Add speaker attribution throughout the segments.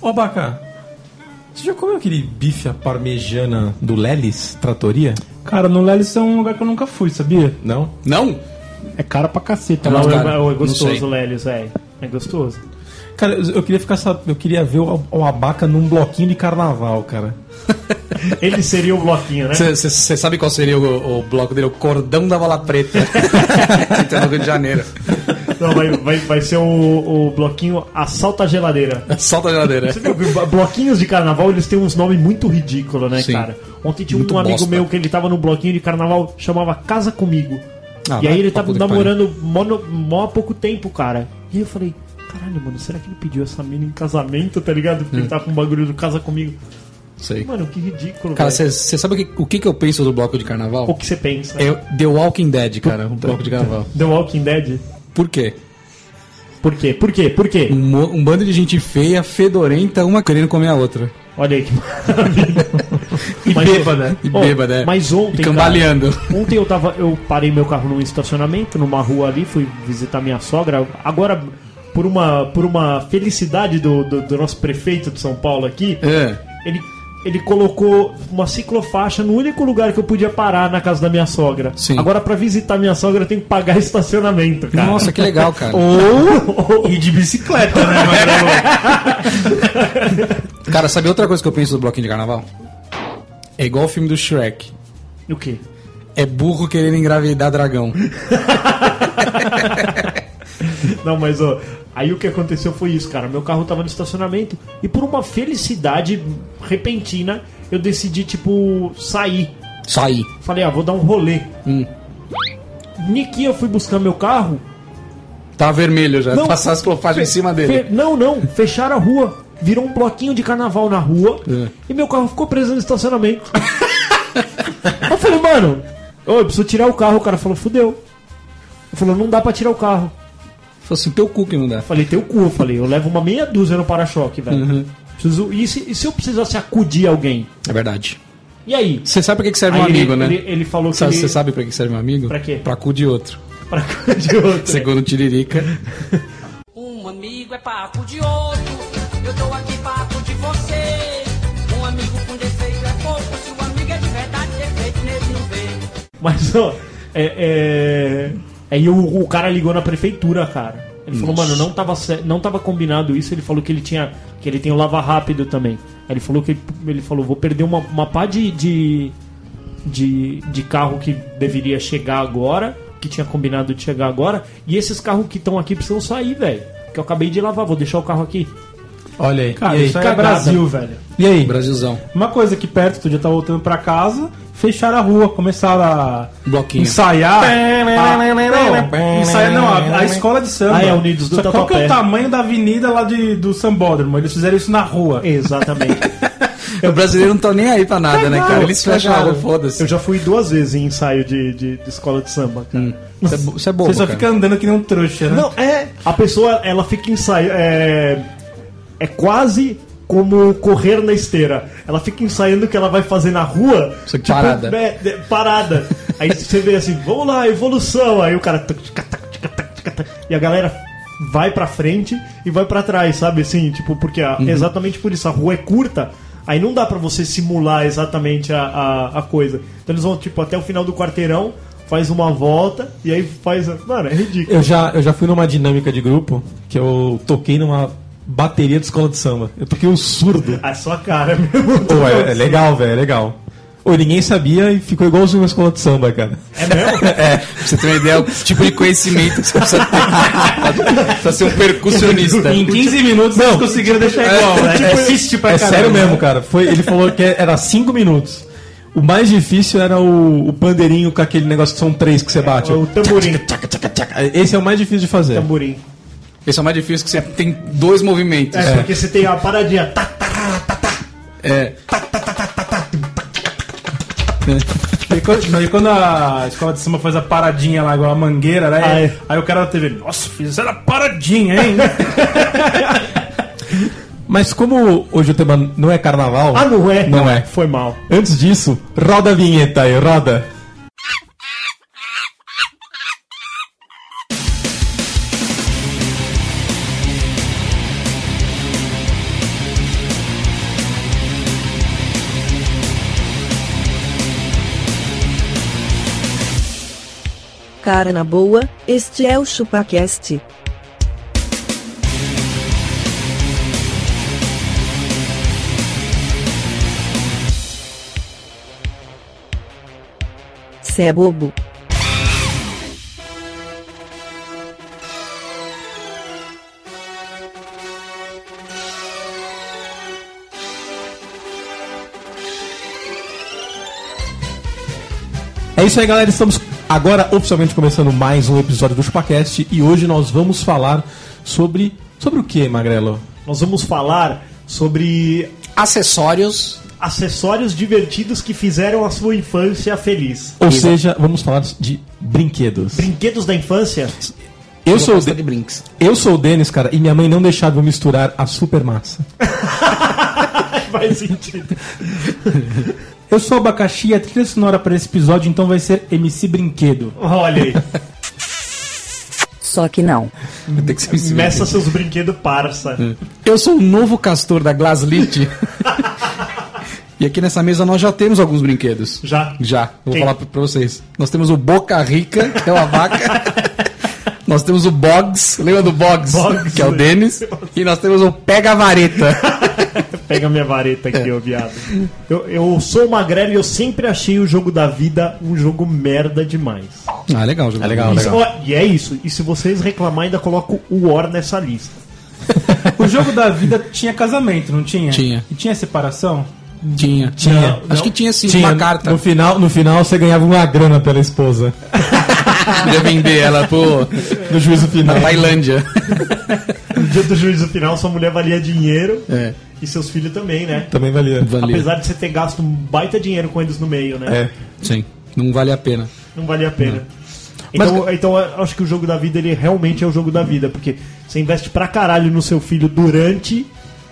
Speaker 1: Ô, Abaca, você já comeu aquele bife à parmegiana do Lelis, Tratoria?
Speaker 2: Cara, no Lelis é um lugar que eu nunca fui, sabia?
Speaker 1: Não?
Speaker 3: Não?
Speaker 2: É cara pra cacete.
Speaker 4: né?
Speaker 3: Não,
Speaker 2: Não,
Speaker 3: cara,
Speaker 2: é,
Speaker 3: né?
Speaker 2: é
Speaker 3: não sei.
Speaker 2: gostoso o Lelis, é. É gostoso.
Speaker 1: Cara, eu eu queria ficar sab- eu queria ver o, o Abaca num bloquinho de carnaval, cara.
Speaker 2: Ele seria o bloquinho, né?
Speaker 3: Você sabe qual seria o, o bloco dele? O cordão da bala preta. que tem Então, no Rio de Janeiro.
Speaker 2: Não, Então vai, vai, vai ser o, o bloquinho Assalta a Geladeira.
Speaker 3: Solta a geladeira.
Speaker 2: Você viu que ba- bloquinhos de carnaval, eles têm uns nomes muito ridículos, né,
Speaker 3: Sim.
Speaker 2: cara? Ontem tinha
Speaker 3: Muito
Speaker 2: um amigo
Speaker 3: bosta.
Speaker 2: meu que ele tava no bloquinho de carnaval, chamava Casa Comigo.
Speaker 3: Ah,
Speaker 2: e
Speaker 3: vai
Speaker 2: aí ele
Speaker 3: pra
Speaker 2: tava
Speaker 3: puta que
Speaker 2: namorando mó, no- mó há pouco tempo, cara. E aí eu falei, caralho, mano, será que ele pediu essa mina em casamento, tá ligado?
Speaker 3: Hum.
Speaker 2: Porque ele tava com o bagulho do Casa Comigo.
Speaker 3: Sei.
Speaker 2: Mano, que ridículo,
Speaker 3: Cara,
Speaker 2: velho.
Speaker 3: você sabe o, que, o que, que eu penso do bloco de carnaval?
Speaker 2: O que você pensa?
Speaker 3: É The Walking Dead, cara, um bloco de carnaval.
Speaker 2: The Walking Dead?
Speaker 3: Por quê?
Speaker 2: Por quê? Por quê? Por quê?
Speaker 3: Um, mo- um bando de gente feia, fedorenta, uma querendo comer a outra.
Speaker 2: Olha aí que maravilha.
Speaker 3: E
Speaker 2: Mas-
Speaker 3: bêbada. E
Speaker 2: Ó,
Speaker 3: bêbada, é.
Speaker 2: Mas
Speaker 3: E
Speaker 2: ontem, cara,
Speaker 3: cambaleando.
Speaker 2: Ontem eu tava, eu parei meu carro num estacionamento, numa rua ali, fui visitar minha sogra. Agora, por uma, por uma felicidade do, do, do nosso prefeito de São Paulo aqui,
Speaker 3: É.
Speaker 2: ele, ele colocou uma ciclofaixa no único lugar que eu podia parar na casa da minha sogra.
Speaker 3: Sim.
Speaker 2: Agora, pra visitar minha sogra, eu tenho que pagar estacionamento, cara.
Speaker 3: Nossa, que legal, cara.
Speaker 2: Ou,
Speaker 1: E de bicicleta, né?
Speaker 3: Cara, sabe outra coisa que eu penso do bloquinho de carnaval? É igual o filme do Shrek.
Speaker 2: o quê?
Speaker 3: É burro querendo engravidar dragão.
Speaker 2: Não, mas ó, aí o que aconteceu foi isso, cara. Meu carro tava no estacionamento e por uma felicidade repentina eu decidi, tipo, sair.
Speaker 3: Só aí.
Speaker 2: Falei, ah, vou dar um rolê.
Speaker 3: Hum.
Speaker 2: Niki, eu fui buscar meu carro.
Speaker 3: Tá vermelho já.
Speaker 2: Não.
Speaker 3: Passar as clofagens em cima dele.
Speaker 2: Fe- Não, não, fecharam a rua. Virou um bloquinho de carnaval na rua
Speaker 3: É.
Speaker 2: e meu carro ficou preso no estacionamento. eu falei, mano, ô, eu preciso tirar o carro. O cara falou, fudeu. Ele falou, não dá pra tirar o carro.
Speaker 3: Fosse o teu cu que não dá.
Speaker 2: Eu Falei, teu cu, eu falei, eu levo uma meia dúzia no para-choque, velho. Preciso, e, se, e se eu precisasse acudir alguém?
Speaker 3: É verdade.
Speaker 2: E aí?
Speaker 3: Você sabe pra que que serve
Speaker 2: Aí
Speaker 3: um amigo,
Speaker 2: ele,
Speaker 3: né?
Speaker 2: ele, ele falou que
Speaker 3: Sabe-
Speaker 2: ele...
Speaker 3: Você sabe pra que serve um amigo?
Speaker 2: Pra quê?
Speaker 3: Pra cu de outro.
Speaker 2: Pra cu de outro.
Speaker 3: Segundo o Tiririca.
Speaker 5: Um amigo é papo de outro, eu tô aqui papo de você. Um amigo com defeito é pouco, se o amigo é de verdade, defeito nele não vê.
Speaker 2: Mas, ó, é... é... Aí o, o cara ligou na prefeitura, cara. Ele falou, mano, não tava, ce- não tava combinado isso. Ele falou que ele tinha... Que ele tem o lava rápido também. Aí ele falou que... Ele, ele falou, vou perder uma, uma pá de... de... de, de carro que deveria chegar agora, que tinha combinado de chegar agora, e esses carros que estão aqui precisam sair, velho. Que eu acabei de lavar, vou deixar o carro aqui.
Speaker 1: Olha aí.
Speaker 4: Cara,
Speaker 1: e aí?
Speaker 4: isso aí é
Speaker 2: Cagada.
Speaker 4: Brasil, velho.
Speaker 1: E aí?
Speaker 3: Brasilzão.
Speaker 4: Uma coisa aqui perto, outro dia eu tava voltando pra casa, fecharam a rua, começaram a
Speaker 3: Bloquinho.
Speaker 4: ensaiar. a, não, ensaiar não, a, a escola de samba.
Speaker 2: Ah, é, Unidos do
Speaker 4: Só que Qual que é
Speaker 2: Tatuapé.
Speaker 4: o tamanho da avenida lá de, do Sambódromo? Eles fizeram isso na rua.
Speaker 2: Exatamente.
Speaker 3: O brasileiro não tá nem aí pra nada, né, cara? Eles fecham a rua, foda-se.
Speaker 2: tá eu já fui duas vezes em ensaio de, de, de escola de samba, cara.
Speaker 3: Isso é, bo- isso é bobo,
Speaker 4: Você só
Speaker 3: cara.
Speaker 4: fica andando que nem um trouxa, né?
Speaker 2: Não, é. A pessoa, ela fica ensaiando. É, é quase como correr na esteira. Ela fica ensaiando o que ela vai fazer na rua.
Speaker 3: Só que parada.
Speaker 2: é, é, parada. Aí você vê assim, vamos lá, evolução. Aí o cara. tuc, tica, tac, tica, tac, tica, tac. E a galera vai pra frente e vai pra trás, sabe? Assim, tipo, porque a- exatamente por isso. A rua é curta. Aí não dá pra você simular exatamente a, a, a coisa. Então eles vão, tipo, até o final do quarteirão, faz uma volta e aí faz. Mano, é ridículo.
Speaker 1: Eu já, eu já fui numa dinâmica de grupo que eu toquei numa bateria de escola de samba. Eu toquei o surdo.
Speaker 2: A sua cara mesmo.
Speaker 1: Pô, é, é legal, velho, é legal. Ou ninguém sabia e ficou igualzinho uma escola de samba, cara.
Speaker 2: É mesmo?
Speaker 3: É, pra você ter uma ideia, o tipo de conhecimento que você precisa ter. precisa ser um percussionista. É,
Speaker 4: Em 15 minutos eles conseguiram deixar igual, né?
Speaker 1: Tipo,
Speaker 4: Assiste pra
Speaker 1: né? é
Speaker 4: caramba.
Speaker 1: sério mesmo, cara. Foi, ele falou que era cinco minutos. O mais difícil era o, o pandeirinho com aquele negócio que são três que você bate.
Speaker 2: O tamborim.
Speaker 1: tipo, Esse é o mais difícil de fazer.
Speaker 2: tamborim.
Speaker 3: Esse é o mais difícil que você tem dois movimentos.
Speaker 2: É, porque você tem a paradinha. Tá, tá,
Speaker 3: É.
Speaker 4: E quando, não, e quando a escola de samba faz a paradinha lá, igual a mangueira, né?
Speaker 2: Ah, é.
Speaker 4: Aí o cara da TV, nossa, fizeram a paradinha, hein?
Speaker 1: Mas como hoje o tema não é carnaval.
Speaker 2: Ah, não é?
Speaker 1: Não é.
Speaker 2: Foi mal.
Speaker 1: Antes disso, roda a vinheta aí, roda.
Speaker 6: Cara na boa, este é o ChupaCast. Cê é bobo.
Speaker 1: É isso aí, galera. Estamos agora oficialmente começando mais um episódio do ChupaCast e hoje nós vamos falar sobre. Sobre o que, Magrelo?
Speaker 2: Nós vamos falar sobre
Speaker 3: Acessórios.
Speaker 2: acessórios divertidos que fizeram a sua infância feliz.
Speaker 1: Ou seja, vamos falar de brinquedos.
Speaker 2: Brinquedos da infância?
Speaker 1: Eu
Speaker 3: Eu
Speaker 1: sou, o
Speaker 3: gosto de
Speaker 1: De-
Speaker 3: brinks.
Speaker 1: eu sou o Denis, cara, e minha mãe não deixava eu misturar a supermassa.
Speaker 2: Faz sentido.
Speaker 4: Eu sou o Abacaxi e a trilha sonora para esse episódio então vai ser MC Brinquedo.
Speaker 2: Olha aí.
Speaker 6: Só que não.
Speaker 3: Vai ter que ser esse
Speaker 2: Meça seus brinquedos, parça.
Speaker 1: Hum.
Speaker 3: Eu sou o novo castor da Glaslit. e aqui nessa mesa nós já temos alguns brinquedos.
Speaker 2: Já.
Speaker 3: Já. Eu vou
Speaker 2: Quem?
Speaker 3: falar pra pra vocês. Nós temos o Boca Rica, que é uma vaca. nós temos o Boggs, lembra do Boggs?
Speaker 2: Boggs,
Speaker 3: que é o
Speaker 2: né?
Speaker 3: Denis. E nós temos o Pega Vareta.
Speaker 2: Pega minha vareta aqui, ô viado. Eu, eu sou magrelo e eu sempre achei o jogo da vida um jogo merda demais.
Speaker 3: ah, legal, jogo.
Speaker 1: legal,
Speaker 2: Isso- ó, e é isso. E se vocês reclamar, ainda coloco o War nessa lista.
Speaker 4: O jogo da vida tinha casamento, não tinha?
Speaker 3: Tinha.
Speaker 4: E tinha separação?
Speaker 3: Tinha.
Speaker 1: Tinha.
Speaker 3: Acho que tinha sim,
Speaker 1: Tinha,
Speaker 3: uma carta.
Speaker 1: No final, no final você ganhava uma grana pela esposa.
Speaker 3: Podia vender ela pro
Speaker 1: No juízo final.
Speaker 3: na Tailândia.
Speaker 2: No dia do juízo final, sua mulher valia dinheiro
Speaker 3: É,
Speaker 2: e seus filhos também, né?
Speaker 1: Também valia.
Speaker 3: valeu.
Speaker 2: Apesar de você ter gasto um baita dinheiro com eles no meio, né?
Speaker 1: É.
Speaker 3: Sim, não vale a pena.
Speaker 2: Não valia a pena. Então, então eu acho que o jogo da vida, ele realmente é o jogo da vida, porque você investe pra caralho no seu filho durante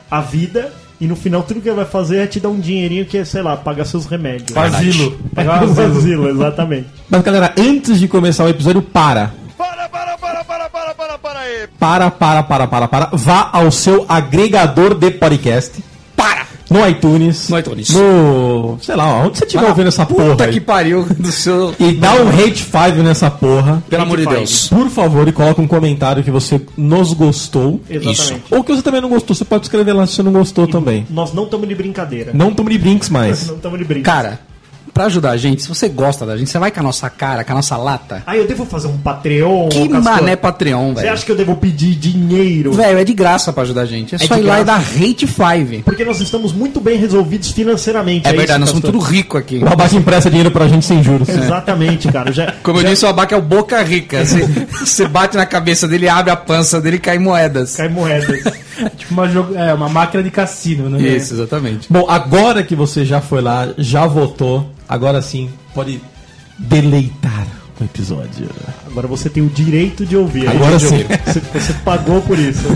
Speaker 2: a vida e no final tudo que ele vai fazer é te dar um dinheirinho que é, sei lá, pagar seus remédios.
Speaker 4: Asilo.
Speaker 2: Pagar o asilo, exatamente.
Speaker 1: Mas galera, antes de começar o episódio, para.
Speaker 7: Para, para, para, para, para, para, para aí.
Speaker 1: Para, para, para, para, para. Vá ao seu agregador de podcast.
Speaker 3: Para!
Speaker 1: No iTunes.
Speaker 3: No iTunes.
Speaker 1: No. Sei lá, onde você estiver
Speaker 3: Vai
Speaker 1: ouvindo
Speaker 3: na
Speaker 1: essa
Speaker 3: puta
Speaker 1: porra.
Speaker 3: que
Speaker 1: aí.
Speaker 3: pariu do seu.
Speaker 1: E dá um hate five nessa porra.
Speaker 3: Pelo amor de
Speaker 2: faz.
Speaker 3: Deus.
Speaker 1: Por favor, e coloca um comentário que você nos gostou.
Speaker 2: Exatamente.
Speaker 1: Ou que você também não gostou. Você pode escrever lá se você não gostou também.
Speaker 2: Nós não estamos de brincadeira.
Speaker 1: Não tome de brinks mais.
Speaker 2: Não estamos de brincadeira.
Speaker 3: Cara, pra ajudar a gente, se você gosta da gente, você vai com a nossa cara, com a nossa lata.
Speaker 2: Ah, eu devo fazer um Patreon?
Speaker 3: Que
Speaker 2: ô, Castor?
Speaker 3: mané Patreon,
Speaker 2: Você
Speaker 3: velho.
Speaker 2: acha que eu devo pedir dinheiro?
Speaker 3: Velho, é de graça pra ajudar a gente. É, só
Speaker 2: de
Speaker 3: ir lá e
Speaker 2: graça.
Speaker 3: dar hate five.
Speaker 2: Porque nós estamos muito bem resolvidos financeiramente.
Speaker 3: É, verdade, nós
Speaker 2: isso,
Speaker 3: somos
Speaker 2: Castor?
Speaker 3: tudo rico aqui.
Speaker 1: O Abaca empresta dinheiro pra gente sem
Speaker 4: É.
Speaker 1: juros.
Speaker 2: Exatamente, cara. Já,
Speaker 3: Como eu disse, o Abaca é o boca rica. Você, você bate na cabeça dele, abre a pança dele e cai moedas.
Speaker 2: cai moedas.
Speaker 4: Tipo uma, jogo... é, uma máquina de cassino, né?
Speaker 3: Isso, exatamente.
Speaker 1: Bom, agora que você já foi lá, já votou, agora sim pode deleitar o episódio.
Speaker 2: Agora você tem o direito de ouvir.
Speaker 1: Agora
Speaker 2: Aí,
Speaker 1: sim.
Speaker 2: Você, você pagou por isso.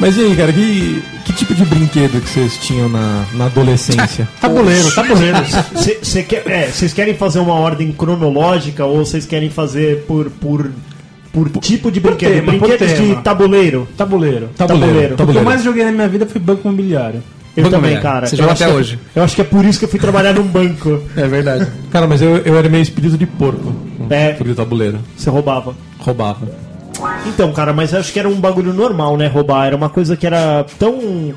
Speaker 1: Mas e aí, cara, que, que tipo de brinquedo que vocês tinham na, na adolescência?
Speaker 2: Tabuleiro, tabuleiro. Cê, cê quer, é, vocês querem fazer uma ordem cronológica ou vocês querem fazer por, por, por tipo de brinquedo?
Speaker 4: tema, por
Speaker 2: Brinquedos
Speaker 4: tema.
Speaker 2: de tabuleiro.
Speaker 4: Tabuleiro.
Speaker 1: Tabuleiro.
Speaker 4: O que eu
Speaker 1: Tabuleiro.
Speaker 4: mais joguei na minha vida foi banco imobiliário.
Speaker 2: Eu
Speaker 3: Banco
Speaker 2: também,
Speaker 3: Velho.
Speaker 2: cara.
Speaker 3: Você
Speaker 2: Eu
Speaker 3: joga
Speaker 2: acho
Speaker 3: até
Speaker 2: que-
Speaker 3: hoje.
Speaker 2: Eu acho que é por isso que eu fui trabalhar num banco.
Speaker 3: É verdade.
Speaker 1: Cara, mas eu, eu era meio espírito de porco.
Speaker 2: É.
Speaker 1: Porque o tabuleiro.
Speaker 2: Você roubava.
Speaker 1: Roubava.
Speaker 2: Então, cara, mas acho que era um bagulho normal, né? Roubar. Era uma coisa que era tão.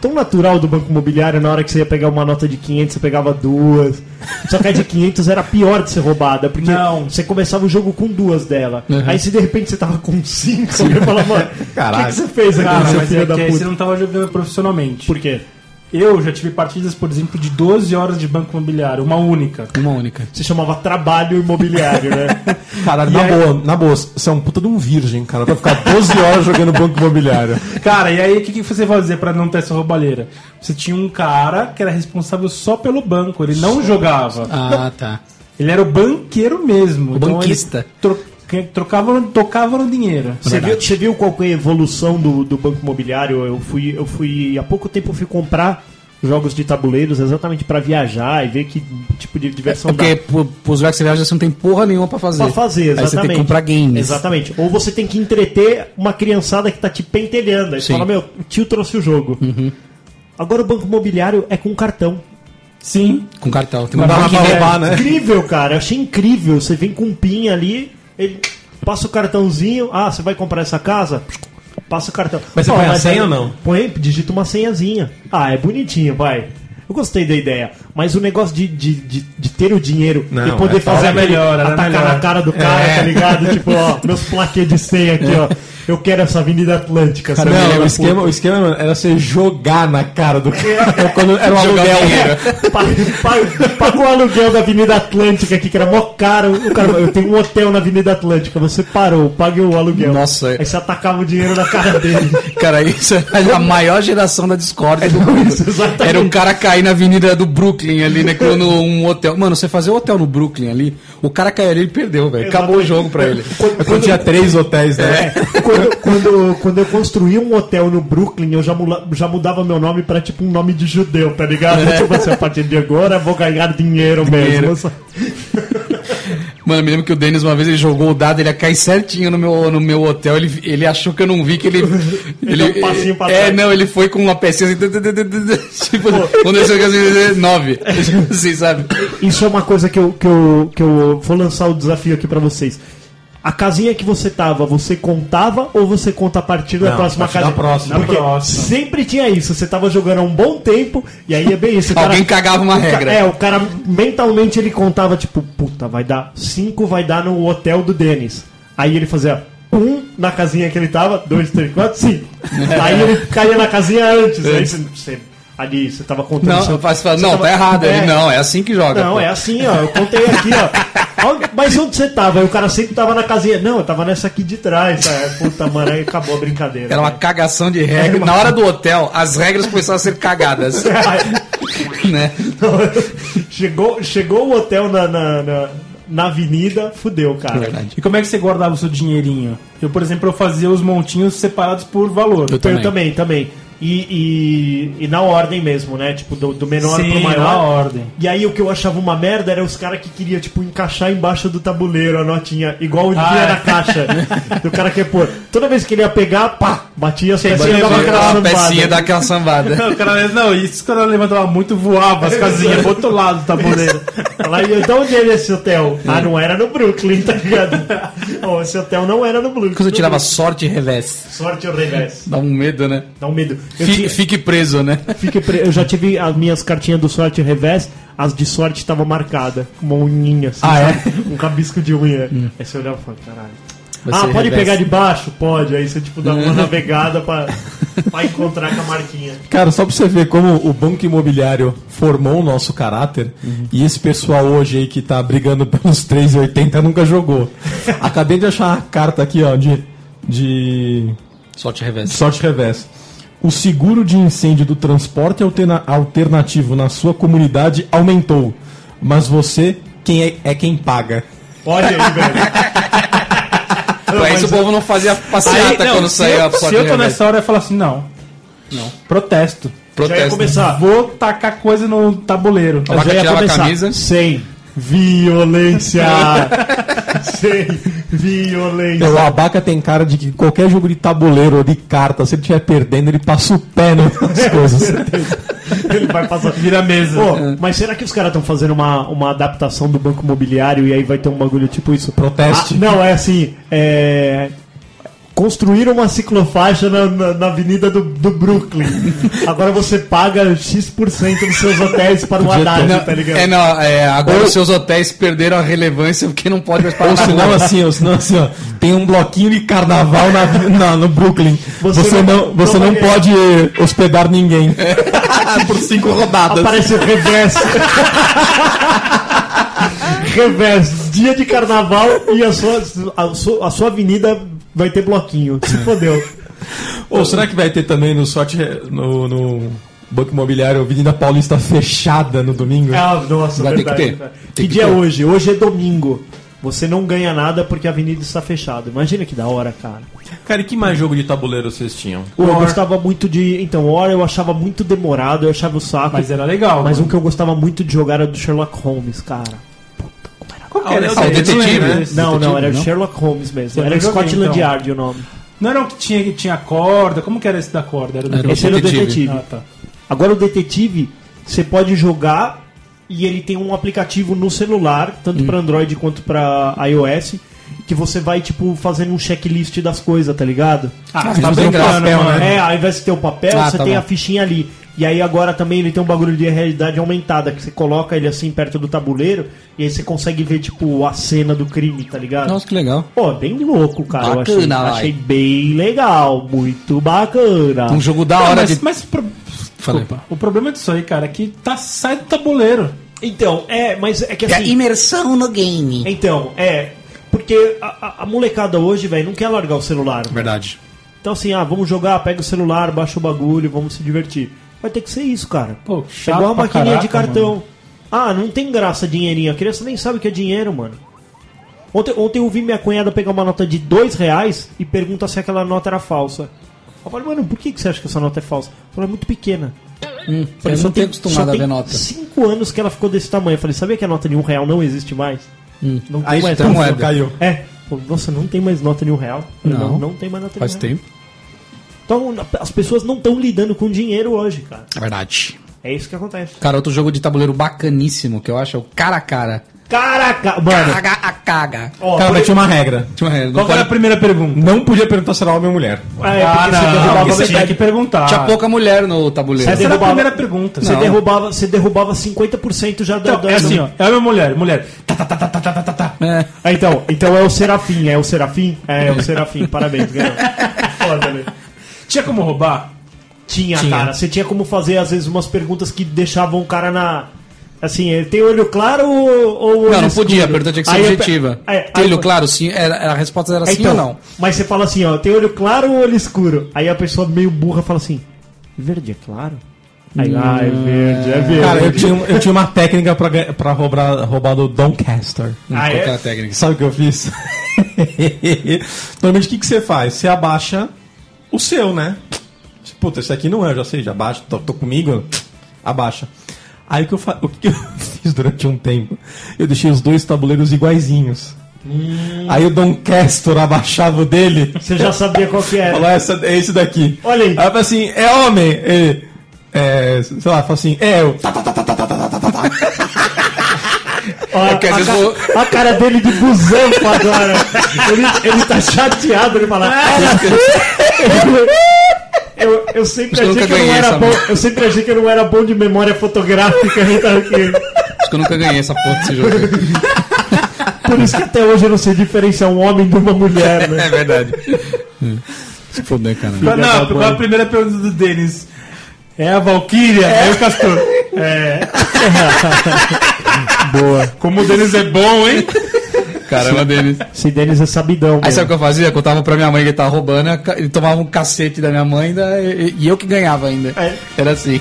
Speaker 2: tão natural do banco imobiliário. Na hora que você ia pegar uma nota de 500, você pegava duas. Só que a de 500 era pior de ser roubada. Porque
Speaker 4: Não.
Speaker 2: você começava o jogo com duas dela. Aí se de repente você tava com cinco, você falava, mano, o que que,
Speaker 1: Caralho.
Speaker 2: você fez aqui,
Speaker 4: Cara,
Speaker 2: seu
Speaker 4: mas
Speaker 2: filho
Speaker 4: é
Speaker 2: da
Speaker 4: que aí
Speaker 2: puta?
Speaker 4: você não tava jogando profissionalmente.
Speaker 2: Por quê?
Speaker 4: Eu já tive partidas, por exemplo, de 12 horas de banco imobiliário, uma única.
Speaker 3: Uma única.
Speaker 2: Se chamava trabalho imobiliário, né?
Speaker 1: Caralho,
Speaker 4: E
Speaker 1: na
Speaker 4: aí-
Speaker 1: boa, na boa, você é um puta de um virgem, cara, pra ficar 12 horas jogando banco imobiliário.
Speaker 4: Cara, e aí o que, que você fazia pra não ter essa roubalheira? Você tinha um cara que era responsável só pelo banco, ele não jogava.
Speaker 3: Ah, tá.
Speaker 4: Ele era o banqueiro mesmo. Então,
Speaker 3: O banquista.
Speaker 4: ele tro- que- trocava, no- tocava no dinheiro.
Speaker 2: Você viu, você viu qual que é a evolução do, do banco imobiliário? Eu fui, eu fui. Há pouco tempo eu fui comprar jogos de tabuleiros exatamente pra viajar e ver que tipo de diversão
Speaker 3: É porque pro- pros lugares que você viaja, você não tem porra nenhuma pra fazer.
Speaker 2: Pra fazer, exatamente.
Speaker 3: Aí você tem que comprar games.
Speaker 2: Exatamente. Ou você tem que entreter uma criançada que tá te pentelhando. Aí você
Speaker 3: Sim. Uhum.
Speaker 2: fala, meu, o tio trouxe o jogo. Agora o banco imobiliário é com cartão.
Speaker 4: Sim.
Speaker 3: Com cartão. Tem
Speaker 1: Não
Speaker 3: uma
Speaker 1: dava pra
Speaker 3: banquinha.
Speaker 1: roubar, né?
Speaker 2: Incrível, cara. Eu achei incrível. Você vem com um PIN ali, ele passa o cartãozinho. Ah, você vai comprar essa casa? Passa o cartão.
Speaker 1: Mas você
Speaker 2: Pô,
Speaker 1: põe a senha
Speaker 2: aí-
Speaker 1: ou não?
Speaker 2: Põe, digita uma senhazinha. Ah, é bonitinho, vai. Eu gostei da ideia. Mas o negócio de, de, de, de ter o dinheiro
Speaker 1: Não,
Speaker 2: e poder
Speaker 1: é
Speaker 2: fazer
Speaker 4: era
Speaker 2: aquele-
Speaker 4: melhor, era
Speaker 2: atacar
Speaker 4: melhor.
Speaker 2: na cara do cara, tá ligado? Tipo, ó, meus plaquês de senha aqui, ó. Eu quero essa Avenida Atlântica. essa
Speaker 1: Não,
Speaker 2: Avenida
Speaker 1: o esquema, o esquema mano, era você jogar na cara do
Speaker 4: É.
Speaker 1: cara. Quando era um
Speaker 3: Jogar
Speaker 1: aluguel.
Speaker 3: dinheiro.
Speaker 2: Pa- pa- Pagou o aluguel da Avenida Atlântica aqui, que era mó caro. O cara, eu tenho um hotel na Avenida Atlântica, você parou, pague o aluguel.
Speaker 3: Nossa. é.
Speaker 2: Aí você atacava o dinheiro na cara dele.
Speaker 3: Cara, isso é a maior geração da Discord do mundo.
Speaker 2: É, Isso, exatamente.
Speaker 3: Era o cara cair na avenida do Brooklyn ali, né? Quando um hotel. Mano, você fazer um hotel no Brooklyn ali, o cara caiu ali e perdeu, velho. Acabou o jogo pra ele.
Speaker 1: É quando tinha três hotéis,
Speaker 4: É,
Speaker 1: né?
Speaker 2: É, Quando, quando, quando eu construí um hotel no Brooklyn, eu já, mula- já mudava meu nome pra tipo um nome de judeu, tá ligado? Tipo assim, a partir de agora eu vou ganhar dinheiro,
Speaker 3: É. Dinheiro.
Speaker 2: mesmo.
Speaker 3: Mano, eu me lembro que o Denis, uma vez, ele jogou o dado, ele ia cair certinho no meu, no meu hotel. Ele, ele achou que eu não vi, que ele.
Speaker 2: Ele deu um passinho pra
Speaker 3: É,
Speaker 2: trás.
Speaker 3: não, ele foi com uma pecinha assim. Tipo, quando eu cheguei assim, nove.
Speaker 2: É.
Speaker 3: Assim, sabe?
Speaker 2: Isso é uma coisa que eu, que eu, que eu vou lançar o desafio aqui pra vocês. A casinha que você tava, você contava ou você conta a partir da
Speaker 1: Não,
Speaker 2: próxima
Speaker 1: a partir
Speaker 2: casinha?
Speaker 1: da próxima.
Speaker 2: Porque
Speaker 4: Da próxima.
Speaker 2: sempre tinha isso. Você tava jogando há um bom tempo e aí é bem isso. o cara-
Speaker 3: Alguém cagava uma
Speaker 2: o ca-
Speaker 3: regra.
Speaker 2: É, o cara mentalmente ele contava tipo, puta, vai dar cinco, vai dar no hotel do Denis. Aí ele fazia um na casinha que ele tava, dois, três, quatro, cinco. aí ele caía na casinha antes. Aí você, você- ali você tava contando.
Speaker 3: Não,
Speaker 2: seu-
Speaker 3: eu faço- falo,
Speaker 2: você
Speaker 3: não,
Speaker 2: tava-
Speaker 3: tá errado.
Speaker 2: É.
Speaker 3: Ele, não, é assim que joga.
Speaker 2: Não,
Speaker 3: pô.
Speaker 2: é assim, ó. Eu contei aqui, ó. Aonde- Mas onde você tava? Aí o cara sempre tava na casinha. Não, eu tava nessa aqui de trás. Tá? Puta, mano, aí acabou a brincadeira.
Speaker 3: Era uma
Speaker 2: né?
Speaker 3: cagação de regra. Na hora do hotel, as regras começaram a ser cagadas. né?
Speaker 2: chegou, chegou o hotel na, na, na, na avenida, fudeu, cara.
Speaker 3: Verdade.
Speaker 4: E como é que você guardava o seu dinheirinho? Eu, por exemplo, eu fazia os montinhos separados por valor.
Speaker 3: Eu
Speaker 2: Eu também, também. E, e, e na ordem mesmo, né? Tipo, do, do menor
Speaker 4: Sim,
Speaker 2: pro
Speaker 3: né?
Speaker 2: maior.
Speaker 4: na ordem.
Speaker 2: E aí o que eu achava uma merda era os caras que queria, tipo, encaixar embaixo do tabuleiro a notinha, igual o dia
Speaker 4: Ah, é.
Speaker 2: na caixa. o cara quer pôr. Toda vez que ele ia pegar, pá, batia as pecinhas e dava aquela
Speaker 3: Uma
Speaker 2: sambada.
Speaker 3: pecinha daquela sambada.
Speaker 4: Não, o cara, não, isso quando ela levantava muito, voava as casinhas pro outro lado do tabuleiro.
Speaker 2: tá Fala, e então onde era esse hotel?
Speaker 3: É.
Speaker 2: Ah, não era no Brooklyn, tá ligado? Ó, esse hotel não era no Brooklyn.
Speaker 3: Quando eu tirava sorte e revés.
Speaker 2: Sorte ou revés.
Speaker 3: Dá um medo, né?
Speaker 2: Dá um medo. Eu
Speaker 3: Fique,
Speaker 2: tinha-
Speaker 3: fique preso, né?
Speaker 2: Fiquei pre- Eu já tive as minhas cartinhas do sorte revés, as de sorte estavam marcadas, com uma unhinha assim,
Speaker 3: Ah, é? Hum.
Speaker 2: sabe? um rabisco de unha. Aí você olhava e falava, caralho.
Speaker 3: Vai
Speaker 2: ah,
Speaker 3: ser
Speaker 2: pode
Speaker 3: revés. Hum.
Speaker 2: pegar de baixo? Pode. Aí você tipo dá uma navegada pra, pra encontrar com a marquinha.
Speaker 1: Cara, só pra você ver como o banco imobiliário formou o nosso caráter
Speaker 4: Uhum.
Speaker 1: e esse pessoal hoje aí que tá brigando pelos 3,80 nunca jogou. Acabei de achar uma carta aqui, ó, de, de
Speaker 3: Sorte e revés.
Speaker 1: sorte revés. O seguro de incêndio do transporte alterna- alternativo na sua comunidade aumentou, mas você quem é, é quem paga.
Speaker 2: Olha aí, velho.
Speaker 3: Pra isso o povo não fazia passeata
Speaker 4: Aí, não,
Speaker 3: Ah, tá, quando
Speaker 4: se
Speaker 3: saiu
Speaker 4: eu-
Speaker 3: a sorte
Speaker 4: Se
Speaker 3: e
Speaker 4: eu tô
Speaker 3: revés.
Speaker 4: nessa hora, eu falo assim, não. Não. Protesto.
Speaker 2: Já ia
Speaker 3: Protesto.
Speaker 2: começar.
Speaker 4: Vou tacar coisa no tabuleiro.
Speaker 3: A vaca
Speaker 2: Já ia
Speaker 3: tirava a
Speaker 2: começar.
Speaker 3: camisa.
Speaker 2: é Sem violência. Sem violência.
Speaker 1: O Abaca tem cara de que qualquer jogo de tabuleiro ou de carta, se ele estiver perdendo, ele passa o pé nas coisas.
Speaker 2: Ele vai passar.
Speaker 4: Vira a mesa.
Speaker 2: Pô, mas será que os caras estão fazendo uma, uma adaptação do banco imobiliário e aí vai ter um bagulho tipo isso?
Speaker 1: Proteste.
Speaker 2: Ah, não, é assim. É. construíram uma ciclofaixa na, na, na avenida do, do Brooklyn. Agora você paga X% dos seus hotéis para o Haddad,
Speaker 3: Não,
Speaker 2: tá ligado?
Speaker 3: é, não, é, agora os seus hotéis perderam a relevância porque não pode mais parar.
Speaker 1: Ou
Speaker 3: na
Speaker 1: senão
Speaker 3: rua.
Speaker 1: assim, ou senão assim, ó, tem um bloquinho de carnaval na, na- no Brooklyn.
Speaker 2: Você
Speaker 1: Você,
Speaker 2: não-
Speaker 1: não, você
Speaker 2: não
Speaker 1: não
Speaker 2: vai-
Speaker 1: pode hospedar ninguém. Por cinco rodadas.
Speaker 2: Aparece o reverso. reverso. Dia de carnaval e a sua, a, sua, a sua avenida vai ter bloquinho. Se fodeu.
Speaker 1: Ou será que vai ter também no sorte no, no Banco Imobiliário Avenida Paulista fechada no domingo?
Speaker 2: Ah, nossa,
Speaker 3: Vai ter
Speaker 2: verdade.
Speaker 3: que ter.
Speaker 2: cara.
Speaker 3: Tem
Speaker 2: que
Speaker 3: que
Speaker 2: dia é
Speaker 3: ter.
Speaker 2: hoje? Hoje é domingo. Você não ganha nada porque a avenida está fechada. Imagina que da hora, cara.
Speaker 1: Cara, e que mais jogo de tabuleiro vocês tinham?
Speaker 2: Eu gostava muito de. Então, War eu achava muito demorado, eu achava o saco.
Speaker 4: Mas era legal.
Speaker 2: Mas um
Speaker 4: mano.
Speaker 2: que eu gostava muito de jogar era do Sherlock Holmes, cara.
Speaker 4: Qual que era
Speaker 1: Ah,
Speaker 4: esse
Speaker 1: o
Speaker 4: aí? Eu não
Speaker 3: detetive,
Speaker 4: lembro
Speaker 3: né?
Speaker 4: desse.
Speaker 2: Não, não,
Speaker 3: Detetive,
Speaker 2: era o
Speaker 3: não?
Speaker 2: Sherlock Holmes mesmo.
Speaker 4: Eu
Speaker 2: Era
Speaker 4: não joguei,
Speaker 2: Scotland
Speaker 4: então.
Speaker 2: Yard o nome.
Speaker 4: Não era o que tinha, que tinha corda? Como que era esse da corda? Era o
Speaker 3: Era
Speaker 4: do
Speaker 2: Esse era o detetive.
Speaker 4: Ah, tá.
Speaker 2: Agora o detetive, você pode jogar e ele tem um aplicativo no celular, tanto
Speaker 3: Hum.
Speaker 2: pra Android quanto pra iOS, que você vai tipo fazendo um checklist das coisas, tá ligado?
Speaker 4: Ah,
Speaker 3: tá
Speaker 4: tá
Speaker 3: bem
Speaker 4: bem
Speaker 3: papel, né?
Speaker 4: mano.
Speaker 2: É, ao invés de ter o papel,
Speaker 3: Ah,
Speaker 2: você
Speaker 3: tá
Speaker 2: tem
Speaker 3: bom.
Speaker 2: a fichinha ali. E aí agora também ele tem um bagulho de realidade aumentada, que você coloca ele assim perto do tabuleiro e aí você consegue ver, tipo, a cena do crime, tá ligado?
Speaker 3: Nossa, que legal.
Speaker 2: Pô, bem louco, cara. Eu achei,
Speaker 3: Bacana, vai.
Speaker 2: achei bem legal, muito bacana.
Speaker 3: Um jogo da
Speaker 4: Não,
Speaker 3: hora
Speaker 4: mas,
Speaker 3: de.
Speaker 4: mas pro-
Speaker 3: Falei.
Speaker 4: desculpa, o problema disso aí, cara, é que tá, sai do tabuleiro.
Speaker 2: Então, é, mas é que assim.
Speaker 5: imersão no game.
Speaker 2: Então, é. Porque a, a- a molecada hoje, velho, não quer largar o celular.
Speaker 3: Verdade.
Speaker 2: Então, assim, ah, vamos jogar, pega o celular, baixa o bagulho, vamos se divertir. Vai ter que ser isso, cara.
Speaker 4: Pô,
Speaker 2: é
Speaker 4: chato
Speaker 2: igual a
Speaker 4: pra
Speaker 2: maquininha de
Speaker 4: caraca,
Speaker 2: cartão. Ah, não tem graça dinheirinho. A criança nem sabe o que é dinheiro, mano. Ontem, ontem eu vi minha cunhada pegar uma nota de dois reais e pergunta se aquela nota era falsa. Eu falei, mano, por que que você acha que essa nota é falsa? Ela falou, é muito pequena.
Speaker 3: Hum,
Speaker 2: Eu
Speaker 3: eu
Speaker 2: falei,
Speaker 3: não tenho
Speaker 2: só
Speaker 3: acostumado a
Speaker 2: tem
Speaker 3: ver nota.
Speaker 2: cinco anos que ela ficou desse tamanho. Eu falei, sabia que a nota de um real não existe mais? Não tem
Speaker 3: Aí
Speaker 2: mais
Speaker 3: então
Speaker 2: nota.
Speaker 3: é.
Speaker 1: Caiu.
Speaker 2: É. Pô, Nossa, não tem mais nota de um real. Eu falei,
Speaker 3: Não.
Speaker 2: não, tem mais nota de um
Speaker 3: Faz
Speaker 2: real.
Speaker 3: tempo.
Speaker 2: Então, as pessoas não estão lidando com dinheiro hoje, cara.
Speaker 3: É verdade.
Speaker 2: É isso que acontece.
Speaker 3: Cara, outro jogo de tabuleiro bacaníssimo que eu acho é o cara a cara.
Speaker 2: Caraca, mano.
Speaker 3: Caga a caga.
Speaker 2: Ó,
Speaker 1: Cara,
Speaker 2: por-
Speaker 1: mas tinha uma regra.
Speaker 3: Tinha uma- não
Speaker 4: Qual
Speaker 3: pode-
Speaker 4: era a primeira pergunta?
Speaker 1: Não podia perguntar se era homem ou mulher.
Speaker 2: é, porque você derrubava
Speaker 4: Ah, você tinha
Speaker 2: metade.
Speaker 4: que perguntar.
Speaker 3: Tinha pouca mulher no tabuleiro.
Speaker 2: Você
Speaker 4: Essa era a
Speaker 2: derrubava-
Speaker 4: primeira pergunta.
Speaker 2: Você
Speaker 4: Não.
Speaker 2: derrubava, você derrubava 50% já da,
Speaker 4: Então,
Speaker 2: da-
Speaker 4: é assim, ó. É a minha mulher, mulher. Tá, tá, tá, tá, tá, tá, tá, tá.
Speaker 3: É.
Speaker 2: Ah, então, então é o Serafim, é o Serafim? É, é o Serafim, parabéns, ganhou. Foda, né?
Speaker 4: Tinha como roubar?
Speaker 2: Tinha, cara. Você tinha como fazer, às vezes, umas perguntas que deixavam o cara na. Assim, ele tem olho claro ou. ou olho
Speaker 3: Não, não
Speaker 2: escuro?
Speaker 3: podia, a pergunta tinha que ser
Speaker 2: Aí eu pe-
Speaker 3: objetiva.
Speaker 2: É, aí
Speaker 3: Trilho,
Speaker 2: eu-
Speaker 3: claro, sim. Era, a resposta era
Speaker 2: Aí
Speaker 3: sim
Speaker 2: então,
Speaker 3: ou não.
Speaker 2: Mas você fala assim, ó, tem olho claro ou olho escuro? Aí a pessoa meio burra fala assim: verde é claro? Aí, ah, é verde, é verde.
Speaker 1: Cara, eu tinha, um, eu tinha uma técnica pra, ganha- pra roubar, roubar do Doncaster.
Speaker 2: Ah,
Speaker 3: Qual que era
Speaker 2: é?
Speaker 3: a técnica?
Speaker 1: Sabe o que eu fiz? Normalmente o que, que você faz? Você abaixa o seu, né? Tipo, Puta, esse aqui não é, eu já sei, já abaixa, tô, tô comigo, abaixa. Aí o que, eu fa- o que eu fiz durante um tempo? Eu deixei os dois tabuleiros iguaizinhos.
Speaker 4: Hum.
Speaker 1: Aí o Dom Castor abaixava o dele,
Speaker 2: Você já sabia qual que era.
Speaker 1: falou, Essa, é esse daqui.
Speaker 2: Olha aí.
Speaker 1: Aí eu falei assim, é homem, ele, é, sei lá, fala assim, é eu. Tá, tá, tá, tá, tá, tá, tá, tá, tá, tá.
Speaker 2: Ó, a,
Speaker 3: É que às vezes
Speaker 2: ca-
Speaker 3: eu-
Speaker 2: a cara dele de busanfa agora. Ele, ele tá chateado, ele fala.
Speaker 3: É.
Speaker 2: "Era assim." Eu, eu sempre
Speaker 3: Acho que eu
Speaker 2: achei
Speaker 3: nunca
Speaker 2: que eu não
Speaker 3: ganhei
Speaker 2: era
Speaker 3: essa
Speaker 2: bom.
Speaker 3: merda.
Speaker 2: Eu sempre achei que eu não era bom de memória fotográfica, então, que-
Speaker 3: Acho que eu nunca ganhei essa porra desse jogo.
Speaker 2: Por isso que até hoje eu não sei diferenciar um homem de uma mulher, né?
Speaker 3: é verdade. Se fuder, cara.
Speaker 4: Não, não, qual é a primeira pergunta do Denis? É a Valkyria?
Speaker 2: né,
Speaker 4: É, o Castor. É. Boa. Como o Denis é bom, hein?
Speaker 3: Caramba, Denis.
Speaker 2: Esse Denis é sabidão.
Speaker 3: Aí sabe o
Speaker 2: mesmo.
Speaker 3: que eu fazia? Contava pra minha mãe que ele tava roubando, eu ca- ele tomava um cacete da minha mãe da- e, e eu que ganhava ainda.
Speaker 2: É.
Speaker 3: Era assim.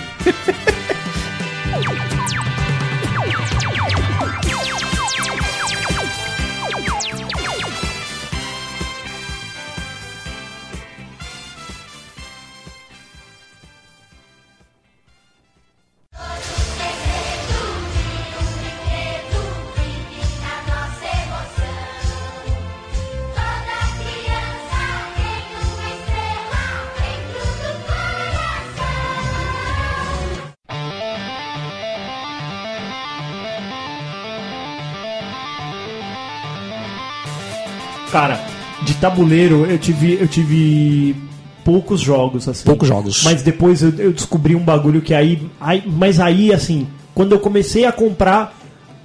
Speaker 2: Cara, de tabuleiro, eu tive, eu tive poucos jogos, assim.
Speaker 3: Poucos jogos.
Speaker 2: Mas depois eu, eu descobri um bagulho que aí, aí- Mas aí, assim, quando eu comecei a comprar,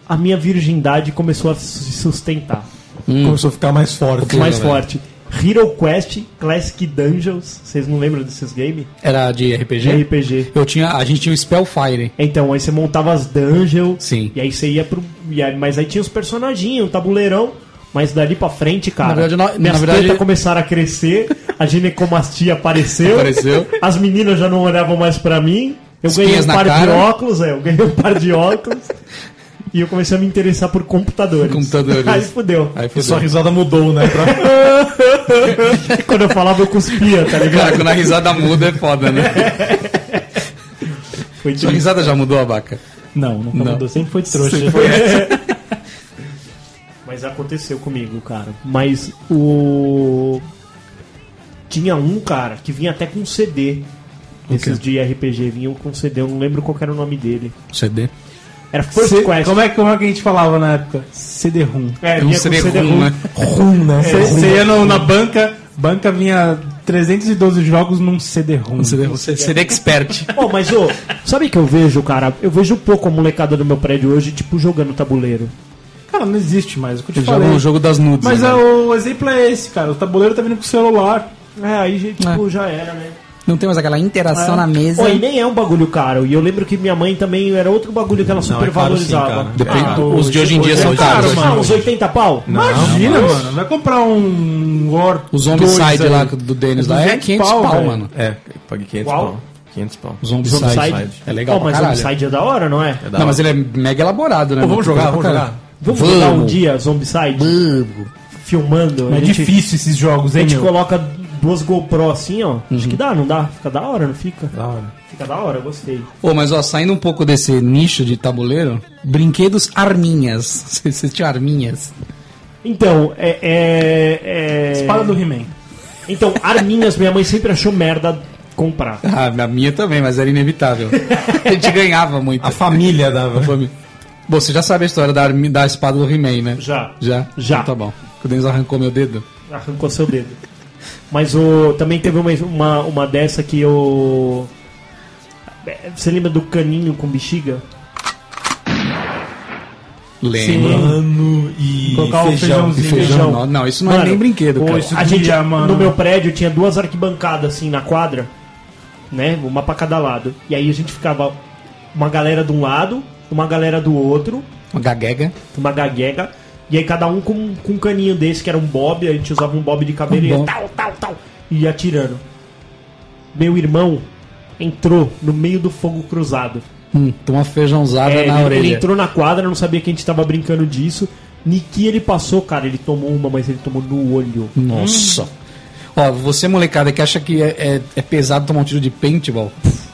Speaker 2: a minha virgindade começou a se sustentar.
Speaker 1: Começou a ficar mais forte.
Speaker 2: mais
Speaker 3: né?
Speaker 2: forte. Hero Quest, Classic Dungeons, vocês não lembram desses games?
Speaker 3: Era de RPG?
Speaker 2: RPG.
Speaker 3: Eu tinha, a gente tinha o Spellfire.
Speaker 2: Então, aí você montava as dungeons.
Speaker 3: Sim.
Speaker 2: E aí você ia pro. e aí- mas aí tinha os personagens, o tabuleirão. Mas dali pra frente, cara.
Speaker 3: Na verdade, na-
Speaker 2: minhas
Speaker 3: na verdade-
Speaker 2: tetas começaram a crescer, a ginecomastia apareceu.
Speaker 3: Apareceu.
Speaker 2: As meninas já não olhavam mais pra mim. Eu ganhei
Speaker 3: Espinhas
Speaker 2: um
Speaker 3: na
Speaker 2: par de
Speaker 3: cara.
Speaker 2: óculos, é, eu ganhei um par de óculos. e eu comecei a me interessar por computadores.
Speaker 3: Computadores.
Speaker 2: Aí fudeu.
Speaker 3: Aí foi
Speaker 1: E sua risada mudou, né? Pra-
Speaker 2: Quando eu falava, eu cuspia, tá ligado?
Speaker 3: Cara, quando a risada muda é foda, né?
Speaker 2: Foi
Speaker 3: Sua
Speaker 2: triste.
Speaker 3: risada já mudou a vaca.
Speaker 4: Não, nunca
Speaker 3: Não.
Speaker 4: mudou. Sempre foi trouxa.
Speaker 2: Mas aconteceu comigo, cara. Mas o. Tinha um, cara, que vinha até com CD. Esses de RPG vinham com CD, eu não lembro qual que era o nome dele.
Speaker 3: CD.
Speaker 2: Era First
Speaker 4: Cê-
Speaker 2: Quest.
Speaker 4: como, é, que- como é que a gente falava na época? CD-ROM.
Speaker 2: É,
Speaker 3: Eu não
Speaker 2: vinha com
Speaker 3: seria
Speaker 2: CD
Speaker 3: ruim,
Speaker 2: ruim.
Speaker 3: né?
Speaker 1: Rum, né?
Speaker 4: Você ia no- na banca, banca vinha 312 jogos num CD-ROM.
Speaker 3: CD, CD expert.
Speaker 2: Pô, mas ô, sabe o que eu vejo, cara? Eu vejo pouco a molecada do meu prédio hoje, tipo, jogando tabuleiro.
Speaker 4: Cara, não existe mais, é o que eu te
Speaker 3: Ele joga
Speaker 4: falei.
Speaker 3: o jogo das nudes.
Speaker 4: Mas
Speaker 3: né?
Speaker 4: é, o exemplo é esse, cara. O tabuleiro tá vindo com o celular.
Speaker 2: É, aí, tipo, já era, né?
Speaker 3: Não tem mais aquela interação Tá na mesa.
Speaker 2: Pô, e nem é um bagulho caro. E eu lembro que minha mãe também era outro bagulho que ela
Speaker 1: Não, é caro sim,
Speaker 2: supervalorizava.
Speaker 1: cara.
Speaker 3: Depende-
Speaker 1: É caro.
Speaker 3: os de hoje em dia são
Speaker 1: é caro,
Speaker 3: caros.
Speaker 1: mano.
Speaker 2: Ah, uns 80 pau?
Speaker 4: Imagina, mano. Vai comprar um War.
Speaker 3: O
Speaker 4: dois
Speaker 3: Zombicide
Speaker 4: aí.
Speaker 3: lá do Denis lá é
Speaker 4: 200
Speaker 3: 500 pau,
Speaker 4: pau, velho.
Speaker 3: mano.
Speaker 1: É, paguei 500
Speaker 2: Qual?
Speaker 1: pau. 500 pau.
Speaker 3: O Zombicide.
Speaker 2: Zombicide.
Speaker 3: É legal
Speaker 2: Pô,
Speaker 3: pra
Speaker 2: mas
Speaker 3: caralho.
Speaker 2: Zombicide é da hora, não é?
Speaker 1: É da
Speaker 3: Não, mas
Speaker 1: hora.
Speaker 3: ele é mega elaborado, né?
Speaker 1: Pô, vamos
Speaker 3: Muita
Speaker 1: jogar,
Speaker 3: coisa
Speaker 1: vamos
Speaker 3: pra
Speaker 1: jogar.
Speaker 3: caralho.
Speaker 2: Vamos,
Speaker 3: Vamos.
Speaker 2: jogar um dia Zombicide? Filmando.
Speaker 4: É
Speaker 2: a gente,
Speaker 4: difícil esses jogos,
Speaker 2: A
Speaker 4: hein,
Speaker 2: gente
Speaker 4: meu?
Speaker 2: coloca duas GoPro assim, ó. Acho que dá, não dá? Fica da hora, não fica?
Speaker 4: é
Speaker 1: Da hora.
Speaker 2: Fica da hora, gostei.
Speaker 3: Ô, mas ó, saindo um pouco desse nicho de tabuleiro, brinquedos arminhas. Você tinha arminhas?
Speaker 2: Então, é... é, é-
Speaker 4: Espada do He-Man.
Speaker 2: Então, arminhas minha mãe sempre achou merda comprar.
Speaker 3: Ah, a minha também, mas era inevitável. A gente ganhava muito.
Speaker 1: A família da.
Speaker 3: Bom, você já sabe a história da, armi- da espada do He-Man, né?
Speaker 2: Já.
Speaker 3: Já?
Speaker 2: Já.
Speaker 3: Então tá bom. O Denis arrancou meu dedo.
Speaker 2: Arrancou seu dedo. Mas o, também teve uma, uma, uma dessa que eu... Você lembra do caninho com bexiga?
Speaker 3: Lembro.
Speaker 1: Mano e
Speaker 4: Colocar o
Speaker 1: feijão.
Speaker 4: feijãozinho.
Speaker 2: Feijão.
Speaker 3: Não, não, isso não é
Speaker 2: Mano,
Speaker 3: nem brinquedo, cara.
Speaker 4: hoje-
Speaker 2: A gente,
Speaker 4: Dia, mano.
Speaker 2: no meu prédio tinha duas arquibancadas assim na quadra, né? Uma pra cada lado. E aí a gente ficava uma galera de um lado, uma galera do outro,
Speaker 3: Uma gaguega.
Speaker 2: uma gaguega, e aí cada um com, com um caninho desse, que era um bob, a gente usava um bob de cabelo
Speaker 3: Um
Speaker 2: e ia
Speaker 3: bob.
Speaker 2: tal, tal, tal, e ia atirando. Meu irmão entrou no meio do fogo cruzado.
Speaker 3: Hum, toma feijãozada
Speaker 2: É,
Speaker 3: na
Speaker 2: ele,
Speaker 3: orelha.
Speaker 2: ele entrou na quadra, não sabia que a gente tava brincando disso. Niki ele passou, cara, ele tomou uma, mas ele tomou no olho.
Speaker 3: Nossa.
Speaker 2: Hum.
Speaker 3: Ó, você molecada que acha que é, é- é pesado tomar um tiro de paintball,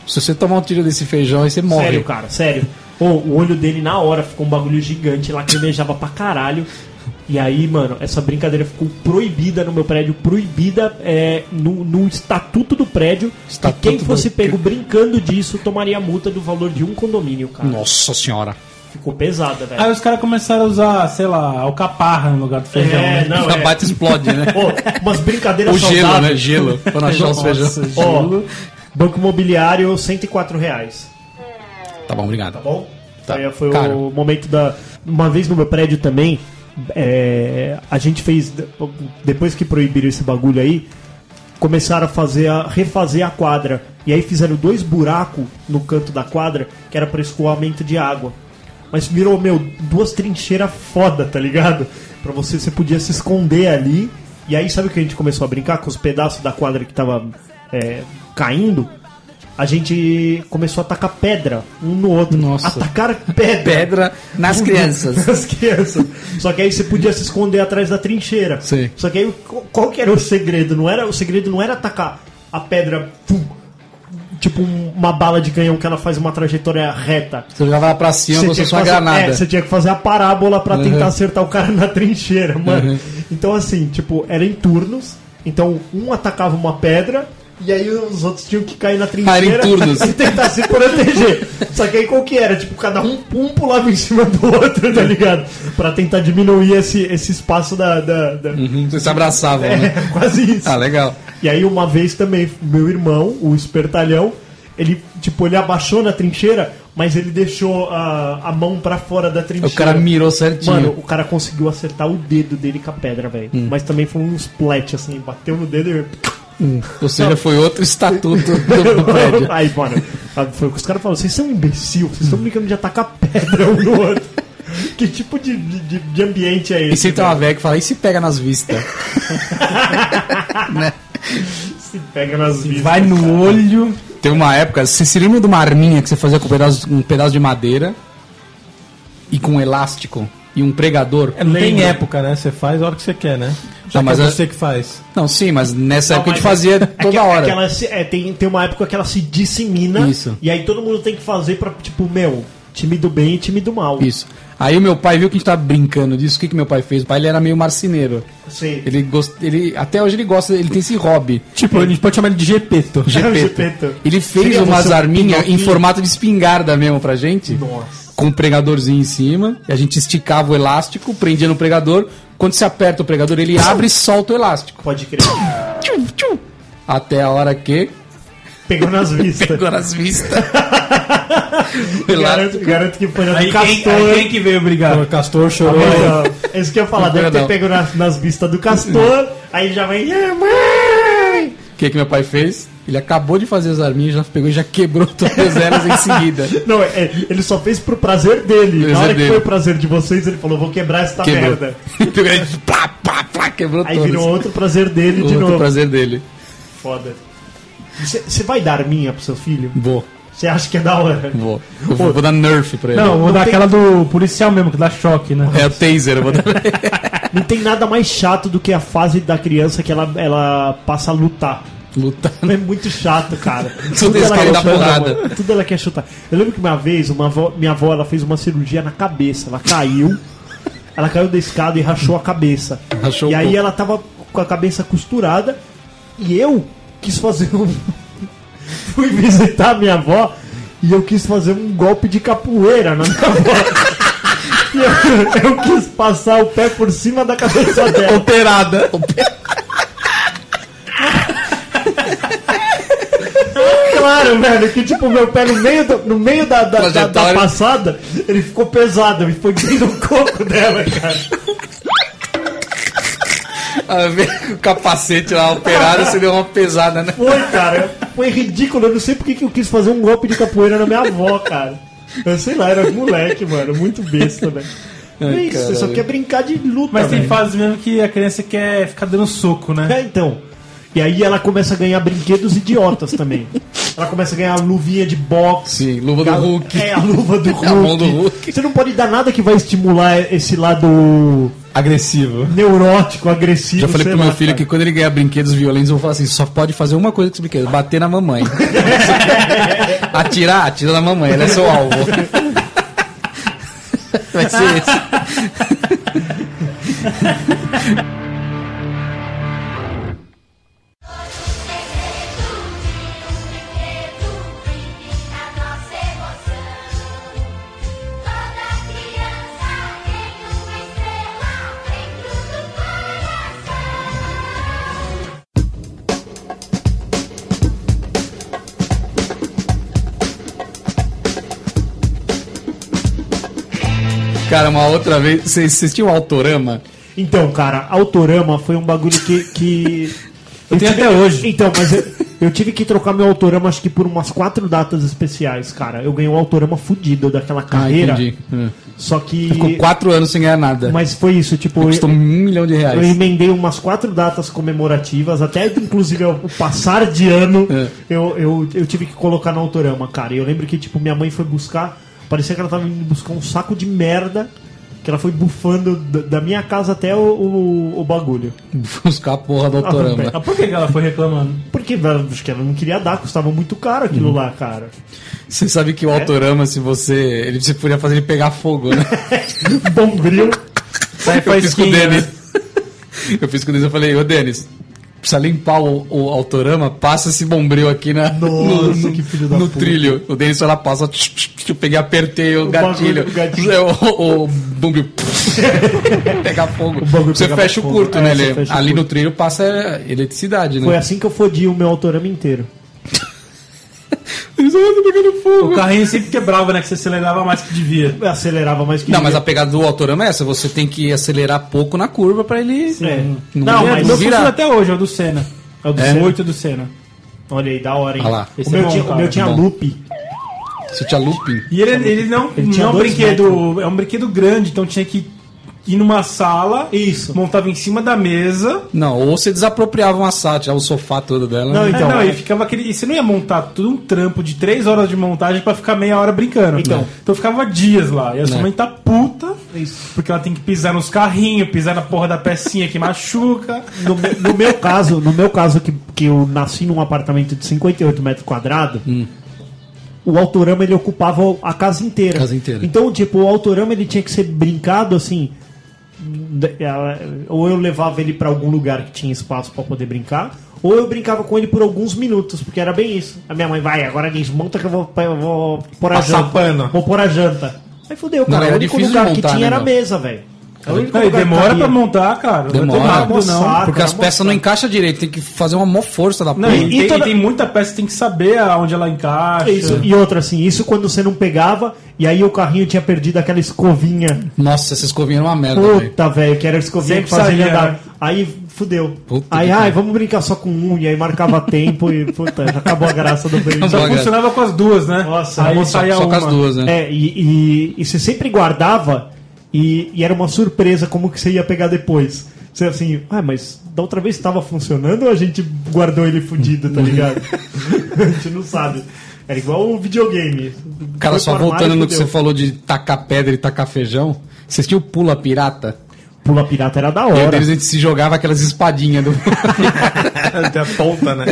Speaker 3: se você tomar um tiro desse feijão, aí você morre.
Speaker 2: Sério, cara, sério. Ô, o olho dele na hora ficou um bagulho gigante, lacrimejava pra caralho. E aí, mano, essa brincadeira ficou proibida no meu prédio, proibida é, no, no estatuto do prédio.
Speaker 3: Estatuto
Speaker 2: que quem fosse
Speaker 3: do-
Speaker 2: pego brincando disso tomaria multa do valor de um condomínio, cara.
Speaker 3: Nossa Ah, senhora.
Speaker 2: Ficou pesada, velho.
Speaker 4: Aí os caras começaram a usar, sei lá, alcaparra no lugar do feijão.
Speaker 2: É,
Speaker 4: né?
Speaker 2: não,
Speaker 3: Já
Speaker 2: é.
Speaker 3: bate e explode, né?
Speaker 2: Ô, umas brincadeiras
Speaker 3: o gelo,
Speaker 2: saudáveis.
Speaker 3: né? Gelo. Pra não achar os feijão.
Speaker 2: Ó, Banco Imobiliário, R$ 104 reais.
Speaker 3: Tá bom, obrigado.
Speaker 2: bom?
Speaker 3: Tá.
Speaker 2: Aí foi
Speaker 3: Cara.
Speaker 2: o momento da. Uma vez no meu prédio também, é, a gente fez. Depois que proibiram esse bagulho aí, começaram a fazer a refazer a quadra. E aí fizeram dois buracos no canto da quadra que era para escoamento de água. Mas virou, meu, duas trincheiras foda, tá ligado? Pra você, você podia se esconder ali. E aí, sabe o que a gente começou a brincar? Com os pedaços da quadra que tava é, caindo, a gente começou a tacar pedra um no outro.
Speaker 3: Nossa.
Speaker 2: Atacar pedra.
Speaker 3: Pedra nas crianças.
Speaker 2: As crianças. Só que aí você podia se esconder atrás da trincheira.
Speaker 3: Sim.
Speaker 2: Só que aí qu- qual que era o segredo? Não era o segredo não era atacar a pedra pum, tipo um- uma bala de canhão que ela faz uma trajetória reta.
Speaker 3: Você jogava lá pra cima, você
Speaker 2: tinha que
Speaker 3: só
Speaker 2: fazer-
Speaker 3: granada.
Speaker 2: é, você tinha que fazer a parábola pra tentar
Speaker 3: Uhum.
Speaker 2: acertar o cara na trincheira, mano.
Speaker 3: Uhum.
Speaker 2: Então assim, tipo, era em turnos. Então um atacava uma pedra, E aí os outros tinham que cair na
Speaker 3: Ah, era em
Speaker 2: trincheira
Speaker 3: turnos.
Speaker 2: e tentar se proteger. Só que aí qual que era? Tipo, cada um, um pulava em cima do outro, tá ligado? Pra tentar diminuir esse, esse espaço da... da, da-
Speaker 3: Uhum, Vocês se abraçavam,
Speaker 2: É,
Speaker 3: né?
Speaker 2: quase isso.
Speaker 3: Ah, legal.
Speaker 2: E aí uma vez também, meu irmão, o espertalhão, ele, tipo, ele abaixou na trincheira, mas ele deixou a, a mão pra fora da trincheira.
Speaker 3: O cara mirou certinho.
Speaker 2: Mano, o cara conseguiu acertar o dedo dele com a pedra, velho.
Speaker 3: Hum.
Speaker 2: Mas também foi um splat, assim, bateu no dedo e...
Speaker 3: Ou seja, foi outro estatuto do, do prédio. Hum.
Speaker 2: Aí, mano, sabe, foi o que os caras falaram, vocês são um imbecil, vocês estão brincando de atacar pedra um no outro. que tipo de, de, de ambiente é
Speaker 3: E tá
Speaker 2: esse?
Speaker 3: senta uma velha que fala, e se pega nas vistas?
Speaker 2: Se pega nas vistas.
Speaker 4: Vai no olho.
Speaker 3: Tem uma época, você se lembra de uma arminha que você fazia com um pedaço, um pedaço de madeira e com um elástico e um pregador?
Speaker 1: É, não tem
Speaker 2: Lembro.
Speaker 1: época, né? Você faz a hora que você quer, né? Já
Speaker 3: Não, mas
Speaker 1: que é
Speaker 3: é-
Speaker 1: você que faz.
Speaker 3: Não, sim, mas nessa
Speaker 2: Não,
Speaker 3: época a gente
Speaker 2: mas
Speaker 3: fazia
Speaker 2: é que-
Speaker 3: toda
Speaker 2: é
Speaker 3: hora.
Speaker 2: que ela se- é, tem, tem uma época que ela se dissemina
Speaker 3: Isso.
Speaker 2: e aí todo mundo tem que fazer pra, tipo, meu, time do bem e time do mal.
Speaker 3: Isso. Aí o meu pai viu que a gente tava brincando disso. O que, que meu pai fez? O pai ele era meio marceneiro.
Speaker 2: Sei.
Speaker 3: Ele gost... ele Até hoje ele gosta, ele tem esse hobby.
Speaker 1: Tipo, a gente pode chamar ele de Gepeto.
Speaker 2: Gepeto.
Speaker 3: Ele fez
Speaker 2: Seria
Speaker 3: umas
Speaker 2: você um
Speaker 3: arminhas em
Speaker 2: pinoquinho?
Speaker 3: formato de espingarda mesmo pra gente.
Speaker 2: Nossa.
Speaker 3: Com um pregadorzinho em cima. E a gente esticava o elástico, prendia no pregador. Quando você aperta o pregador, ele abre e solta o elástico.
Speaker 2: Pode crer.
Speaker 3: Tchum, tchum. Até a hora que.
Speaker 2: Pegou nas vistas.
Speaker 3: Agora as vistas. O
Speaker 2: Garanto,
Speaker 3: elástico-
Speaker 2: garanto que foi na do
Speaker 4: Aí quem,
Speaker 2: Castor.
Speaker 4: aí quem que veio brigar? Tá
Speaker 1: O Castor chorou.
Speaker 2: É isso que eu ia falar, deve ter
Speaker 3: Perdão.
Speaker 2: pego nas, nas vistas do Castor, aí já vem. "É, mãe!"
Speaker 3: O que, que meu pai fez? Ele acabou de fazer as arminhas, já pegou e já quebrou todas elas em seguida.
Speaker 2: Não, é- é, ele só fez pro prazer dele.
Speaker 3: Prazer
Speaker 2: Na hora que
Speaker 3: dele.
Speaker 2: foi o prazer de vocês, ele falou: vou quebrar esta
Speaker 3: Quebrou.
Speaker 2: merda.
Speaker 3: Ele pegou e plá, plá, plá, quebrou
Speaker 2: Aí
Speaker 3: todas.
Speaker 2: virou outro prazer dele de
Speaker 3: Outro
Speaker 2: novo.
Speaker 3: prazer dele.
Speaker 2: Foda. Você vai dar minha pro seu filho?
Speaker 3: Vou,
Speaker 2: Você acha que é da hora?
Speaker 3: vou. Eu vou, vou dar nerf pra ele.
Speaker 4: Não, vou
Speaker 2: Não
Speaker 4: dar
Speaker 2: tem-
Speaker 4: aquela do policial mesmo, que dá choque, né?
Speaker 3: É o taser, eu vou dar.
Speaker 2: Não tem nada mais chato do que a fase da criança que ela, ela passa a lutar.
Speaker 3: Lutar.
Speaker 2: É muito chato, cara.
Speaker 3: Tudo eles querem dar porrada.
Speaker 2: mano. Tudo ela quer chutar. Eu lembro que uma vez, uma avó- minha avó ela fez uma cirurgia na cabeça. Ela caiu. Ela caiu da escada e rachou a cabeça.
Speaker 3: Rachou
Speaker 2: e
Speaker 3: o
Speaker 2: aí
Speaker 3: coco.
Speaker 2: ela tava com a cabeça costurada. E eu quis fazer um. Fui visitar minha avó. E eu quis fazer um golpe de capoeira na minha avó. E eu, eu quis passar o pé por cima da cabeça dela.
Speaker 3: Operada.
Speaker 2: Claro, velho, que tipo, meu pé no meio, do- no meio da, da, da, da
Speaker 3: Trajetória.
Speaker 2: passada, ele ficou pesado e foi dentro do coco dela, cara.
Speaker 3: Ah, vem com o capacete lá operado, você deu uma pesada, né?
Speaker 2: Foi, cara. Foi ridículo. Eu não sei porque que eu quis fazer um golpe de capoeira na minha avó, cara. Eu sei lá, era moleque, mano. Muito besta, velho. Não é isso, você só
Speaker 3: caralho.
Speaker 2: quer brincar de luta,
Speaker 4: Mas tem
Speaker 2: velho.
Speaker 4: fases mesmo que a criança quer ficar dando soco, né?
Speaker 2: É, então. E aí ela começa a ganhar brinquedos idiotas também. Ela começa a ganhar a luvinha de boxe.
Speaker 3: Sim, luva do
Speaker 2: a-
Speaker 3: Hulk.
Speaker 2: É, a luva do Hulk.
Speaker 3: A mão do Hulk.
Speaker 2: Você não pode dar nada que vai estimular esse lado
Speaker 1: Agressivo.
Speaker 2: neurótico, agressivo.
Speaker 3: Já falei
Speaker 2: sei
Speaker 3: pro meu
Speaker 2: lá,
Speaker 3: filho
Speaker 2: cara.
Speaker 3: que quando ele ganhar brinquedos violentos, eu vou falar assim: só pode fazer uma coisa com esse brinquedo, bater na mamãe. Atirar, atira na mamãe, ela é seu alvo. Vai ser esse. Cara, uma outra vez, você assistiu o Autorama?
Speaker 2: Então, cara, Autorama foi um bagulho que. que... Eu
Speaker 1: tenho até hoje.
Speaker 2: Então, mas eu, eu tive que trocar meu Autorama, acho que por umas quatro datas especiais, cara. Eu ganhei um Autorama fudido daquela carreira.
Speaker 3: Hum.
Speaker 2: Só que.
Speaker 3: Ah, Ficou quatro anos sem ganhar nada.
Speaker 2: Mas foi isso, tipo.
Speaker 3: Custou um milhão de
Speaker 2: Eu
Speaker 3: reais.
Speaker 2: emendei umas quatro datas comemorativas, até inclusive o o passar de ano,
Speaker 3: É.
Speaker 2: eu, eu, eu tive que colocar no Autorama, cara. E eu lembro que, tipo, minha mãe foi buscar, parecia que ela tava indo buscar um saco de merda, que ela foi bufando da, da minha casa até o, o, o bagulho. Ah,
Speaker 3: Buscar a porra do Autorama.
Speaker 4: Mas por que que ela foi reclamando?
Speaker 2: Porque, velho, acho que ela não queria dar, custava muito caro
Speaker 3: Uhum.
Speaker 2: aquilo lá, cara.
Speaker 3: Você sabe que o
Speaker 2: É?
Speaker 3: Autorama, se você. Ele você podia fazer ele pegar fogo, né?
Speaker 2: Bombril.
Speaker 4: Sai
Speaker 3: Eu fiz com o
Speaker 4: faísquinha,
Speaker 3: Denis. Eu fiz com o Denis, eu falei, ô Denis, precisa limpar o, o autorama, passa esse bombril aqui na, no,
Speaker 8: Nossa,
Speaker 3: no-
Speaker 8: que filho da
Speaker 3: no
Speaker 8: puta.
Speaker 3: trilho. O Denis foi lá, passa, tch, tch, tch, eu peguei, apertei o, gatilho. É,
Speaker 8: bagulho do gatilho.
Speaker 3: O, o bombril pega fogo.
Speaker 8: bagulho
Speaker 3: você
Speaker 8: pegava
Speaker 3: fecha o
Speaker 8: fogo.
Speaker 3: curto,
Speaker 8: É,
Speaker 3: né?
Speaker 8: você
Speaker 3: Lê?
Speaker 8: fecha o
Speaker 3: Ali
Speaker 8: curto.
Speaker 3: no trilho passa é, eletricidade,
Speaker 2: Foi
Speaker 3: né?
Speaker 2: assim que eu fodi o meu autorama inteiro.
Speaker 3: Eles "Ah, tá pegando fogo.
Speaker 4: O carrinho sempre quebrava, né? Que você acelerava mais que devia.
Speaker 2: Eu acelerava mais que
Speaker 3: Não,
Speaker 2: devia.
Speaker 3: mas a pegada do autorama é essa, você tem que acelerar pouco na curva pra ele.
Speaker 2: É.
Speaker 4: Não,
Speaker 3: vira- não
Speaker 4: mas
Speaker 3: vira-
Speaker 4: meu funciona até hoje, é o do Senna. É o do
Speaker 3: É?
Speaker 4: Senna. 8 do Senna.
Speaker 2: Olha aí, da hora, hein?
Speaker 3: Ah lá.
Speaker 2: Esse
Speaker 4: O
Speaker 2: é
Speaker 4: meu
Speaker 2: bom,
Speaker 4: tinha-
Speaker 2: cara.
Speaker 4: o meu tinha
Speaker 2: Bom.
Speaker 4: loop.
Speaker 3: Você tinha looping.
Speaker 4: E ele, ele não,
Speaker 2: Ele
Speaker 4: não
Speaker 2: tinha
Speaker 4: é um
Speaker 2: dois
Speaker 4: brinquedo. É um brinquedo grande, então tinha que ir numa sala,
Speaker 2: Isso.
Speaker 4: montava em cima da mesa.
Speaker 3: Não, ou você desapropriava uma sátira, o sofá todo dela.
Speaker 2: Não,
Speaker 3: né?
Speaker 2: Então,
Speaker 4: é, não,
Speaker 2: é.
Speaker 4: e ficava aquele. E você não ia montar tudo um trampo de três horas de montagem pra ficar meia hora brincando.
Speaker 2: Então.
Speaker 4: então ficava dias lá. E a sua
Speaker 3: Né.
Speaker 4: mãe tá puta,
Speaker 2: Isso.
Speaker 4: porque ela tem que pisar nos carrinhos, pisar na porra da pecinha que machuca.
Speaker 2: No, me- no meu caso, no meu caso que, que eu nasci num apartamento de 58 metros quadrados,
Speaker 3: Hum.
Speaker 2: o autorama ele ocupava a casa inteira.
Speaker 3: Casa inteira.
Speaker 2: Então, tipo, o autorama ele tinha que ser brincado assim, de- ela- ou eu levava ele pra algum lugar que tinha espaço pra poder brincar, ou eu brincava com ele por alguns minutos, porque era bem isso. A minha mãe vai, agora desmonta que eu vou, eu vou pôr a
Speaker 4: Passar
Speaker 2: janta.
Speaker 4: pano.
Speaker 2: Vou pôr a janta. Aí fudeu,
Speaker 3: Não,
Speaker 2: cara.
Speaker 3: era
Speaker 2: o único
Speaker 3: difícil de
Speaker 2: lugar que
Speaker 3: montar,
Speaker 2: tinha
Speaker 3: né,
Speaker 2: era a
Speaker 3: meu?
Speaker 2: mesa, velho. É o único
Speaker 4: Não, e
Speaker 2: lugar que
Speaker 4: demora
Speaker 2: cabia.
Speaker 4: pra montar, cara.
Speaker 3: Demora.
Speaker 4: Não é tão rápido, não.
Speaker 2: Nossa,
Speaker 3: Porque as
Speaker 2: cara,
Speaker 3: peças não encaixam direito, tem que fazer uma mó força da
Speaker 4: Não,
Speaker 3: porra.
Speaker 4: e,
Speaker 2: E-
Speaker 4: tem,
Speaker 2: e toda-
Speaker 4: e tem muita peça que tem que saber aonde ela encaixa.
Speaker 2: Isso, e outra assim, isso quando você não pegava e aí o carrinho tinha perdido aquela escovinha.
Speaker 3: Nossa, essa escovinha era uma merda, velho.
Speaker 2: Puta, velho, que era a escovinha que
Speaker 4: Sempre
Speaker 2: fazia ele
Speaker 4: saía,
Speaker 2: andar.
Speaker 4: né?
Speaker 2: Aí fudeu.
Speaker 3: Puta
Speaker 2: aí,
Speaker 3: que
Speaker 2: ai,
Speaker 3: pariu.
Speaker 2: vamos brincar só com um, e aí marcava tempo e puta, já acabou a graça do brinco.
Speaker 3: Acabou.
Speaker 4: Só funcionava com as duas, né?
Speaker 2: Nossa,
Speaker 4: aí
Speaker 2: nossa,
Speaker 4: saía
Speaker 3: Só com
Speaker 4: uma.
Speaker 3: as duas, né?
Speaker 2: É, e, e, e você sempre guardava e, e era uma surpresa como que você ia pegar depois. Você assim, ah, mas da outra vez estava funcionando ou a gente guardou ele fudido, tá ligado? a gente não sabe. Era igual o videogame.
Speaker 3: Cara,
Speaker 2: Foi
Speaker 3: só
Speaker 2: pro armário
Speaker 3: voltando
Speaker 2: e
Speaker 3: no que você
Speaker 2: fudeu.
Speaker 3: falou de tacar pedra e tacar feijão, você assistiu Pula Pirata?
Speaker 2: Pula pirata era da
Speaker 3: Eu
Speaker 2: hora.
Speaker 3: deles a gente se jogava aquelas espadinhas do.
Speaker 1: Até a ponta, né?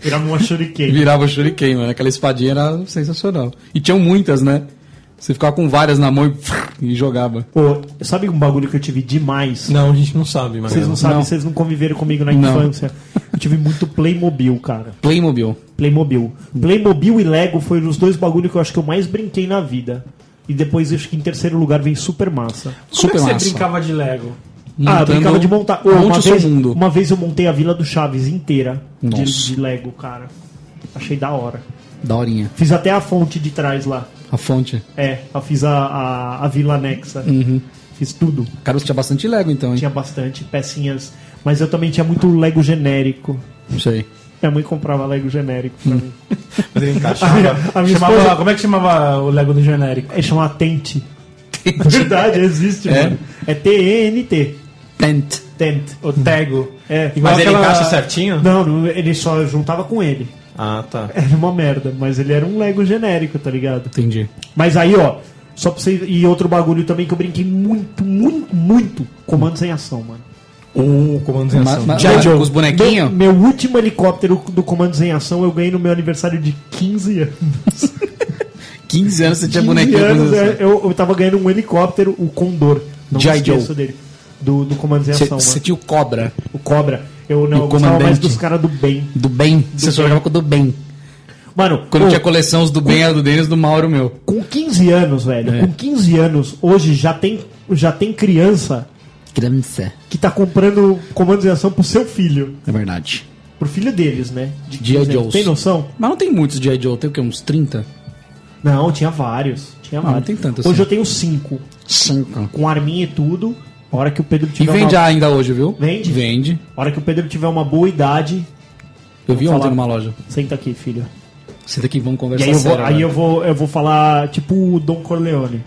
Speaker 2: Virava uma shuriken.
Speaker 3: Virava o shuriken, mano. Aquela espadinha era sensacional. E tinham muitas, né? Você ficava com várias na mão e, e jogava.
Speaker 2: Pô, sabe um bagulho que eu tive demais?
Speaker 1: Não, a gente não sabe, mas.
Speaker 2: Vocês não sabem,
Speaker 3: Não.
Speaker 2: vocês não conviveram comigo na
Speaker 3: Não.
Speaker 2: infância. Eu tive muito Playmobil, cara.
Speaker 3: Playmobil.
Speaker 4: é
Speaker 2: Playmobil.
Speaker 3: Hum.
Speaker 2: Playmobil e Lego foram os dois bagulhos que eu acho que eu mais brinquei na vida. E depois, acho que em terceiro lugar vem Super Massa.
Speaker 4: Como é que
Speaker 3: Super
Speaker 4: você
Speaker 3: massa.
Speaker 4: brincava de Lego?
Speaker 2: ah, eu
Speaker 3: Montando-
Speaker 2: brincava de montar. Ô,
Speaker 3: Monte
Speaker 2: uma,
Speaker 3: é o seu
Speaker 2: vez,
Speaker 3: mundo.
Speaker 2: uma vez eu montei a Vila do Chaves inteira de,
Speaker 3: Nossa.
Speaker 2: de Lego, cara. Achei da hora.
Speaker 3: Daorinha.
Speaker 2: Fiz até a fonte de trás lá.
Speaker 3: A fonte.
Speaker 2: É, eu fiz a, a, a Vila Anexa.
Speaker 3: Uhum.
Speaker 2: Fiz tudo.
Speaker 3: Cara, você tinha bastante Lego então, hein?
Speaker 2: Tinha bastante pecinhas. Mas eu também tinha muito Lego genérico.
Speaker 3: Não sei.
Speaker 2: Minha mãe comprava Lego genérico pra mim.
Speaker 1: Mas ele encaixava.
Speaker 2: A minha
Speaker 4: Hum. Chamava-
Speaker 2: esposa
Speaker 4: Como é que chamava o Lego do genérico?
Speaker 2: é chamada Tente. Verdade, existe,
Speaker 3: É?
Speaker 2: mano. É T-E-N-T.
Speaker 3: Tent.
Speaker 2: Tent.
Speaker 4: O Tego.
Speaker 2: É.
Speaker 4: Igual
Speaker 1: Mas ele
Speaker 4: aquela-
Speaker 1: encaixa certinho?
Speaker 2: Não, não, ele só juntava com ele.
Speaker 1: Ah, tá.
Speaker 2: Era uma merda, mas ele era um Lego genérico, tá ligado?
Speaker 3: Entendi.
Speaker 2: Mas aí, ó, só pra vocês. E outro bagulho também que eu brinquei muito, muito, muito. Comandos em ação, mano.
Speaker 1: O comando em
Speaker 3: Ma-
Speaker 1: ação.
Speaker 3: ma-
Speaker 1: G.I. Joe.
Speaker 3: com os bonequinhos?
Speaker 2: Meu, meu último helicóptero do Comandos em Ação eu ganhei no meu aniversário de 15 anos.
Speaker 3: 15 anos você tinha
Speaker 2: 15
Speaker 3: bonequinho.
Speaker 2: anos,
Speaker 3: com-
Speaker 2: é, eu, eu tava ganhando um helicóptero, o Condor. Não me
Speaker 3: G.I.
Speaker 2: esqueço
Speaker 3: Joe.
Speaker 2: dele. Do, do Comandos em
Speaker 3: Você-
Speaker 2: Ação, é.
Speaker 3: Você
Speaker 2: mano.
Speaker 3: tinha o Cobra,
Speaker 2: O Cobra. Eu não
Speaker 3: E o
Speaker 2: eu gostava mais
Speaker 3: comandante.
Speaker 2: dos caras do Oh. bem.
Speaker 3: do bem. Você só jogava com o do bem.
Speaker 2: Mano,
Speaker 3: Quando
Speaker 2: ô,
Speaker 3: tinha coleção, os do bem era do Denis, do Mauro meu.
Speaker 2: com 15 anos, velho,
Speaker 3: É.
Speaker 2: com 15 anos, hoje já tem, já tem criança
Speaker 3: Criança.
Speaker 2: que tá comprando Comandos em Ação pro seu filho.
Speaker 3: É verdade.
Speaker 2: Pro filho deles, né? De
Speaker 3: G.I.
Speaker 2: 15 anos.
Speaker 3: Joes.
Speaker 2: Tem noção?
Speaker 3: Mas não tem muitos de Joe, tem o quê? Uns 30?
Speaker 2: Não, tinha vários. Tinha
Speaker 3: Ah, não
Speaker 2: vários.
Speaker 3: tem tanto
Speaker 2: Hoje
Speaker 3: assim.
Speaker 2: eu tenho cinco.
Speaker 3: 5.
Speaker 2: com arminha e tudo. A hora que o Pedro
Speaker 3: E
Speaker 2: tiver
Speaker 3: vende
Speaker 2: uma...
Speaker 3: ainda hoje, viu?
Speaker 2: Vende?
Speaker 3: Vende.
Speaker 2: a hora que o Pedro tiver uma boa idade,
Speaker 3: Eu vi
Speaker 2: Vou
Speaker 3: ontem
Speaker 2: falar.
Speaker 3: numa loja.
Speaker 2: senta aqui, filho.
Speaker 3: Senta aqui, vamos
Speaker 2: E
Speaker 3: conversar
Speaker 2: aí eu vou,
Speaker 3: sério,
Speaker 2: aí
Speaker 4: né?
Speaker 3: velho.
Speaker 2: eu vou, eu vou falar tipo o Don Corleone.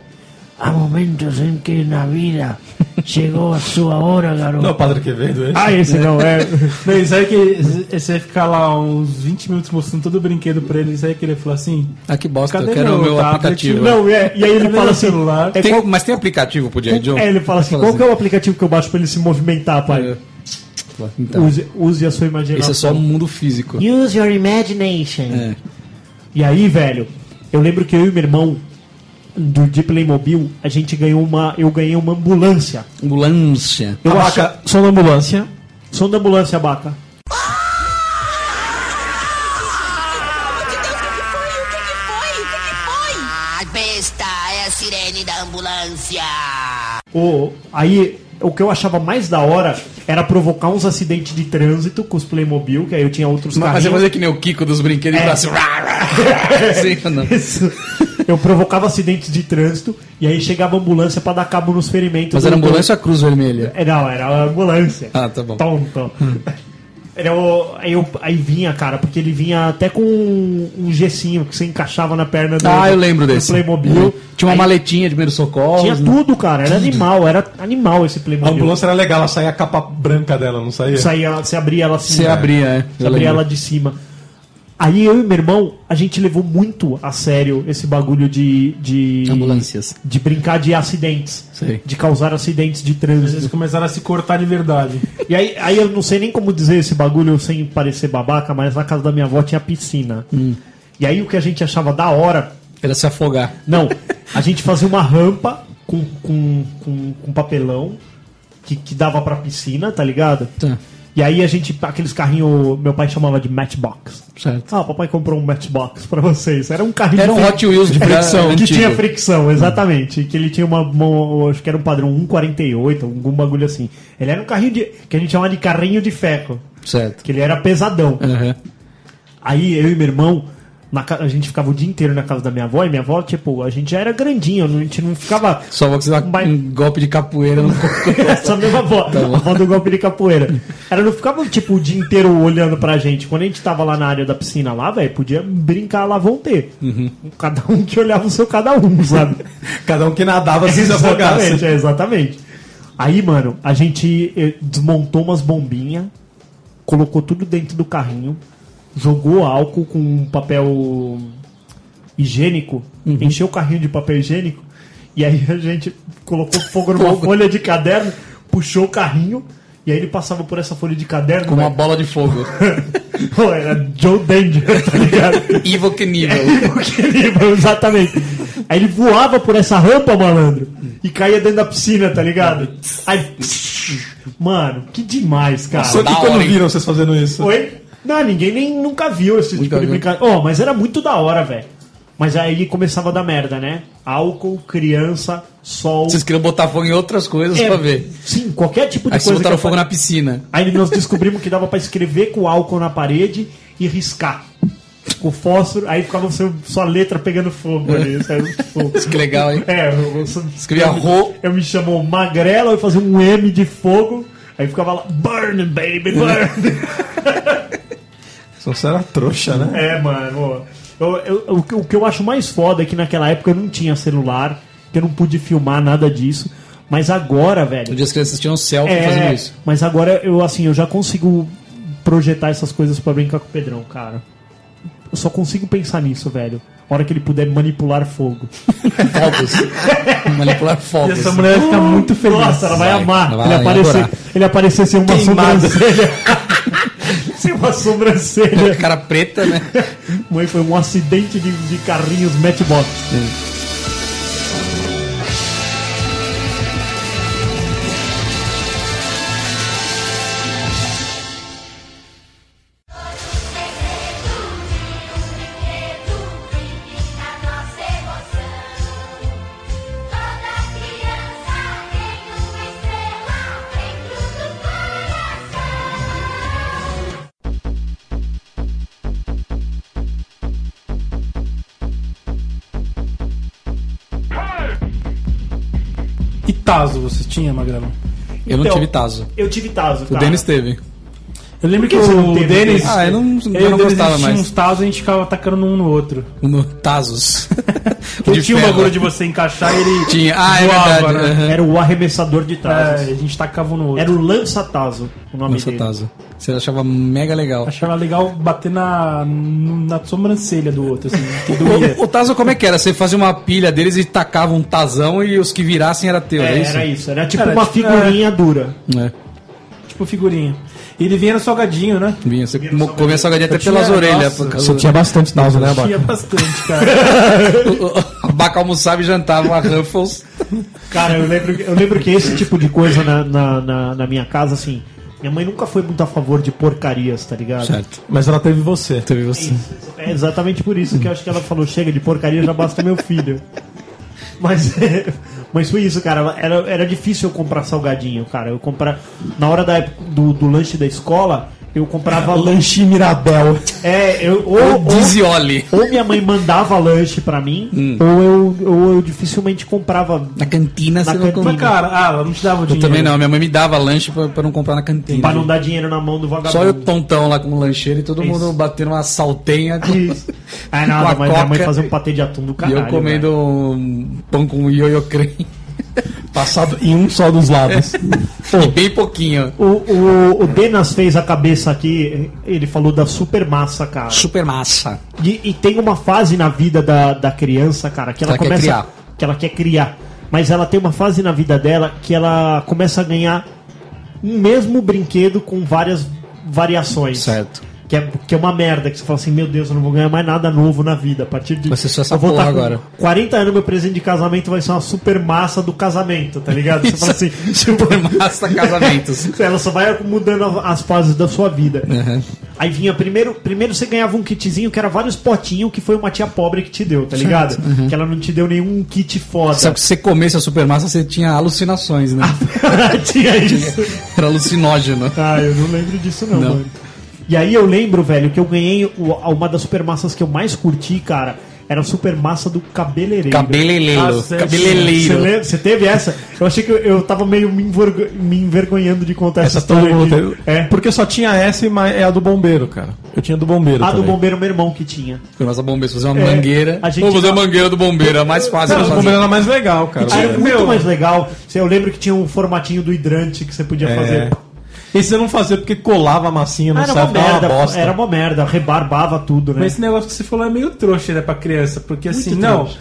Speaker 2: Há momentos em que na vida chegou a sua hora, garoto.
Speaker 1: Não, o Padre Quevedo, ele.
Speaker 2: Ah, esse não é.
Speaker 4: Não, isso aí que você ia ficar lá uns 20 minutos mostrando todo o brinquedo pra ele, isso aí que ele falou assim.
Speaker 3: Ah, que bosta,
Speaker 4: Cadê
Speaker 3: eu quero o
Speaker 4: meu
Speaker 3: meu
Speaker 4: tablet?
Speaker 3: aplicativo.
Speaker 2: não é. E aí ele
Speaker 4: Cadê
Speaker 2: fala
Speaker 4: meu
Speaker 2: assim,
Speaker 4: celular? um-
Speaker 2: é,
Speaker 3: Tem-
Speaker 2: qual-
Speaker 3: mas tem aplicativo pro G.I. Joe?
Speaker 2: é, ele fala assim, qual que é o aplicativo que eu baixo pra ele se movimentar,
Speaker 4: É,
Speaker 2: pai?
Speaker 4: tá.
Speaker 3: Então,
Speaker 2: Use, use a sua imaginação.
Speaker 3: esse é só o mundo físico.
Speaker 2: Use your imagination.
Speaker 3: É.
Speaker 2: E aí, velho, eu lembro que eu e meu irmão do de Playmobil, a gente ganhou uma, eu ganhei uma ambulância.
Speaker 3: Ambulância.
Speaker 2: Eu
Speaker 1: Abaca,
Speaker 2: acho
Speaker 1: som da ambulância.
Speaker 2: som da ambulância, Baca.
Speaker 9: está, é a sirene da ambulância.
Speaker 2: O, aí, o que eu achava mais da hora era provocar uns acidentes de trânsito com os Playmobil, que aí eu tinha outros
Speaker 3: Mas fazer,
Speaker 2: carrinhos.
Speaker 3: fazer que nem o Kiko dos brinquedos e falar assim. "Rá, rá, rá", assim, não.
Speaker 2: Isso. Eu provocava acidentes de trânsito e aí chegava a ambulância pra dar cabo nos ferimentos.
Speaker 3: Mas
Speaker 2: do-
Speaker 3: era ambulância ou a cruz vermelha?
Speaker 2: É, não, era a ambulância.
Speaker 3: Ah, tá bom.
Speaker 2: Tonto. Era o, aí, eu, aí vinha, cara, porque ele vinha até com um, um gessinho que você encaixava na perna do,
Speaker 3: Ah, eu lembro
Speaker 2: do
Speaker 3: desse. Uhum.
Speaker 2: Playmobil.
Speaker 3: Tinha uma
Speaker 2: Aí
Speaker 3: maletinha de né? primeiro socorro.
Speaker 2: Tinha tudo, cara. Era animal, era animal esse
Speaker 1: A
Speaker 2: Playmobil.
Speaker 1: ambulância era legal, ela saía a capa branca dela, não saía?
Speaker 2: Saía, você abria ela assim.
Speaker 3: Você
Speaker 2: né?
Speaker 3: abria, é.
Speaker 2: Você
Speaker 3: Eu lembro.
Speaker 2: abria ela de cima. Aí eu e meu irmão, a gente levou muito a sério esse bagulho de. de
Speaker 3: Ambulâncias.
Speaker 2: De brincar de acidentes.
Speaker 3: Sei.
Speaker 2: De causar acidentes de
Speaker 4: Eles
Speaker 2: trânsito.
Speaker 4: começaram a se cortar de verdade.
Speaker 2: E aí, aí eu não sei nem como dizer esse bagulho sem parecer babaca, mas na casa da minha avó tinha piscina.
Speaker 3: Hum.
Speaker 2: E aí o que a gente achava da hora
Speaker 3: Era se afogar.
Speaker 2: não, a gente fazia uma rampa com, com, com, com papelão que, que dava pra piscina, tá ligado?
Speaker 3: Tá.
Speaker 2: E aí a gente, aqueles carrinhos, meu pai chamava de matchbox.
Speaker 3: Certo.
Speaker 2: Ah, papai comprou um matchbox pra vocês. Era um carrinho
Speaker 3: Era um
Speaker 2: de
Speaker 3: Hot Wheels de fricção.
Speaker 2: que
Speaker 3: antigo.
Speaker 2: tinha fricção, exatamente. Que ele tinha uma, uma- Acho que era um padrão 1,48, algum bagulho assim. Ele era um carrinho de. que a gente chamava de carrinho de ferro.
Speaker 3: Certo.
Speaker 2: Que ele era pesadão.
Speaker 3: Aham.
Speaker 2: Aí eu e meu irmão, na ca- a gente ficava o dia inteiro na casa da minha avó, e minha avó, tipo, a gente já era grandinho, não- a gente não ficava
Speaker 3: Só vou precisar
Speaker 2: Mas-
Speaker 3: um golpe de capoeira no
Speaker 2: É, essa mesma avó, a avó do golpe de capoeira. Ela não ficava, tipo, o dia inteiro olhando pra gente. Quando a gente tava lá na área da piscina lá, velho, podia brincar lá, vão ter. Cada um que olhava o seu cada um, sabe?
Speaker 1: Cada um que nadava se
Speaker 2: exatamente,
Speaker 1: desafogasse.
Speaker 2: é, exatamente. Aí, mano, a gente eh, desmontou umas bombinhas, colocou tudo dentro do carrinho, jogou álcool com um papel higiênico,
Speaker 3: Uhum.
Speaker 2: encheu o carrinho de papel higiênico, e aí a gente colocou fogo numa folha de caderno, puxou o carrinho, e aí ele passava por essa folha de caderno.
Speaker 3: com uma
Speaker 2: velho.
Speaker 3: bola de fogo.
Speaker 2: Pô, era Joe Danger, tá ligado?
Speaker 3: Evil Knievel.
Speaker 2: Porque ele- exatamente. Aí ele voava por essa rampa, malandro, e caía dentro da piscina, tá ligado? Aí. Mano, que demais, cara.
Speaker 1: Só que
Speaker 3: Da
Speaker 1: quando
Speaker 3: hora, hein?
Speaker 1: viram vocês fazendo isso?
Speaker 2: Oi? Não, ninguém nem nunca viu esse tipo de
Speaker 3: viu.
Speaker 2: brincadeira. Ó, mas era muito da hora, velho. Mas aí começava a dar merda, né? Álcool, criança, sol.
Speaker 3: Vocês queriam botar fogo em outras coisas
Speaker 2: É,
Speaker 3: pra ver.
Speaker 2: Sim, qualquer tipo de
Speaker 3: Aí vocês
Speaker 2: coisa.
Speaker 3: botaram
Speaker 2: que
Speaker 3: fogo
Speaker 2: apa-
Speaker 3: na piscina.
Speaker 2: Aí nós descobrimos que dava pra escrever com álcool na parede e riscar. Com fósforo, aí ficava seu- sua letra pegando fogo ali. sabe? Tipo,
Speaker 3: Isso que legal, hein?
Speaker 2: é, eu, eu-
Speaker 3: Escrevia ro.
Speaker 2: eu me chamou Magrela, eu fazia um M de fogo, aí ficava lá, burn, baby, burn.
Speaker 1: Só você era trouxa, né?
Speaker 2: é, mano. Eu, eu- o, que- o que eu acho mais foda é que naquela época eu não tinha celular, que eu não pude filmar nada disso. Mas agora, velho.
Speaker 3: No dia que as crianças tinham selfie
Speaker 2: É,
Speaker 3: fazendo isso.
Speaker 2: mas agora eu assim, eu já consigo projetar essas coisas pra brincar com o Pedrão, cara. Eu só consigo pensar nisso, velho. A hora que ele puder manipular fogo.
Speaker 3: Fogos. Manipular
Speaker 4: E
Speaker 3: fogos.
Speaker 4: essa mulher vai ficar muito feliz.
Speaker 2: Nossa, ela vai,
Speaker 3: Vai,
Speaker 2: amar.
Speaker 3: ela vai
Speaker 2: ele, aparecer,
Speaker 3: adorar.
Speaker 2: ele aparecer sem uma
Speaker 1: Queimado.
Speaker 2: sobrancelha. sem uma sobrancelha.
Speaker 3: Cara preta, né?
Speaker 2: Mãe, foi um acidente de, de carrinhos matchbox.
Speaker 4: E Tazo você tinha, Magrão?
Speaker 3: Eu não
Speaker 2: Então,
Speaker 3: tive taso.
Speaker 2: Eu tive Tazo,
Speaker 3: O
Speaker 4: tá.
Speaker 2: cara.
Speaker 3: Denis teve.
Speaker 4: Eu lembro que,
Speaker 2: você não
Speaker 4: o
Speaker 2: teve
Speaker 4: Denis.
Speaker 2: Tazo?
Speaker 3: Ah, eu não, eu
Speaker 4: Eu, e o
Speaker 3: não
Speaker 4: Denis,
Speaker 3: gostava
Speaker 4: a gente tinha
Speaker 3: mais.
Speaker 4: uns Tazos e a gente ficava atacando um no outro.
Speaker 3: No Tazos.
Speaker 4: Eu tinha um
Speaker 3: ferro.
Speaker 4: bagulho de você encaixar e ele.
Speaker 3: Tinha. Ah, é
Speaker 4: voava,
Speaker 3: verdade.
Speaker 4: né?
Speaker 3: aham.
Speaker 2: Era o arremessador de
Speaker 4: É,
Speaker 2: Tazos.
Speaker 4: a gente tacava um no outro.
Speaker 2: Era o lança-tazo o nome
Speaker 3: Nossa,
Speaker 2: dele.
Speaker 3: Tazo. Você achava mega legal.
Speaker 4: Achava legal bater na, na sobrancelha do outro, assim, que doía.
Speaker 3: O, o Tazo como é que era? Você fazia uma pilha deles e tacava um tazão e os que virassem era teu,
Speaker 2: É,
Speaker 3: é, isso?
Speaker 2: Era isso, era tipo
Speaker 4: Era
Speaker 2: uma
Speaker 4: tipo-
Speaker 2: figurinha dura.
Speaker 3: É.
Speaker 4: tipo figurinha. E ele vinha no salgadinho, né?
Speaker 3: Vinha, você mo- comia salgadinho até pelas
Speaker 4: tinha-
Speaker 3: orelhas.
Speaker 4: nossa.
Speaker 3: por causa
Speaker 1: Você
Speaker 3: do-
Speaker 1: tinha bastante náusea, né,
Speaker 4: Tinha
Speaker 1: Abaca?
Speaker 4: bastante, cara.
Speaker 3: O Baca almoçava e jantava a Ruffles.
Speaker 2: Cara, eu lembro, que- eu lembro que esse tipo de coisa na, na, na- na minha casa, assim, minha mãe nunca foi muito a favor de porcarias, tá ligado?
Speaker 1: Mas ela teve você.
Speaker 3: Teve você.
Speaker 2: É exatamente por isso que eu acho que ela falou: chega de porcaria, já basta meu filho. Mas, mas foi isso, cara. Era, era difícil eu comprar salgadinho, cara. Eu comprar na hora da, época do, do lanche da escola, eu comprava
Speaker 1: Lanche Mirabel.
Speaker 2: É, eu ou, ou-
Speaker 3: Dizioli.
Speaker 2: ou minha mãe mandava lanche pra mim,
Speaker 3: Hum.
Speaker 2: ou, eu, ou eu dificilmente comprava.
Speaker 3: Na cantina
Speaker 2: Na
Speaker 3: você não
Speaker 2: cantina.
Speaker 4: Mas,
Speaker 3: compra.
Speaker 4: cara, ah, ela não te dava o
Speaker 3: Eu
Speaker 4: dinheiro.
Speaker 3: também não, minha mãe me dava lanche pra, pra não comprar na
Speaker 2: Pra
Speaker 3: cantina.
Speaker 2: não dar dinheiro na mão do vagabundo.
Speaker 3: Só eu tontão lá com o lancheiro e todo
Speaker 2: Isso.
Speaker 3: mundo batendo uma saltenha com-
Speaker 2: Isso. Ah,
Speaker 3: Com a
Speaker 2: nada, mas minha mãe
Speaker 3: coca.
Speaker 2: fazia um patê de atum do
Speaker 3: e
Speaker 2: caralho.
Speaker 3: eu comendo um pão com ioiô creme.
Speaker 1: Passado em um só dos lados.
Speaker 3: E bem pouquinho.
Speaker 2: O, o, o Denas fez a cabeça aqui, ele falou da supermassa, cara.
Speaker 3: Super massa.
Speaker 2: E, e tem uma fase na vida da, da criança, cara, que ela,
Speaker 3: Ela quer
Speaker 2: começa.
Speaker 3: criar.
Speaker 2: Que ela quer criar. Mas ela tem uma fase na vida dela que ela começa a ganhar um mesmo brinquedo com várias variações.
Speaker 3: Certo.
Speaker 2: Que é, que é uma merda, que você fala assim, meu Deus, eu não vou ganhar mais nada novo na vida. A partir de.
Speaker 3: Vai ser só essa
Speaker 2: eu vou
Speaker 3: porra
Speaker 2: tá com
Speaker 3: agora.
Speaker 2: 40 anos, meu presente de casamento vai ser uma super massa do casamento, tá ligado? Você fala assim,
Speaker 3: Super massa casamentos.
Speaker 2: ela só vai mudando as fases da sua vida.
Speaker 3: Uhum.
Speaker 2: Aí vinha primeiro, primeiro você ganhava um kitzinho que era vários potinhos que foi uma tia pobre que te deu, tá ligado? Que ela não te deu nenhum kit foda.
Speaker 3: Só que se você comesse a super massa, você tinha alucinações, né?
Speaker 2: Ah. Tinha isso.
Speaker 3: Era alucinógeno.
Speaker 2: Ah, eu não lembro disso não,
Speaker 3: Não.
Speaker 2: mano. E aí eu lembro, velho, que eu ganhei o- uma das supermassas que eu mais curti, cara, era a supermassa do cabeleireiro.
Speaker 3: Cabeleleiro.
Speaker 4: Nossa,
Speaker 2: Você
Speaker 3: Cabeleleiro.
Speaker 2: lembra- Você teve essa? Eu achei que eu, eu tava meio me, envergo- me envergonhando de contar essa,
Speaker 1: Essa todo
Speaker 2: história.
Speaker 1: mundo
Speaker 2: aqui.
Speaker 1: teve.
Speaker 2: É.
Speaker 1: Porque só tinha essa e mais- é a do bombeiro, cara. Eu tinha do bombeiro.
Speaker 2: A do
Speaker 1: também.
Speaker 2: bombeiro, meu irmão que tinha.
Speaker 3: Nossa, bombeiro, fazer uma
Speaker 2: É,
Speaker 3: mangueira.
Speaker 2: a gente
Speaker 3: Vamos fazer a
Speaker 2: não-
Speaker 3: mangueira do bombeiro, é mais fácil.
Speaker 1: Cara, o
Speaker 3: pra fazer.
Speaker 1: bombeiro era mais legal, cara.
Speaker 2: Tinha
Speaker 1: É.
Speaker 2: muito mais legal. Eu lembro que tinha um formatinho do hidrante que você podia
Speaker 1: É.
Speaker 2: fazer.
Speaker 1: Esse eu não fazia porque colava a massinha no
Speaker 2: Ah, era uma
Speaker 1: saco, tava é uma
Speaker 2: merda,
Speaker 1: bosta.
Speaker 2: era uma merda, rebarbava tudo, né?
Speaker 4: Mas esse negócio que você falou é meio trouxa, né, pra criança. Porque assim, não.
Speaker 2: trouxa.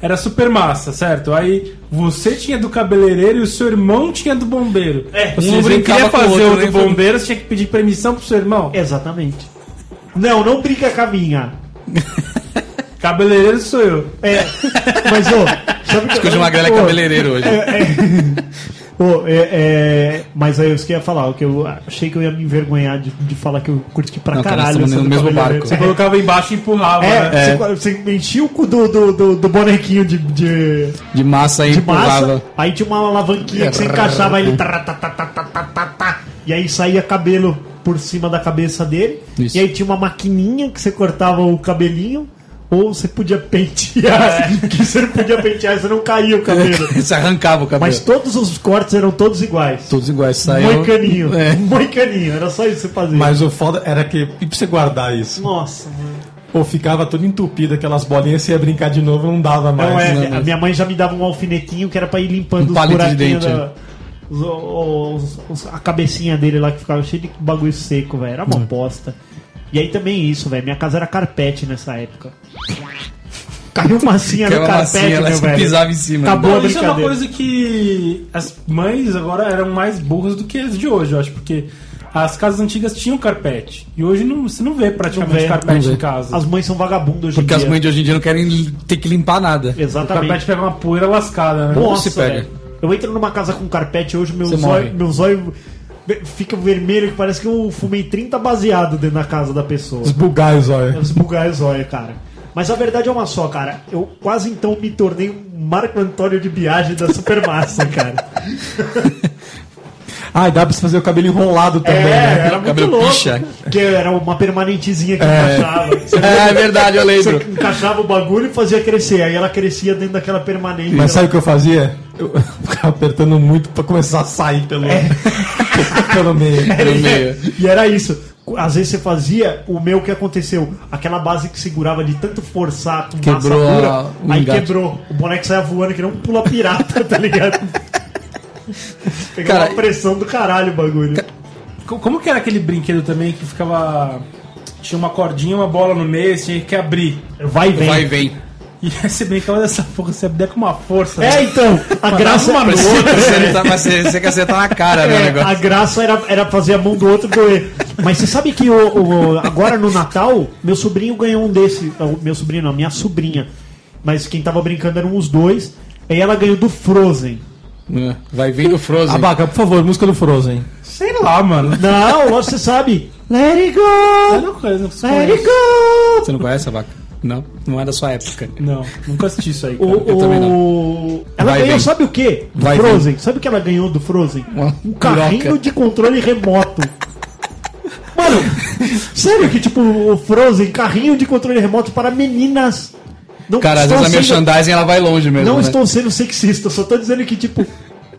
Speaker 4: Era super massa, certo? Aí você tinha do cabeleireiro e o seu irmão tinha do bombeiro.
Speaker 2: É,
Speaker 4: você
Speaker 3: um
Speaker 4: não queria
Speaker 3: brincava com o
Speaker 4: fazer
Speaker 3: outro,
Speaker 4: o
Speaker 3: né?
Speaker 4: do bombeiro, você tinha que pedir permissão pro seu irmão.
Speaker 2: Exatamente. Não, não brinca com a minha.
Speaker 4: Cabeleireiro sou eu.
Speaker 2: É, mas, ô, sabe
Speaker 3: Acho que o de Magrela é
Speaker 2: ô,
Speaker 3: cabeleireiro hoje.
Speaker 2: é, ô, é, é, mas aí eu esqueci de falar, o que eu achei que eu ia me envergonhar de, de falar que eu curti pra
Speaker 3: Não, cara,
Speaker 2: caralho.
Speaker 3: nós estamos no
Speaker 2: essa do
Speaker 3: mesmo
Speaker 2: cabeleireiro.
Speaker 4: Você colocava embaixo e empurrava, né?
Speaker 2: É, Você, você enchia o cu do, do, do- do bonequinho de- de,
Speaker 3: De massa aí,
Speaker 2: de massa,
Speaker 3: empurrava.
Speaker 2: aí tinha uma alavanquinha que você encaixava ele. tará, tá, tá, tá, tá, tá, tá, tá, e aí saía cabelo por cima da cabeça dele.
Speaker 3: Isso.
Speaker 2: E aí tinha uma maquininha que você cortava o cabelinho. Ou você podia pentear.
Speaker 3: É.
Speaker 2: Que você não podia pentear, você não caía o cabelo.
Speaker 3: Você arrancava o cabelo.
Speaker 2: Mas um todos os cortes eram todos iguais.
Speaker 3: Todos iguais, saiu.
Speaker 2: Moicaninho.
Speaker 3: É.
Speaker 2: Moicaninho. Era só isso que você fazia.
Speaker 1: Mas o foda era que. E pra você guardar isso?
Speaker 2: Nossa, mano.
Speaker 1: Ou ficava todo entupido, aquelas bolinhas, você ia brincar de novo não dava mais. né,
Speaker 2: Não, é,
Speaker 3: não,
Speaker 2: a
Speaker 3: mas-
Speaker 2: minha mãe já me dava um alfinetinho que era pra ir limpando
Speaker 3: Um palito de
Speaker 2: buraquinhos
Speaker 3: dente, né?
Speaker 2: da- os- os- os- a cabecinha dele lá que ficava cheia de bagulho seco, velho. Era uma
Speaker 3: Hum.
Speaker 2: bosta. E aí também isso, velho. Minha casa era carpete nessa época. Caiu massinha
Speaker 3: Caiu
Speaker 2: no
Speaker 3: uma massinha
Speaker 2: carpete,
Speaker 3: lá,
Speaker 2: meu
Speaker 3: você
Speaker 2: velho.
Speaker 3: pisava em cima.
Speaker 2: Acabou
Speaker 4: Não,
Speaker 2: a
Speaker 4: isso é
Speaker 2: brincadeira.
Speaker 4: uma coisa que as mães agora eram mais burras do que as de hoje, eu acho, porque as casas antigas tinham carpete. E hoje não, você não vê praticamente
Speaker 2: Não vê,
Speaker 4: carpete
Speaker 3: não vê.
Speaker 4: em casa.
Speaker 2: As mães são vagabundas hoje em
Speaker 3: Porque as
Speaker 2: dia.
Speaker 3: mães de hoje em dia não querem li- ter que limpar nada.
Speaker 4: O carpete
Speaker 2: Exatamente.
Speaker 4: pega uma poeira lascada, né?
Speaker 2: Nossa,
Speaker 3: se pega.
Speaker 2: velho. Eu entro numa casa com carpete hoje, meu
Speaker 3: Você morre.
Speaker 2: zóio, meu zóio ve- fica vermelho que parece que eu fumei 30 baseado dentro da casa da pessoa.
Speaker 1: Esbugar os olhos.
Speaker 2: Os bugais, olha, cara. Mas a verdade é uma só, cara. Eu quase então me tornei um Marco Antônio de Biagem da Supermassa, cara.
Speaker 1: Ah, e dá pra você fazer o cabelo enrolado também, né?
Speaker 2: É, era
Speaker 3: Cabelo picha.
Speaker 2: Que era uma permanentezinha que encaixava. Você
Speaker 3: É, é verdade, eu
Speaker 2: você
Speaker 3: lembro.
Speaker 2: encaixava o bagulho e fazia crescer. Aí ela crescia dentro daquela permanente.
Speaker 1: Mas sabe o que eu fazia? Eu ficava apertando muito pra começar a sair pelo,
Speaker 4: É.
Speaker 1: pelo meio.
Speaker 3: No meio.
Speaker 2: E era isso. Às vezes você fazia o meu que aconteceu. Aquela base que segurava de tanto forçar com
Speaker 3: Quebrou
Speaker 2: massa dura,
Speaker 3: a- o
Speaker 2: aí
Speaker 3: engate.
Speaker 2: quebrou. O boneco saia voando que não pula pirata, tá ligado? Pegava
Speaker 3: Cara,
Speaker 2: uma pressão do caralho o bagulho.
Speaker 4: Co- Como que era aquele brinquedo também que ficava. Tinha uma cordinha, uma bola no meio, você tinha que abrir.
Speaker 2: Vai e vem.
Speaker 3: Vai e vem.
Speaker 4: E aí você brincava dessa então porra, você abria com uma força. né?
Speaker 2: É, então, a graça
Speaker 4: uma
Speaker 3: Mas Você, você, não tá- mas você, você quer acertar na cara, né, o
Speaker 2: É, a
Speaker 3: negócio?
Speaker 2: graça era, era fazer a mão do outro doer. Mas você sabe que o, o- agora no Natal, meu sobrinho ganhou um desse. o Meu sobrinho não, minha sobrinha. Mas quem tava brincando eram os dois. Aí ela ganhou do Frozen.
Speaker 3: Vai e vem do Frozen.
Speaker 1: Abaca, por favor, música do Frozen.
Speaker 4: Sei lá, Ah, mano.
Speaker 2: Não, você sabe. Let it
Speaker 4: Era
Speaker 2: go!
Speaker 1: Ah.
Speaker 4: uma coisa, não
Speaker 2: Let it
Speaker 4: sei.
Speaker 2: go!
Speaker 3: Você não conhece, Abaca? Não, não é da sua época.
Speaker 4: Não, nunca assisti isso aí.
Speaker 2: O,
Speaker 4: cara.
Speaker 3: eu também
Speaker 2: o... Ela
Speaker 3: Vai
Speaker 2: ganhou,
Speaker 3: vem.
Speaker 2: sabe o quê? Do
Speaker 3: Vai
Speaker 2: Frozen. Sabe o que ela ganhou do Frozen?
Speaker 3: Uma
Speaker 2: um carrinho
Speaker 3: piroca.
Speaker 2: de controle remoto. Mano, sério que tipo o Frozen, carrinho de controle remoto para meninas. Não
Speaker 3: Cara, às
Speaker 2: estou
Speaker 3: vezes a
Speaker 2: sendo-
Speaker 3: merchandising ela vai longe mesmo.
Speaker 2: Não
Speaker 3: né?
Speaker 2: estou sendo sexista, só estou dizendo que, tipo,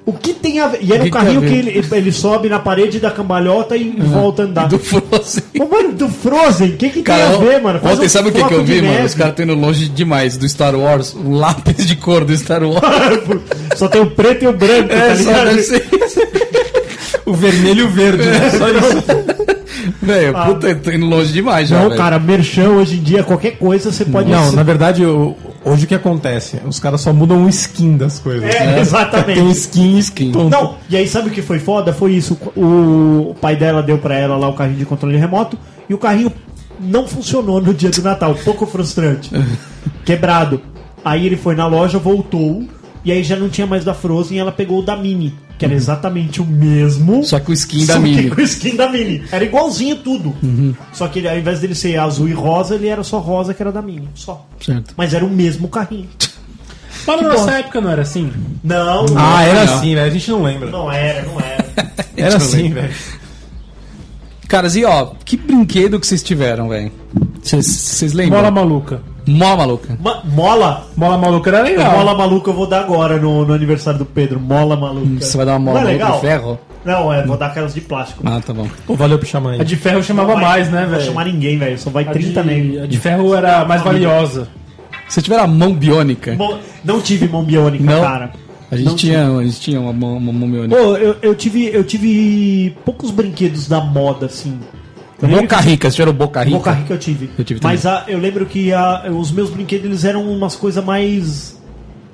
Speaker 2: o que tem a ver. E era
Speaker 3: Que
Speaker 2: um carrinho
Speaker 3: que
Speaker 2: que
Speaker 3: a
Speaker 2: ele, ele sobe na parede da cambalhota e volta a andar.
Speaker 3: Do Frozen.
Speaker 2: Mas, mano, do Frozen, o que, que
Speaker 3: Cara,
Speaker 2: tem a ver, mano? Faz
Speaker 3: ontem
Speaker 2: um
Speaker 3: sabe o que, que
Speaker 2: floco
Speaker 3: eu
Speaker 2: de
Speaker 3: vi, mano?
Speaker 2: neve.
Speaker 3: Os caras estão indo longe demais do Star Wars. O lápis de cor do Star Wars.
Speaker 2: Só tem o preto e o branco, tá
Speaker 3: É, só
Speaker 2: ligado?
Speaker 3: deve ser isso.
Speaker 1: O vermelho e o verde, né? Só isso.
Speaker 3: Velho, puta, tô indo longe demais já.
Speaker 2: Ah. Não,
Speaker 3: velho.
Speaker 2: cara, merchan hoje em dia, qualquer coisa você pode.
Speaker 1: Não, na verdade, o- hoje o que acontece? Os caras só mudam o skin das coisas. né?
Speaker 2: É, exatamente.
Speaker 1: Tem um skin e skin. Ponto.
Speaker 2: Não, e aí sabe o que foi foda? Foi isso. O, o pai dela deu pra ela lá o carrinho de controle remoto e o carrinho não funcionou no dia do Natal. Pouco frustrante. Quebrado. Aí ele foi na loja, voltou, e aí já não tinha mais da Frozen e ela pegou o da Mini, que era exatamente o mesmo.
Speaker 3: Uhum. Só que o skin
Speaker 2: Só
Speaker 3: da
Speaker 2: que
Speaker 3: Mini. Uhum.
Speaker 2: com o skin da Mini. Era igualzinho tudo. Só que ele, ao invés dele ser azul e rosa, ele era só rosa, que era da Mini. Só.
Speaker 3: Certo.
Speaker 2: Mas era o mesmo carrinho.
Speaker 4: Mas na nossa época não era assim?
Speaker 2: Não, não,
Speaker 1: Ah, era assim, velho. A gente não lembra.
Speaker 2: não era, não era.
Speaker 1: Era
Speaker 3: Deixa eu
Speaker 1: assim,
Speaker 3: lembrar.
Speaker 1: velho.
Speaker 3: Caras, e ó, que brinquedo que vocês tiveram, velho? Vocês- Vocês lembram?
Speaker 4: Mola
Speaker 3: Mola,
Speaker 4: maluca.
Speaker 3: maluca.
Speaker 2: Ma- mola?
Speaker 4: Mola maluca era legal.
Speaker 2: Mola maluca eu vou dar agora no, no aniversário do Pedro. Mola maluca.
Speaker 3: Hum, Você vai dar uma mola
Speaker 2: Não é
Speaker 3: maluca
Speaker 2: legal?
Speaker 3: de ferro?
Speaker 2: Não, é, vou dar aquelas de plástico.
Speaker 3: Ah, tá bom.
Speaker 1: Pô, valeu pro xamã aí.
Speaker 4: A de ferro chamava
Speaker 2: Não vai-
Speaker 4: mais, né,
Speaker 2: Não vai chamar
Speaker 4: velho?
Speaker 2: ninguém, velho. Só vai
Speaker 4: A
Speaker 2: 30
Speaker 4: de-
Speaker 2: nego.
Speaker 4: A de ferro era a mais valiosa.
Speaker 3: Vocês tiveram a mão biônica?
Speaker 2: Mo- Não tive mão biônica,
Speaker 3: Não.
Speaker 2: cara.
Speaker 3: A gente, tinha, a gente tinha uma mão, uma mão biônica.
Speaker 2: Pô, eu, eu tive, eu tive poucos brinquedos da moda, assim. Eu lembro
Speaker 3: Boca Rica, vocês tiveram Boca
Speaker 2: que-
Speaker 3: Rica?
Speaker 2: Boca Rica eu tive.
Speaker 3: Eu tive
Speaker 2: Mas a- eu lembro que a- os meus brinquedos eles eram umas coisas mais.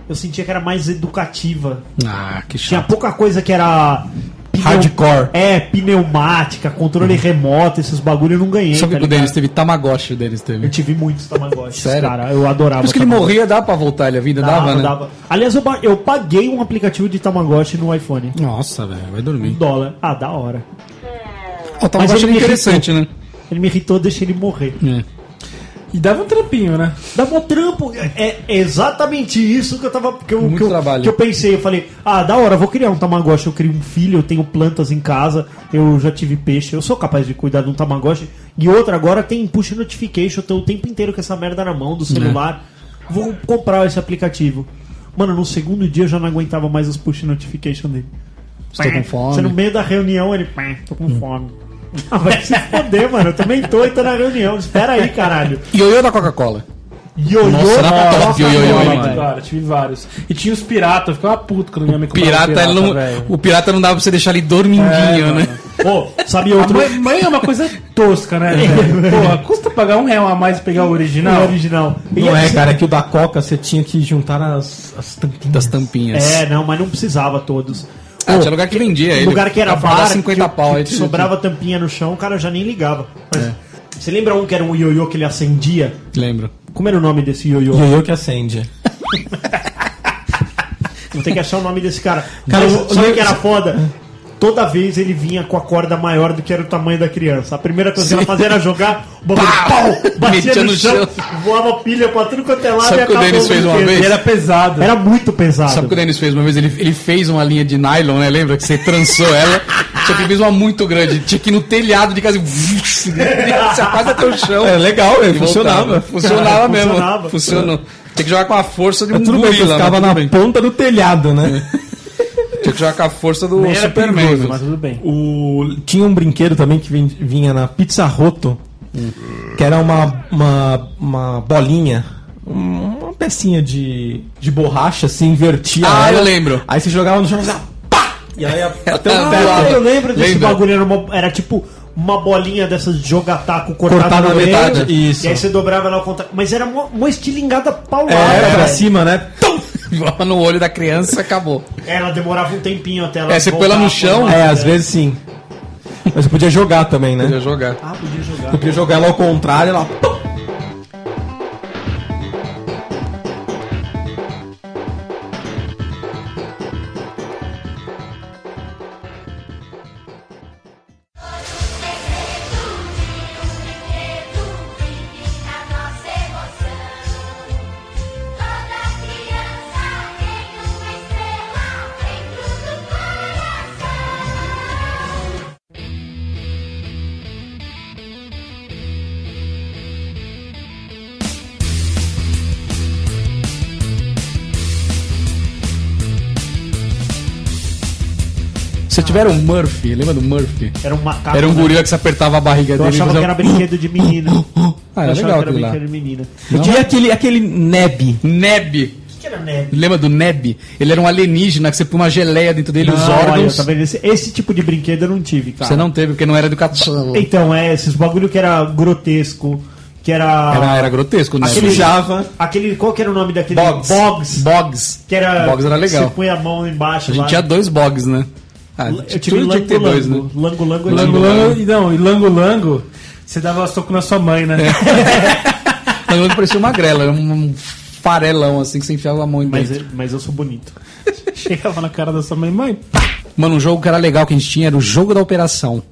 Speaker 2: Eu sentia que era mais educativa.
Speaker 3: Ah, que
Speaker 2: Tinha
Speaker 3: chato.
Speaker 2: pouca coisa que era. pneu-
Speaker 1: Hardcore.
Speaker 2: É, pneumática, controle remoto, esses bagulho eu não ganhei.
Speaker 3: Uhum. Sabe
Speaker 2: tá
Speaker 3: que o
Speaker 2: ligado?
Speaker 3: Denis teve Tamagotchi, o Denis
Speaker 2: Eu
Speaker 3: teve.
Speaker 2: tive muitos Tamagotchis,
Speaker 3: Sério?
Speaker 2: cara. Eu adorava.
Speaker 3: Por isso que ele
Speaker 2: Tamagotchi.
Speaker 3: morria, dá pra voltar ele, a vida
Speaker 2: Dava,
Speaker 3: dava, né?
Speaker 2: dava. Aliás, eu, ba- eu paguei um aplicativo de Tamagotchi no iPhone.
Speaker 3: Nossa, velho, vai
Speaker 2: Um
Speaker 3: dormir.
Speaker 2: dólar. Ah, da hora.
Speaker 3: O Tamagotchi
Speaker 2: ele
Speaker 3: era
Speaker 2: me
Speaker 3: interessante, né?
Speaker 2: Ele me irritou, deixei ele morrer.
Speaker 3: É.
Speaker 4: E dava um trampinho, né?
Speaker 2: Dava um trampo. É é exatamente isso que eu tava. Que eu,
Speaker 3: Muito
Speaker 2: que eu,
Speaker 3: trabalho.
Speaker 2: que eu pensei. Eu falei, ah, da hora, eu vou criar um tamagotchi. Eu crio um filho, eu tenho plantas em casa, eu já tive peixe, eu sou capaz de cuidar de um tamagotchi. E outra, agora tem push notification, eu tô o tempo inteiro com essa merda na mão do
Speaker 3: Né.
Speaker 2: celular. Vou comprar esse aplicativo. Mano, no segundo dia eu já não aguentava mais os push notification dele.
Speaker 3: Estou tá com fome. Hum.
Speaker 2: Você no meio da reunião, ele, pá, tô com fome. Ah, vai se foder, mano. Eu também tô e tô na reunião. Espera aí, caralho.
Speaker 3: Ioiô da Coca-Cola.
Speaker 2: Ioiô,
Speaker 3: Nossa, era pra
Speaker 2: nossa,
Speaker 3: top, ioiô,
Speaker 2: mano.
Speaker 3: ioiô,
Speaker 4: Muito
Speaker 3: mano.
Speaker 4: da hora, tive vários. E tinha os piratas, eu ficava puto quando minha mãe comprava
Speaker 3: Pirata, ele não,
Speaker 4: velho.
Speaker 3: o pirata não dá pra você deixar ele dormindinho,
Speaker 2: É,
Speaker 3: né?
Speaker 2: Ô, sabe
Speaker 4: A
Speaker 2: outro
Speaker 4: mãe, mãe é uma coisa tosca, né? velho? Porra, custa pagar um real a mais e pegar o original?
Speaker 2: não. original? E assim,
Speaker 1: Não é,
Speaker 2: esse-
Speaker 1: cara, é que o da Coca você tinha que juntar as, as tampinhas.
Speaker 3: Das tampinhas.
Speaker 2: É, não, mas não precisava todos.
Speaker 3: Ah,
Speaker 2: Ô,
Speaker 3: tinha lugar que vendia ele.
Speaker 2: lugar que era
Speaker 3: Pra dar
Speaker 2: bar,
Speaker 3: 50
Speaker 2: que,
Speaker 3: pau, aí É.
Speaker 2: que
Speaker 3: tinha-
Speaker 2: sobrava tampinha no chão, o cara já nem ligava. Mas Você lembra um que era um ioiô que ele acendia?
Speaker 3: Lembro.
Speaker 2: Como era o nome desse ioiô?
Speaker 1: E eu que acende.
Speaker 2: Vou ter que achar o nome desse cara.
Speaker 1: Cara,
Speaker 2: Mas
Speaker 1: eu-
Speaker 2: sabe
Speaker 1: eu-
Speaker 2: o que era foda? Toda vez ele vinha com a corda maior do que era o tamanho da criança. A primeira coisa que ela fazia era jogar, o bagulho, pau, batia
Speaker 3: Metia
Speaker 2: no
Speaker 3: no
Speaker 2: chão,
Speaker 3: chão.
Speaker 2: voava pilha pra tudo quanto é lado
Speaker 3: Sabe o que o Denis fez uma
Speaker 2: brinquedo.
Speaker 3: vez?
Speaker 4: E era pesado.
Speaker 2: Era muito pesado.
Speaker 3: Sabe o que o Denis fez uma vez? Ele, é ele fez uma linha de nylon, né? Lembra que você trançou ela? Só que ele fez uma muito grande. Tinha que ir no telhado de casa. e- Você quase até o chão.
Speaker 1: É legal,
Speaker 3: E
Speaker 1: velho. Funcionava.
Speaker 3: voltava. Funcionava
Speaker 2: Cara,
Speaker 3: mesmo.
Speaker 2: É, funcionava.
Speaker 3: Funcionou. Tinha que jogar com a força de um
Speaker 1: Tudo bem que eu
Speaker 3: gorila.
Speaker 1: ficava
Speaker 3: mas tudo
Speaker 1: na
Speaker 3: bem.
Speaker 1: ponta do telhado, né?
Speaker 3: Tinha que jogar com a força do
Speaker 4: Nem era
Speaker 3: Superman.
Speaker 4: perigoso, mas tudo bem.
Speaker 1: O... Tinha um brinquedo também que vin- vinha na Pizza Roto, que era uma, uma, uma bolinha, uma pecinha de, de borracha, se invertia.
Speaker 3: Ah,
Speaker 1: ela,
Speaker 3: eu lembro.
Speaker 1: Aí você jogava no chão e fazia pá! E aí ia até
Speaker 3: Ah,
Speaker 1: o
Speaker 2: Ah,
Speaker 1: teto.
Speaker 2: eu lembro desse
Speaker 3: Lembra?
Speaker 2: bagulho, era, uma- era tipo uma bolinha dessas de jogar taco cortada,
Speaker 1: Cortada
Speaker 2: no
Speaker 1: na
Speaker 2: meio,
Speaker 1: metade, isso.
Speaker 2: E aí você dobrava ela ao contrário. Mas era uma, uma estilingada paulada.
Speaker 1: É, era pra
Speaker 2: velho.
Speaker 1: cima, né?
Speaker 3: Joga no olho da criança, acabou.
Speaker 2: Ela demorava um tempinho até ela.
Speaker 3: É, você põe ela
Speaker 2: voltar
Speaker 3: no
Speaker 2: a
Speaker 3: chão,
Speaker 2: formar.
Speaker 1: É, às vezes sim. Mas você podia jogar também, né?
Speaker 3: Podia jogar.
Speaker 2: Ah, podia jogar.
Speaker 1: Eu podia jogar ela ao contrário, ela. pum!
Speaker 9: Segredo, segredo, na nossa emoção.
Speaker 3: tiveram o um Murphy, lembra do Murphy?
Speaker 2: Era um macaco.
Speaker 3: Era um
Speaker 2: né?
Speaker 3: gorila que se apertava a barriga
Speaker 2: Eu
Speaker 3: dele. e
Speaker 2: achava que
Speaker 3: fazia- um-
Speaker 2: era brinquedo de menina.
Speaker 3: Ah,
Speaker 2: Eu
Speaker 3: era
Speaker 2: achava
Speaker 3: legal
Speaker 2: que era
Speaker 3: aquilo lá.
Speaker 2: brinquedo de menina.
Speaker 3: Não?
Speaker 10: E aquele, aquele Neb.
Speaker 3: Neb.
Speaker 2: O que, que era neve?
Speaker 3: Lembra do Neb? Ele era um alienígena que você põe uma geleia dentro dele, os
Speaker 2: Não, olha,
Speaker 3: órgãos.
Speaker 2: tá vendo? Esse, esse tipo de brinquedo eu não tive, cara.
Speaker 3: Você não teve, porque não era educação.
Speaker 2: Então, é, esses bagulho que era grotesco, que era.
Speaker 3: Era, era grotesco, né?
Speaker 2: Aquele-
Speaker 1: Sujava.
Speaker 2: Aquele, qual que era o nome daquele?
Speaker 3: Bogs.
Speaker 2: Bogs.
Speaker 3: Bogs.
Speaker 2: Que era.
Speaker 3: Bogs era legal.
Speaker 2: Você põe a mão embaixo
Speaker 3: A gente
Speaker 2: lá.
Speaker 3: tinha dois bogs, né? Ah,
Speaker 2: Eu tive
Speaker 3: tudo tinha que ter dois, né?
Speaker 2: lango-lango. Lango-lango eu tive.
Speaker 4: Lango, lango, não, e lango, lango, você dava soco na sua mãe, né?
Speaker 2: É.
Speaker 3: Mas Então, eu parecia uma grela, era um um farelão assim que você enfiava a mão em
Speaker 2: Mas,
Speaker 3: dentro.
Speaker 2: mas eu sou bonito.
Speaker 4: Chegava na cara da sua mãe, mãe,
Speaker 3: Mano, um jogo que era legal que a gente tinha era o jogo da operação.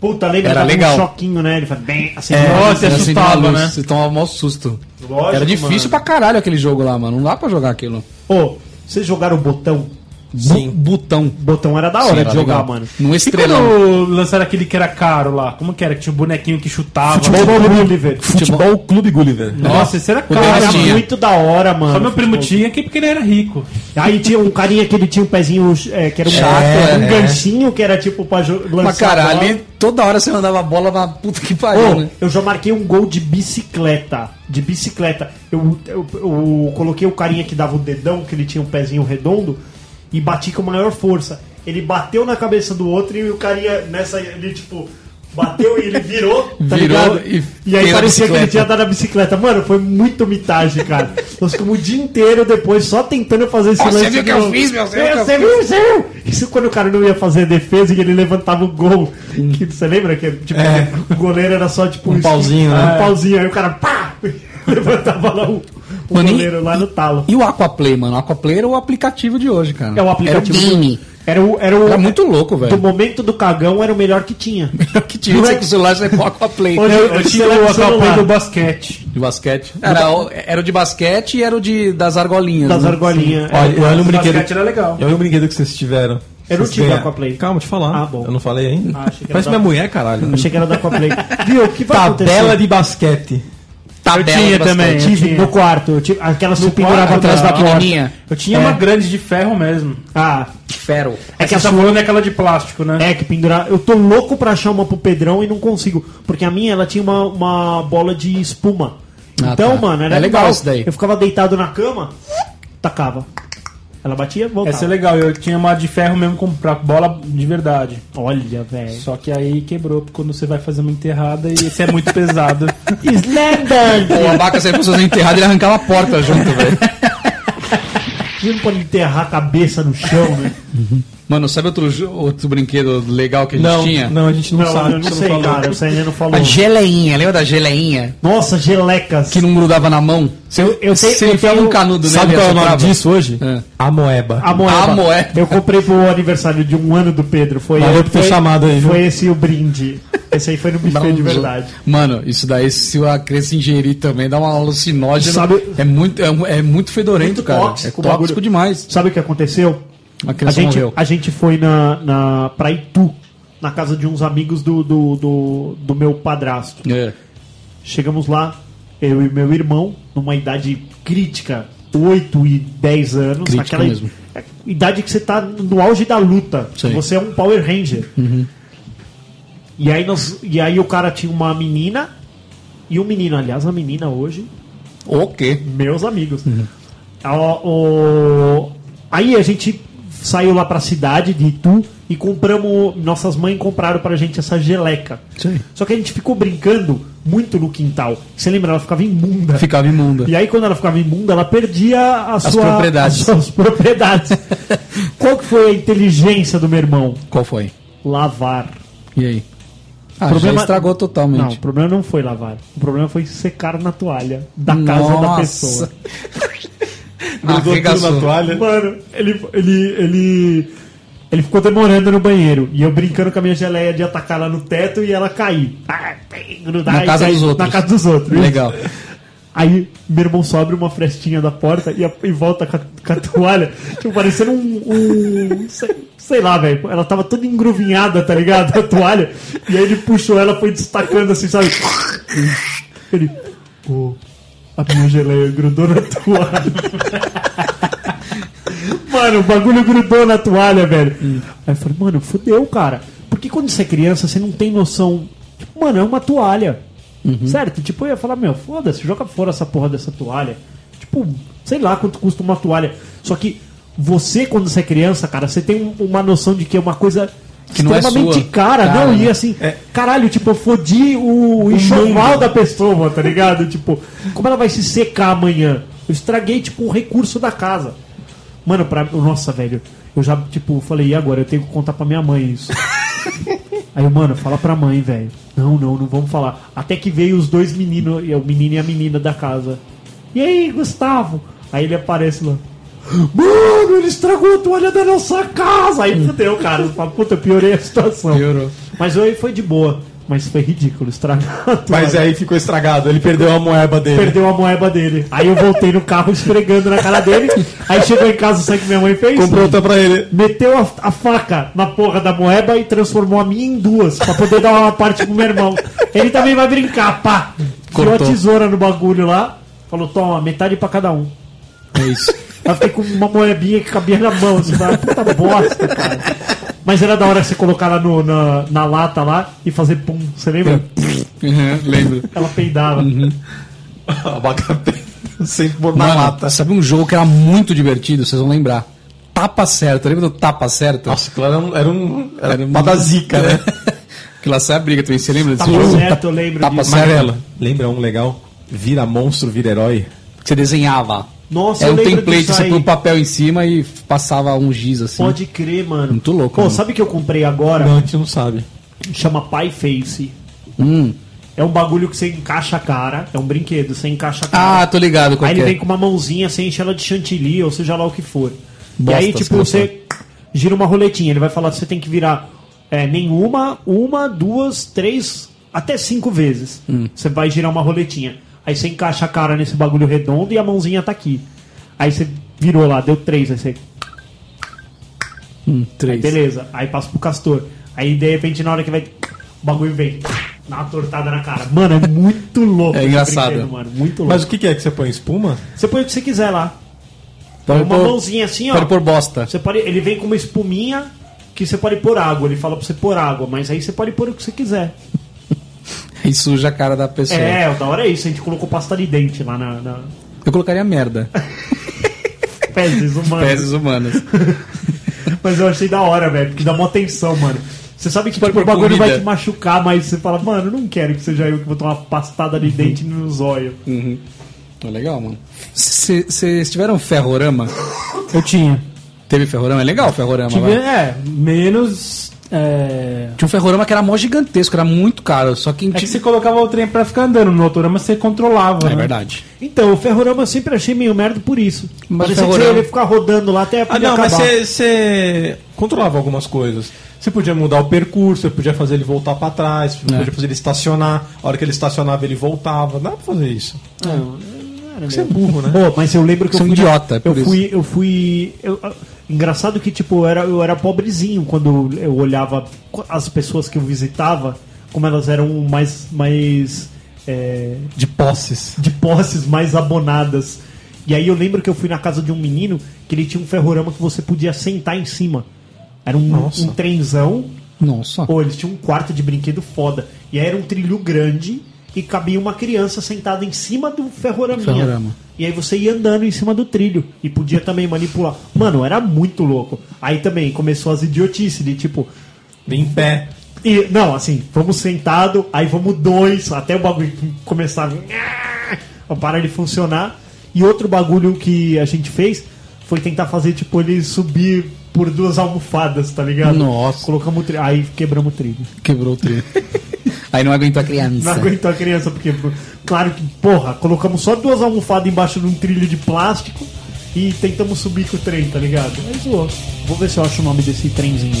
Speaker 2: Puta, lembra
Speaker 3: Era
Speaker 2: dava
Speaker 3: legal.
Speaker 2: um choquinho, né? Ele fala, bem, assim,
Speaker 4: É,
Speaker 3: você
Speaker 2: nossa,
Speaker 3: assustava, né? Você tomava mó susto.
Speaker 2: Lógico,
Speaker 3: era difícil pra caralho aquele jogo lá, mano. Não dá pra jogar aquilo.
Speaker 2: Ô, vocês jogaram o botão?
Speaker 3: Sim. Botão.
Speaker 2: Botão era da hora
Speaker 3: Sim,
Speaker 2: de
Speaker 3: era
Speaker 2: jogar,
Speaker 3: legal.
Speaker 2: mano.
Speaker 3: Num
Speaker 4: E
Speaker 3: estrelão.
Speaker 4: quando lançaram aquele que era caro lá? Como que era? Que tinha um bonequinho que chutava.
Speaker 2: Gulliver. tipo,
Speaker 1: Futebol Clube Gulliver.
Speaker 4: Nossa, esse era caro.
Speaker 3: Denis
Speaker 2: Cara,
Speaker 3: tinha.
Speaker 2: muito da hora, mano.
Speaker 4: Só meu primo tinha aqui porque ele era rico.
Speaker 2: Aí tinha um carinha que ele tinha um pezinho é, que era um,
Speaker 3: Chato,
Speaker 2: era um
Speaker 3: é.
Speaker 2: ganchinho que era tipo pra jo- lançar.
Speaker 3: Mas
Speaker 2: a
Speaker 3: cara,
Speaker 2: bola.
Speaker 3: ali toda hora você mandava a bola pra puta que pariu,
Speaker 2: Ô,
Speaker 3: né?
Speaker 2: eu já marquei um gol de bicicleta. De bicicleta. Eu, eu, eu coloquei o carinha que dava o dedão, que ele tinha um pezinho redondo, e bati com a maior força. Ele bateu na cabeça do outro e o carinha nessa. Ele tipo. Bateu e ele virou, tá
Speaker 3: Virou
Speaker 2: ligado?
Speaker 3: e
Speaker 2: E, aí
Speaker 3: fez a
Speaker 2: parecia que ele
Speaker 3: bicicleta.
Speaker 2: tinha dado a bicicleta. Mano, foi muito mitagem, cara. Nós ficamos o dia inteiro depois só tentando fazer esse
Speaker 3: Ó, você
Speaker 2: lance.
Speaker 3: viu o que
Speaker 2: do-
Speaker 3: eu fiz, meu? Você viu o que eu
Speaker 2: Você viu, você viu? Isso quando o cara não ia fazer defesa e ele levantava o gol. Que, você lembra que tipo, o goleiro era só tipo um
Speaker 1: pauzinho, né?
Speaker 2: Um pauzinho, aí o cara pá! Levantava lá o, o
Speaker 3: Mano, e-
Speaker 2: goleiro lá no talo.
Speaker 3: E o Aquaplay, mano? O Aquaplay era o aplicativo de hoje, cara.
Speaker 2: É o aplicativo.
Speaker 3: Era, o game.
Speaker 2: do- Era o. Era, o,
Speaker 3: Era muito louco,
Speaker 2: Do
Speaker 3: velho.
Speaker 2: momento do cagão era o melhor que tinha.
Speaker 3: é que tinha você com o celular, você com o Aquaplay.
Speaker 2: Hoje-
Speaker 4: Eu, eu
Speaker 2: Hoje
Speaker 4: tinha
Speaker 2: você
Speaker 4: o
Speaker 2: leva o
Speaker 4: acalpê
Speaker 2: celular.
Speaker 4: do basquete.
Speaker 3: De basquete.
Speaker 2: É,
Speaker 3: Era, o- era o de basquete e era o de, das argolinhas.
Speaker 2: Das
Speaker 3: né?
Speaker 2: argolinhas.
Speaker 1: Olha,
Speaker 2: Era-
Speaker 1: olha um
Speaker 4: O
Speaker 1: brinquedo.
Speaker 4: basquete era legal.
Speaker 1: E olha o brinquedo que vocês tiveram.
Speaker 2: Eu não
Speaker 1: Vocês
Speaker 2: tive
Speaker 1: ganharam.
Speaker 2: Aquaplay.
Speaker 1: Calma, te falar.
Speaker 2: Ah, bom.
Speaker 1: Eu não falei ainda.
Speaker 2: Ah, achei que era
Speaker 1: Parece
Speaker 2: da-
Speaker 1: minha mulher, caralho.
Speaker 2: Achei que era da Coplay. Viu? O que vai
Speaker 1: Tabela
Speaker 2: acontecer?
Speaker 1: de basquete.
Speaker 3: Tabela
Speaker 4: Eu tinha
Speaker 3: de
Speaker 4: também.
Speaker 3: basquete.
Speaker 4: de-
Speaker 2: Tive no né? quarto. Eu tive, aquela que você pendurava
Speaker 4: quarto,
Speaker 2: atrás
Speaker 4: não.
Speaker 2: da porta.
Speaker 3: Pequenininha.
Speaker 4: Eu tinha
Speaker 2: É.
Speaker 4: uma grande de ferro mesmo.
Speaker 2: Ah,
Speaker 3: Fero.
Speaker 2: é que
Speaker 4: Você tá
Speaker 2: essa
Speaker 4: falando daquela de plástico, né?
Speaker 2: É, que pendurar. Eu tô louco pra achar uma pro Pedrão e não consigo. Porque a minha, ela tinha uma, uma bola de espuma.
Speaker 3: Ah,
Speaker 2: então,
Speaker 3: tá.
Speaker 2: mano, era
Speaker 3: É legal isso daí.
Speaker 2: Eu ficava deitado na cama, tacava. Ela batia, voltava.
Speaker 4: Essa é legal. Eu tinha uma de ferro mesmo com pra bola de verdade.
Speaker 2: Olha, velho.
Speaker 4: Só que aí quebrou quando você vai fazer uma enterrada e esse é muito pesado.
Speaker 2: Slender!
Speaker 3: Pô, a vaca saía pessoas enterradas e ele arrancava a porta junto, velho.
Speaker 2: Você não pode enterrar a cabeça no chão, né?
Speaker 3: Mano, sabe outro, jo- outro brinquedo legal que a gente
Speaker 1: Não,
Speaker 3: tinha?
Speaker 1: não, a gente não,
Speaker 2: Não,
Speaker 1: sabe.
Speaker 2: eu
Speaker 1: você
Speaker 2: não sei,
Speaker 1: falou.
Speaker 2: cara. Você ainda não falou.
Speaker 3: A geleinha, lembra da geleinha?
Speaker 2: Nossa, gelecas.
Speaker 3: Que não grudava na mão? Você,
Speaker 2: Eu- eu tenho-
Speaker 3: você
Speaker 2: eu
Speaker 3: enfiava
Speaker 2: tenho-
Speaker 3: um canudo
Speaker 1: Sabe
Speaker 3: nele
Speaker 1: qual
Speaker 3: e
Speaker 1: é o nome
Speaker 3: assoprava.
Speaker 1: disso hoje?
Speaker 3: É.
Speaker 1: A moeba.
Speaker 2: A moeba.
Speaker 3: A moeba.
Speaker 2: Eu comprei pro aniversário de um ano do Pedro. Foi,
Speaker 1: Valeu por ter
Speaker 2: foi,
Speaker 1: chamado aí, viu?
Speaker 2: Foi esse o brinde. Esse aí foi no buffet de verdade.
Speaker 3: um Mano, isso daí, se a criança ingerir também, dá uma alucinógena.
Speaker 2: Sabe-
Speaker 3: É muito, é, um- é muito fedorento,
Speaker 2: Muito
Speaker 3: cara.
Speaker 2: tóxico,
Speaker 3: é tóxico
Speaker 2: bagulho.
Speaker 3: demais.
Speaker 2: Sabe o que aconteceu?
Speaker 3: A
Speaker 2: A
Speaker 3: criança
Speaker 2: gente,
Speaker 3: morreu.
Speaker 2: a gente foi na, na, pra Itu, na casa de uns amigos do, do, do, do meu padrasto.
Speaker 3: É.
Speaker 2: Chegamos lá, eu e meu irmão, numa idade crítica, 8 e 10 anos.
Speaker 3: Crítica
Speaker 2: aquela i-
Speaker 3: mesmo.
Speaker 2: é, idade que você tá no auge da luta.
Speaker 3: Sim. Uhum.
Speaker 2: Você é um Power Ranger. E, aí nós, e aí o cara tinha uma menina e um menino. Aliás, a menina hoje
Speaker 3: O quê?
Speaker 2: meus amigos.
Speaker 3: Uhum.
Speaker 2: O- o- Aí a gente saiu lá pra cidade de Itu e compramos. Nossas mães compraram pra gente essa geleca.
Speaker 3: Sim.
Speaker 2: Só que a gente ficou brincando muito no quintal. Você lembra? Ela ficava imunda.
Speaker 3: Ficava imunda.
Speaker 2: E aí, quando ela ficava imunda, ela perdia a sua-
Speaker 3: propriedades.
Speaker 2: as suas propriedades. Qual que foi a inteligência do meu irmão?
Speaker 3: Qual foi?
Speaker 2: Lavar.
Speaker 3: E aí? Ah,
Speaker 2: Problema-
Speaker 3: já estragou
Speaker 2: Não, o
Speaker 3: totalmente.
Speaker 2: problema não foi lavar. O problema foi secar na toalha da casa da
Speaker 3: Nossa.
Speaker 2: pessoa.
Speaker 3: Arregaçou.
Speaker 2: Mano, ele, ele, ele, ele ficou demorando no banheiro. E eu brincando com a minha geleia de atacar ela no teto e ela cair. Ah, pim, grudar
Speaker 3: Na
Speaker 2: e
Speaker 3: casa
Speaker 2: cair
Speaker 3: dos outros.
Speaker 2: Na casa dos outros.
Speaker 3: Legal. É
Speaker 2: Aí meu irmão só abre uma frestinha da porta e, a- e volta com a, com a toalha, tipo, parecendo um. um- sei, sei lá, velho. Ela tava toda engruvinhada, tá ligado? A toalha. E aí ele puxou ela, foi destacando assim, sabe? Ele. Pô, a minha geleia grudou na toalha. mano, o bagulho grudou na toalha, velho. Aí eu falei, mano, fudeu, cara. Porque quando você é criança, você não tem noção. Tipo, mano, é uma toalha.
Speaker 3: Uhum.
Speaker 2: Certo? Tipo, eu ia falar, meu, foda-se, joga fora essa porra dessa toalha. Tipo, sei lá quanto custa uma toalha. Só que você, quando você é criança, cara, você tem um- uma noção de que é uma coisa.
Speaker 3: Que não é
Speaker 2: extremamente
Speaker 3: sua.
Speaker 2: cara,
Speaker 3: Cara,
Speaker 2: não,
Speaker 3: né?
Speaker 2: e assim, caralho, tipo, eu fodi o, enxoval da pessoa, tá ligado? tipo, como ela vai se secar amanhã? Eu estraguei, tipo, o recurso da casa. Mano, pra. Nossa, velho. Eu já, tipo, falei, e agora? Eu tenho que contar pra minha mãe isso. Aí, eu, mano, fala pra mãe, velho. Não, não, não vamos falar. Até que veio os dois meninos, e é o menino e a menina da casa. E aí, Gustavo? Aí ele aparece lá. Mano, ele estragou a toalha da nossa casa! Aí fudeu, cara. Eu falo, puta, eu piorei a situação.
Speaker 3: Piorou.
Speaker 2: Mas hoje foi de boa. Mas foi ridículo, estragar a toalha.
Speaker 1: Mas é. aí ficou estragado, ele perdeu a moeba dele.
Speaker 2: Perdeu a moeba dele. Aí eu voltei no carro esfregando na cara dele. Aí chegou em casa, sabe o que minha mãe fez?
Speaker 1: Comprou outra pra ele.
Speaker 2: Meteu a, a faca na porra da moeba e transformou a minha em duas, pra poder dar uma parte pro meu irmão. Ele também vai brincar, pá. Tirou a
Speaker 3: Cortou.
Speaker 2: tesoura no bagulho lá, falou, toma, metade pra cada um.
Speaker 3: É isso.
Speaker 2: Aí eu fiquei com uma moebinha que cabia na mão, assim, falei, puta bosta, cara. Mas era da hora você colocar lá no- na, na lata lá e fazer pum, você
Speaker 3: É.
Speaker 2: lembra?
Speaker 3: Uhum, lembro.
Speaker 2: Ela peidava.
Speaker 3: Uhum.
Speaker 1: Abacate sem pôr na
Speaker 3: Mano,
Speaker 1: lata.
Speaker 3: sabe um jogo que era muito divertido, vocês vão lembrar. Tapa certa, lembra do tapa certa?
Speaker 1: Nossa, claro, era um. Era, um, era
Speaker 3: Era um-
Speaker 1: uma da zica, né?
Speaker 3: Que lá sai a briga também, você lembra desse
Speaker 2: Tapa
Speaker 3: jogo?
Speaker 2: certa, eu lembro
Speaker 3: Tapa
Speaker 2: disso.
Speaker 3: certa.
Speaker 1: Lembra um legal? Vira monstro, vira herói.
Speaker 3: Que você desenhava.
Speaker 2: Nossa,
Speaker 3: era
Speaker 2: eu
Speaker 3: um
Speaker 2: lembro
Speaker 3: template,
Speaker 2: disso
Speaker 3: você
Speaker 2: aí.
Speaker 3: põe um papel em cima e passava um giz assim.
Speaker 2: Pode crer, mano.
Speaker 3: Muito louco,
Speaker 2: Pô,
Speaker 3: mano.
Speaker 2: sabe o que eu comprei agora?
Speaker 1: Não, a gente não sabe.
Speaker 2: Chama Pie Face.
Speaker 3: Hum.
Speaker 2: É um bagulho que você encaixa a cara. É um brinquedo, você encaixa a cara.
Speaker 3: Ah, tô ligado qual
Speaker 2: aí
Speaker 3: que é.
Speaker 2: ele vem com uma mãozinha, você enche ela de chantilly, ou seja lá o que for. e
Speaker 3: Bostas,
Speaker 2: aí, tipo,
Speaker 3: cara.
Speaker 2: você gira uma roletinha. Ele vai falar que você tem que virar é, nenhuma, uma, duas, três, até cinco vezes.
Speaker 3: Hum.
Speaker 2: Você vai girar uma roletinha. Aí você encaixa a cara nesse bagulho redondo e a mãozinha tá aqui. Aí você virou lá, deu três, aí você Aí,
Speaker 3: Hum, Três.
Speaker 2: beleza. Aí passa pro castor. Aí de repente, na hora que vai. O bagulho vem. Dá uma tortada na cara. Mano, é muito
Speaker 3: É
Speaker 2: louco. esse
Speaker 3: engraçado.
Speaker 2: brinquedo, mano. Muito louco.
Speaker 1: Mas o que, que é que você põe? Espuma?
Speaker 2: Você põe o que você quiser lá.
Speaker 3: Pode
Speaker 2: uma
Speaker 3: pôr-
Speaker 2: mãozinha assim, ó.
Speaker 3: Pode pôr bosta.
Speaker 2: Você pode, ele vem com uma espuminha que você pode pôr água. Ele fala pra você pôr água, mas aí você pode pôr o que você quiser.
Speaker 3: Aí suja a cara da pessoa.
Speaker 2: É, o da hora é isso. A gente colocou pasta de dente lá na. na...
Speaker 3: Eu colocaria merda.
Speaker 2: Fezes humanas.
Speaker 3: Fezes humanas.
Speaker 2: Mas eu achei da hora, velho, porque dá mó tensão, mano. Você sabe que
Speaker 3: Pode
Speaker 2: tipo, o
Speaker 3: pôr
Speaker 2: bagulho
Speaker 3: comida.
Speaker 2: vai te machucar, mas você fala, mano, eu não quero que seja eu que vou tomar uma pastada de dente no zóio.
Speaker 3: Tá legal, mano. Vocês tiveram ferrorama?
Speaker 4: Eu tinha.
Speaker 3: Teve ferrorama? É legal o ferrorama,
Speaker 4: Tive,
Speaker 3: vai.
Speaker 4: é, menos. É...
Speaker 3: Tinha um ferrorama que era mó gigantesco, era muito caro. Só que... tipo,
Speaker 4: é que você colocava o trem pra ficar andando, no autorama você controlava.
Speaker 3: É
Speaker 4: né?
Speaker 3: verdade.
Speaker 2: Então, o Ferrorama eu sempre achei meio merda por isso.
Speaker 3: Mas
Speaker 2: Mas
Speaker 3: o
Speaker 2: Parecia que
Speaker 3: Ferrorama-
Speaker 2: você ia ficar rodando lá até a
Speaker 1: Ah,
Speaker 2: pilha
Speaker 1: não, mas
Speaker 2: acabar.
Speaker 1: você- você controlava algumas coisas. Você podia mudar o percurso, você podia fazer ele voltar pra trás,
Speaker 3: É.
Speaker 1: você podia fazer ele estacionar. A hora que ele estacionava, ele voltava. Dá pra fazer isso.
Speaker 3: É,
Speaker 1: Porque você é burro, né?
Speaker 2: Pô, mas eu lembro que
Speaker 3: Você é
Speaker 2: eu
Speaker 3: um
Speaker 2: fui.
Speaker 3: idiota, é por
Speaker 2: eu
Speaker 3: isso.
Speaker 2: fui, eu fui. eu- ah, engraçado que, tipo, eu era, eu era pobrezinho quando eu olhava co- as pessoas que eu visitava, como elas eram mais. mais é,
Speaker 1: De posses.
Speaker 2: de posses mais abonadas. E aí eu lembro que eu fui na casa de um menino que ele tinha um ferrorama que você podia sentar em cima. Era um,
Speaker 1: Nossa.
Speaker 2: um trenzão.
Speaker 3: Nossa.
Speaker 2: Pô, eles tinham um quarto de brinquedo foda. E aí era um trilho grande e cabia uma criança sentada em cima do ferroraminha.
Speaker 3: Ferrorama.
Speaker 2: E aí você ia andando em cima do trilho e podia também manipular. Mano, era muito louco. Aí também começou as idiotices de tipo,
Speaker 1: Em pé.
Speaker 2: e, não, assim, vamos sentado, aí vamos dois, até o bagulho começar a parar de funcionar. E outro bagulho que a gente fez foi tentar fazer, tipo, ele subir por duas almofadas, tá ligado?
Speaker 3: Nossa.
Speaker 2: Colocamos o tri... Aí quebramos o trilho.
Speaker 3: Quebrou o trilho. Aí não aguentou a criança.
Speaker 2: Não aguentou a criança, porque, pô, claro que, porra, colocamos só duas almofadas embaixo de um trilho de plástico e tentamos subir com o trem, tá ligado? Mas zoou. Vou ver se eu acho o nome desse trenzinho.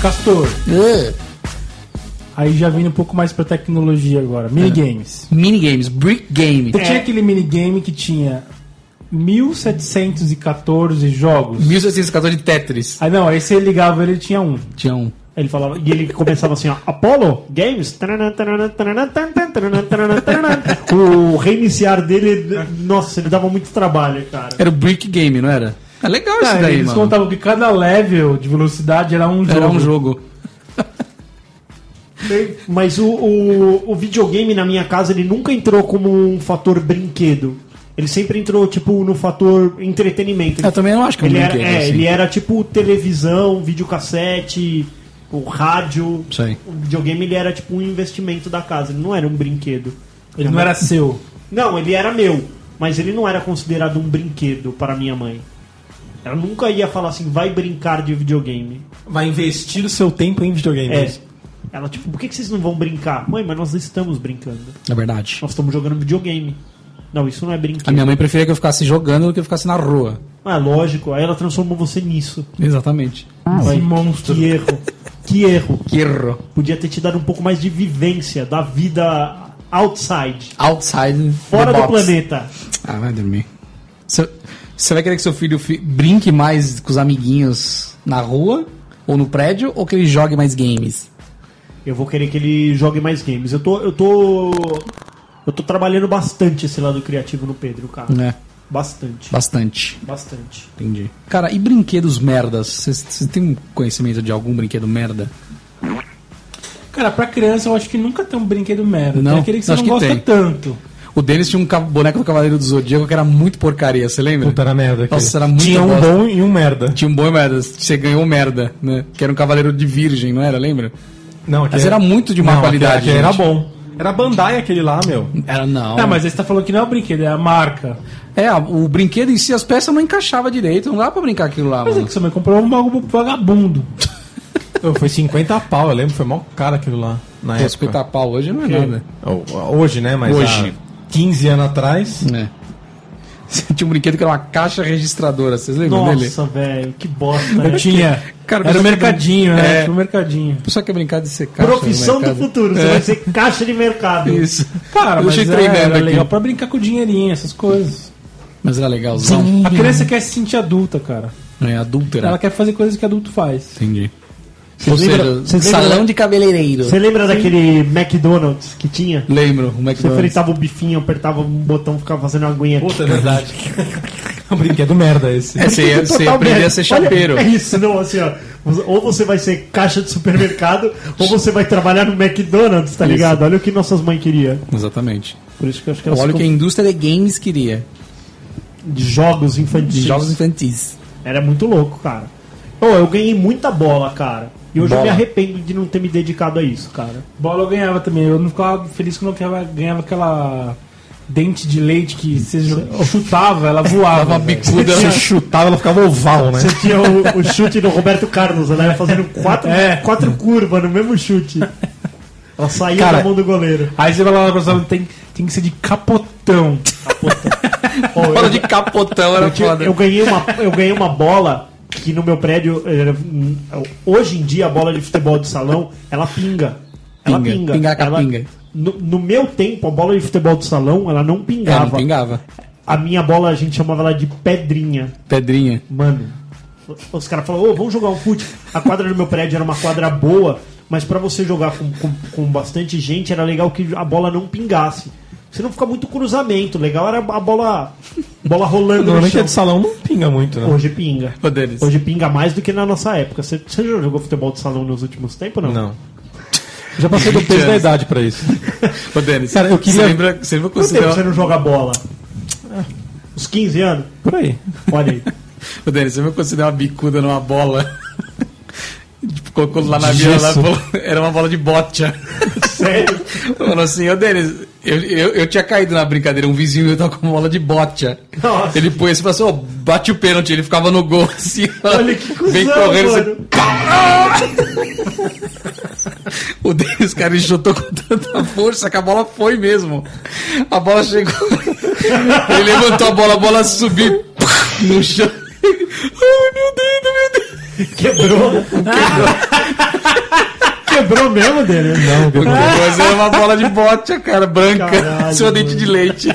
Speaker 4: Castor.
Speaker 3: Uh,
Speaker 4: É. Aí já vindo um pouco mais pra tecnologia agora.
Speaker 2: É.
Speaker 4: Minigames.
Speaker 3: minigames, brick game.
Speaker 4: Você tinha aquele minigame que tinha 1714 jogos.
Speaker 3: 1614 de Tetris.
Speaker 4: Ah, não, aí você ligava ele e tinha um.
Speaker 3: Tinha um.
Speaker 2: Ele falava, e ele começava assim, ó, Apollo Games. Taranã, taranã, taranã, taranã, taranã, taranã, taranã. O reiniciar dele, nossa, ele dava muito trabalho, cara.
Speaker 3: Era o brick game, não era? É legal isso
Speaker 4: Ah,
Speaker 3: daí,
Speaker 4: eles
Speaker 3: mano.
Speaker 4: contavam que cada level de velocidade era um jogo.
Speaker 3: Era um jogo.
Speaker 2: Mas o, o, o videogame na minha casa, ele nunca entrou como um fator brinquedo. Ele sempre entrou, tipo, no fator entretenimento. Ele
Speaker 3: Eu também não acho que é um
Speaker 2: Ele era,
Speaker 3: brinquedo,
Speaker 2: é,
Speaker 3: assim.
Speaker 2: ele era tipo televisão, videocassete, o rádio.
Speaker 3: Isso aí.
Speaker 2: O videogame ele era tipo um investimento da casa, ele não era um brinquedo.
Speaker 4: Ele não era seu.
Speaker 2: Não, ele era meu, mas ele não era considerado um brinquedo para minha mãe. Ela nunca ia falar assim, vai brincar de videogame.
Speaker 1: Vai investir o seu tempo em videogame.
Speaker 2: É. Ela, tipo, por que que vocês não vão brincar? Mãe, mas nós estamos brincando.
Speaker 3: Na É verdade.
Speaker 2: Nós estamos jogando videogame. Não, isso não é brinquedo.
Speaker 3: A minha mãe preferia que eu ficasse jogando do que eu ficasse na rua.
Speaker 2: Ah, lógico, aí ela transformou você nisso.
Speaker 3: Exatamente.
Speaker 2: Vai,
Speaker 4: monstro.
Speaker 2: Que erro. Que erro.
Speaker 3: Que erro.
Speaker 2: podia ter te dado um pouco mais de vivência da vida outside,
Speaker 3: Outside. the
Speaker 2: fora do
Speaker 3: box.
Speaker 2: planeta.
Speaker 3: Ah, vai dormir. Você você vai querer que seu filho fi- brinque mais com os amiguinhos na rua ou no prédio ou que ele jogue mais games?
Speaker 2: Eu vou querer que ele jogue mais games. Eu tô, eu tô, eu tô trabalhando bastante esse lado criativo no Pedro, cara.
Speaker 3: Né?
Speaker 2: Bastante,
Speaker 3: Bastante.
Speaker 2: bastante.
Speaker 3: Entendi. Cara, e brinquedos merdas? Você- Você tem um conhecimento de algum brinquedo merda?
Speaker 4: Cara, pra criança eu acho que nunca tem um brinquedo merda.
Speaker 3: Não,
Speaker 4: tem aquele que você
Speaker 3: acho
Speaker 4: não
Speaker 3: que
Speaker 4: gosta
Speaker 3: tem.
Speaker 4: tanto.
Speaker 3: O Denis tinha um ca- boneco do Cavaleiro do Zodíaco que era muito porcaria, você lembra?
Speaker 1: Puta, era merda. aquele.
Speaker 3: Nossa, era muito
Speaker 1: Tinha um
Speaker 3: bosta.
Speaker 1: bom e um merda.
Speaker 3: Tinha um bom merda, você ganhou merda, né? Que era um cavaleiro de virgem, não era? Lembra?
Speaker 1: Não, aquele
Speaker 3: Mas era muito de má
Speaker 1: Não, aquele-
Speaker 3: qualidade,
Speaker 1: aquele era
Speaker 3: gente.
Speaker 1: bom. Era Bandai aquele lá, meu.
Speaker 3: Era não.
Speaker 4: Ah, mas aí você tá falando que não é o brinquedo, é a marca.
Speaker 3: É, a- o brinquedo em si, as peças não encaixavam direito, não dá pra brincar aquilo lá,
Speaker 4: Mas é
Speaker 3: mano.
Speaker 4: que sua mãe comprou um bagulho vagabundo.
Speaker 1: Ô, foi 50 pau, eu lembro. Foi mó caro aquilo lá. Na
Speaker 3: Pô,
Speaker 1: é época.
Speaker 3: 50 pau hoje não é nada.
Speaker 1: Ô, Hoje, né? Mas
Speaker 3: Hoje.
Speaker 1: há 15 anos atrás.
Speaker 3: É. Você tinha um brinquedo que era uma caixa registradora, vocês lembram dele?
Speaker 2: Nossa, velho, que bosta.
Speaker 4: Eu
Speaker 2: né?
Speaker 4: tinha.
Speaker 3: Cara,
Speaker 4: era
Speaker 3: você-
Speaker 4: o mercadinho, né?
Speaker 3: É.
Speaker 4: Tinha o mercadinho.
Speaker 3: Só que é brincar de ser caixa. no
Speaker 2: Profissão do
Speaker 3: mercado.
Speaker 2: futuro, você
Speaker 3: É,
Speaker 2: vai ser caixa de mercado.
Speaker 3: Isso.
Speaker 4: Cara,
Speaker 3: eu
Speaker 4: mas
Speaker 3: achei
Speaker 4: era,
Speaker 3: tremendo
Speaker 4: era
Speaker 3: aqui.
Speaker 4: legal pra brincar com o dinheirinho, essas coisas. Uhum.
Speaker 3: Mas era legalzão.
Speaker 4: A criança quer se sentir adulta, cara.
Speaker 3: É adúltera.
Speaker 4: Ela quer fazer coisas que adulto faz.
Speaker 3: Entendi. Ou
Speaker 2: lembram-
Speaker 3: seja,
Speaker 2: vocês
Speaker 3: salão
Speaker 2: lembram-
Speaker 3: de cabeleireiro.
Speaker 2: Você lembra daquele McDonald's que tinha?
Speaker 3: Lembro, é o
Speaker 2: Você
Speaker 3: McDonald's.
Speaker 2: fritava o bifinho, apertava um botão, ficava fazendo aguinha.
Speaker 1: Puta, é verdade. um brinquedo merda esse.
Speaker 3: É, você ia, você ia
Speaker 2: Total
Speaker 3: aprender
Speaker 2: merda.
Speaker 3: a ser
Speaker 2: Olha,
Speaker 3: chapeiro.
Speaker 2: é isso, não, assim, ó. Ou você vai ser caixa de supermercado, ou você vai trabalhar no McDonald's, tá ligado? Olha o que nossas mães queriam.
Speaker 3: Exatamente.
Speaker 2: Por isso que eu acho que elas
Speaker 3: Olha o que a
Speaker 2: ficam
Speaker 3: indústria de games queria.
Speaker 2: de jogos infantis.
Speaker 3: De jogos infantis.
Speaker 2: Era muito louco, cara. Ô, eu ganhei muita bola, cara. E hoje eu me
Speaker 3: Bola.
Speaker 2: arrependo de não ter me dedicado a isso, cara.
Speaker 4: Bola eu ganhava também. Eu não ficava feliz quando eu ganhava, ganhava aquela dente de leite que você jo- chutava, ela voava.
Speaker 3: Dava uma
Speaker 4: velho.
Speaker 3: bicuda.
Speaker 1: Você chutava, ela ficava oval, né?
Speaker 2: Você tinha o, o chute do Roberto Carlos, ela ia fazendo quatro,
Speaker 4: É.
Speaker 2: quatro curvas no mesmo chute. Ela saía
Speaker 4: Cara,
Speaker 2: da mão do goleiro.
Speaker 4: Aí você vai lá na próxima, tem, tem que ser de capotão.
Speaker 2: Ô, eu-
Speaker 3: Bola de capotão
Speaker 2: Eu,
Speaker 3: era
Speaker 2: tinha-
Speaker 3: Tá foda.
Speaker 2: eu ganhei uma, eu ganhei uma bola que no meu prédio. era- um, hoje em dia, a bola de futebol de salão, ela pinga. Ela
Speaker 3: Pinga,
Speaker 2: pinga.
Speaker 3: pingar com a
Speaker 2: Ela-
Speaker 3: pinga.
Speaker 2: No, no meu tempo, a bola de futebol de salão, ela não
Speaker 3: É,
Speaker 2: pingava.
Speaker 3: não pingava.
Speaker 2: A minha bola, a gente chamava ela de pedrinha.
Speaker 3: Pedrinha.
Speaker 2: Mano, os caras falaram, ô, vamos jogar um fute. A quadra do meu prédio era uma quadra boa, mas pra você jogar com, com, com bastante gente, era legal que a bola não pingasse. Você não fica muito cruzamento, legal era a bola, bola rolando no
Speaker 1: Normalmente é
Speaker 2: chão.
Speaker 1: de salão, não pinga muito, né?
Speaker 2: Hoje pinga.
Speaker 3: Ô, Denis.
Speaker 2: Hoje pinga mais do que na nossa época. Você, você já jogou futebol de salão nos últimos tempos, não?
Speaker 1: Não. Já passei do peso da idade pra isso.
Speaker 3: Ô, Denis.
Speaker 1: Cara, eu queria-
Speaker 3: Você lembra, você lembra quando
Speaker 2: Quanto
Speaker 3: você é
Speaker 2: tempo
Speaker 3: deu...
Speaker 2: você não joga bola? É. Uns 15 anos?
Speaker 1: Por aí.
Speaker 2: Olha aí.
Speaker 3: Ô, Denis, você lembra quando você deu uma bicuda numa bola? Tipo, colocou lá na
Speaker 1: De
Speaker 3: vila, lá,
Speaker 1: gesso.
Speaker 3: falou- era uma bola de bote.
Speaker 2: Sério?
Speaker 3: Falou assim, ô Denis, eu, eu, eu tinha caído na brincadeira, um vizinho meu tava com uma bola de bote.
Speaker 2: Nossa.
Speaker 3: Ele pôs assim, e falou assim, ó, bate o pênalti, ele ficava no gol assim, ó,
Speaker 2: Olha que cuzão,
Speaker 3: vem correndo, assim,
Speaker 2: mano.
Speaker 3: o Denis, cara, ele chutou com tanta força que a bola foi mesmo. A bola chegou, ele levantou a bola, a bola subiu no chão. Ai, meu dedo, meu dedo.
Speaker 2: Quebrou. Quebrou mesmo, dele?
Speaker 1: Não,
Speaker 3: O Mas era uma bola de bote, cara, branca.
Speaker 2: Caralho,
Speaker 3: seu dente de leite.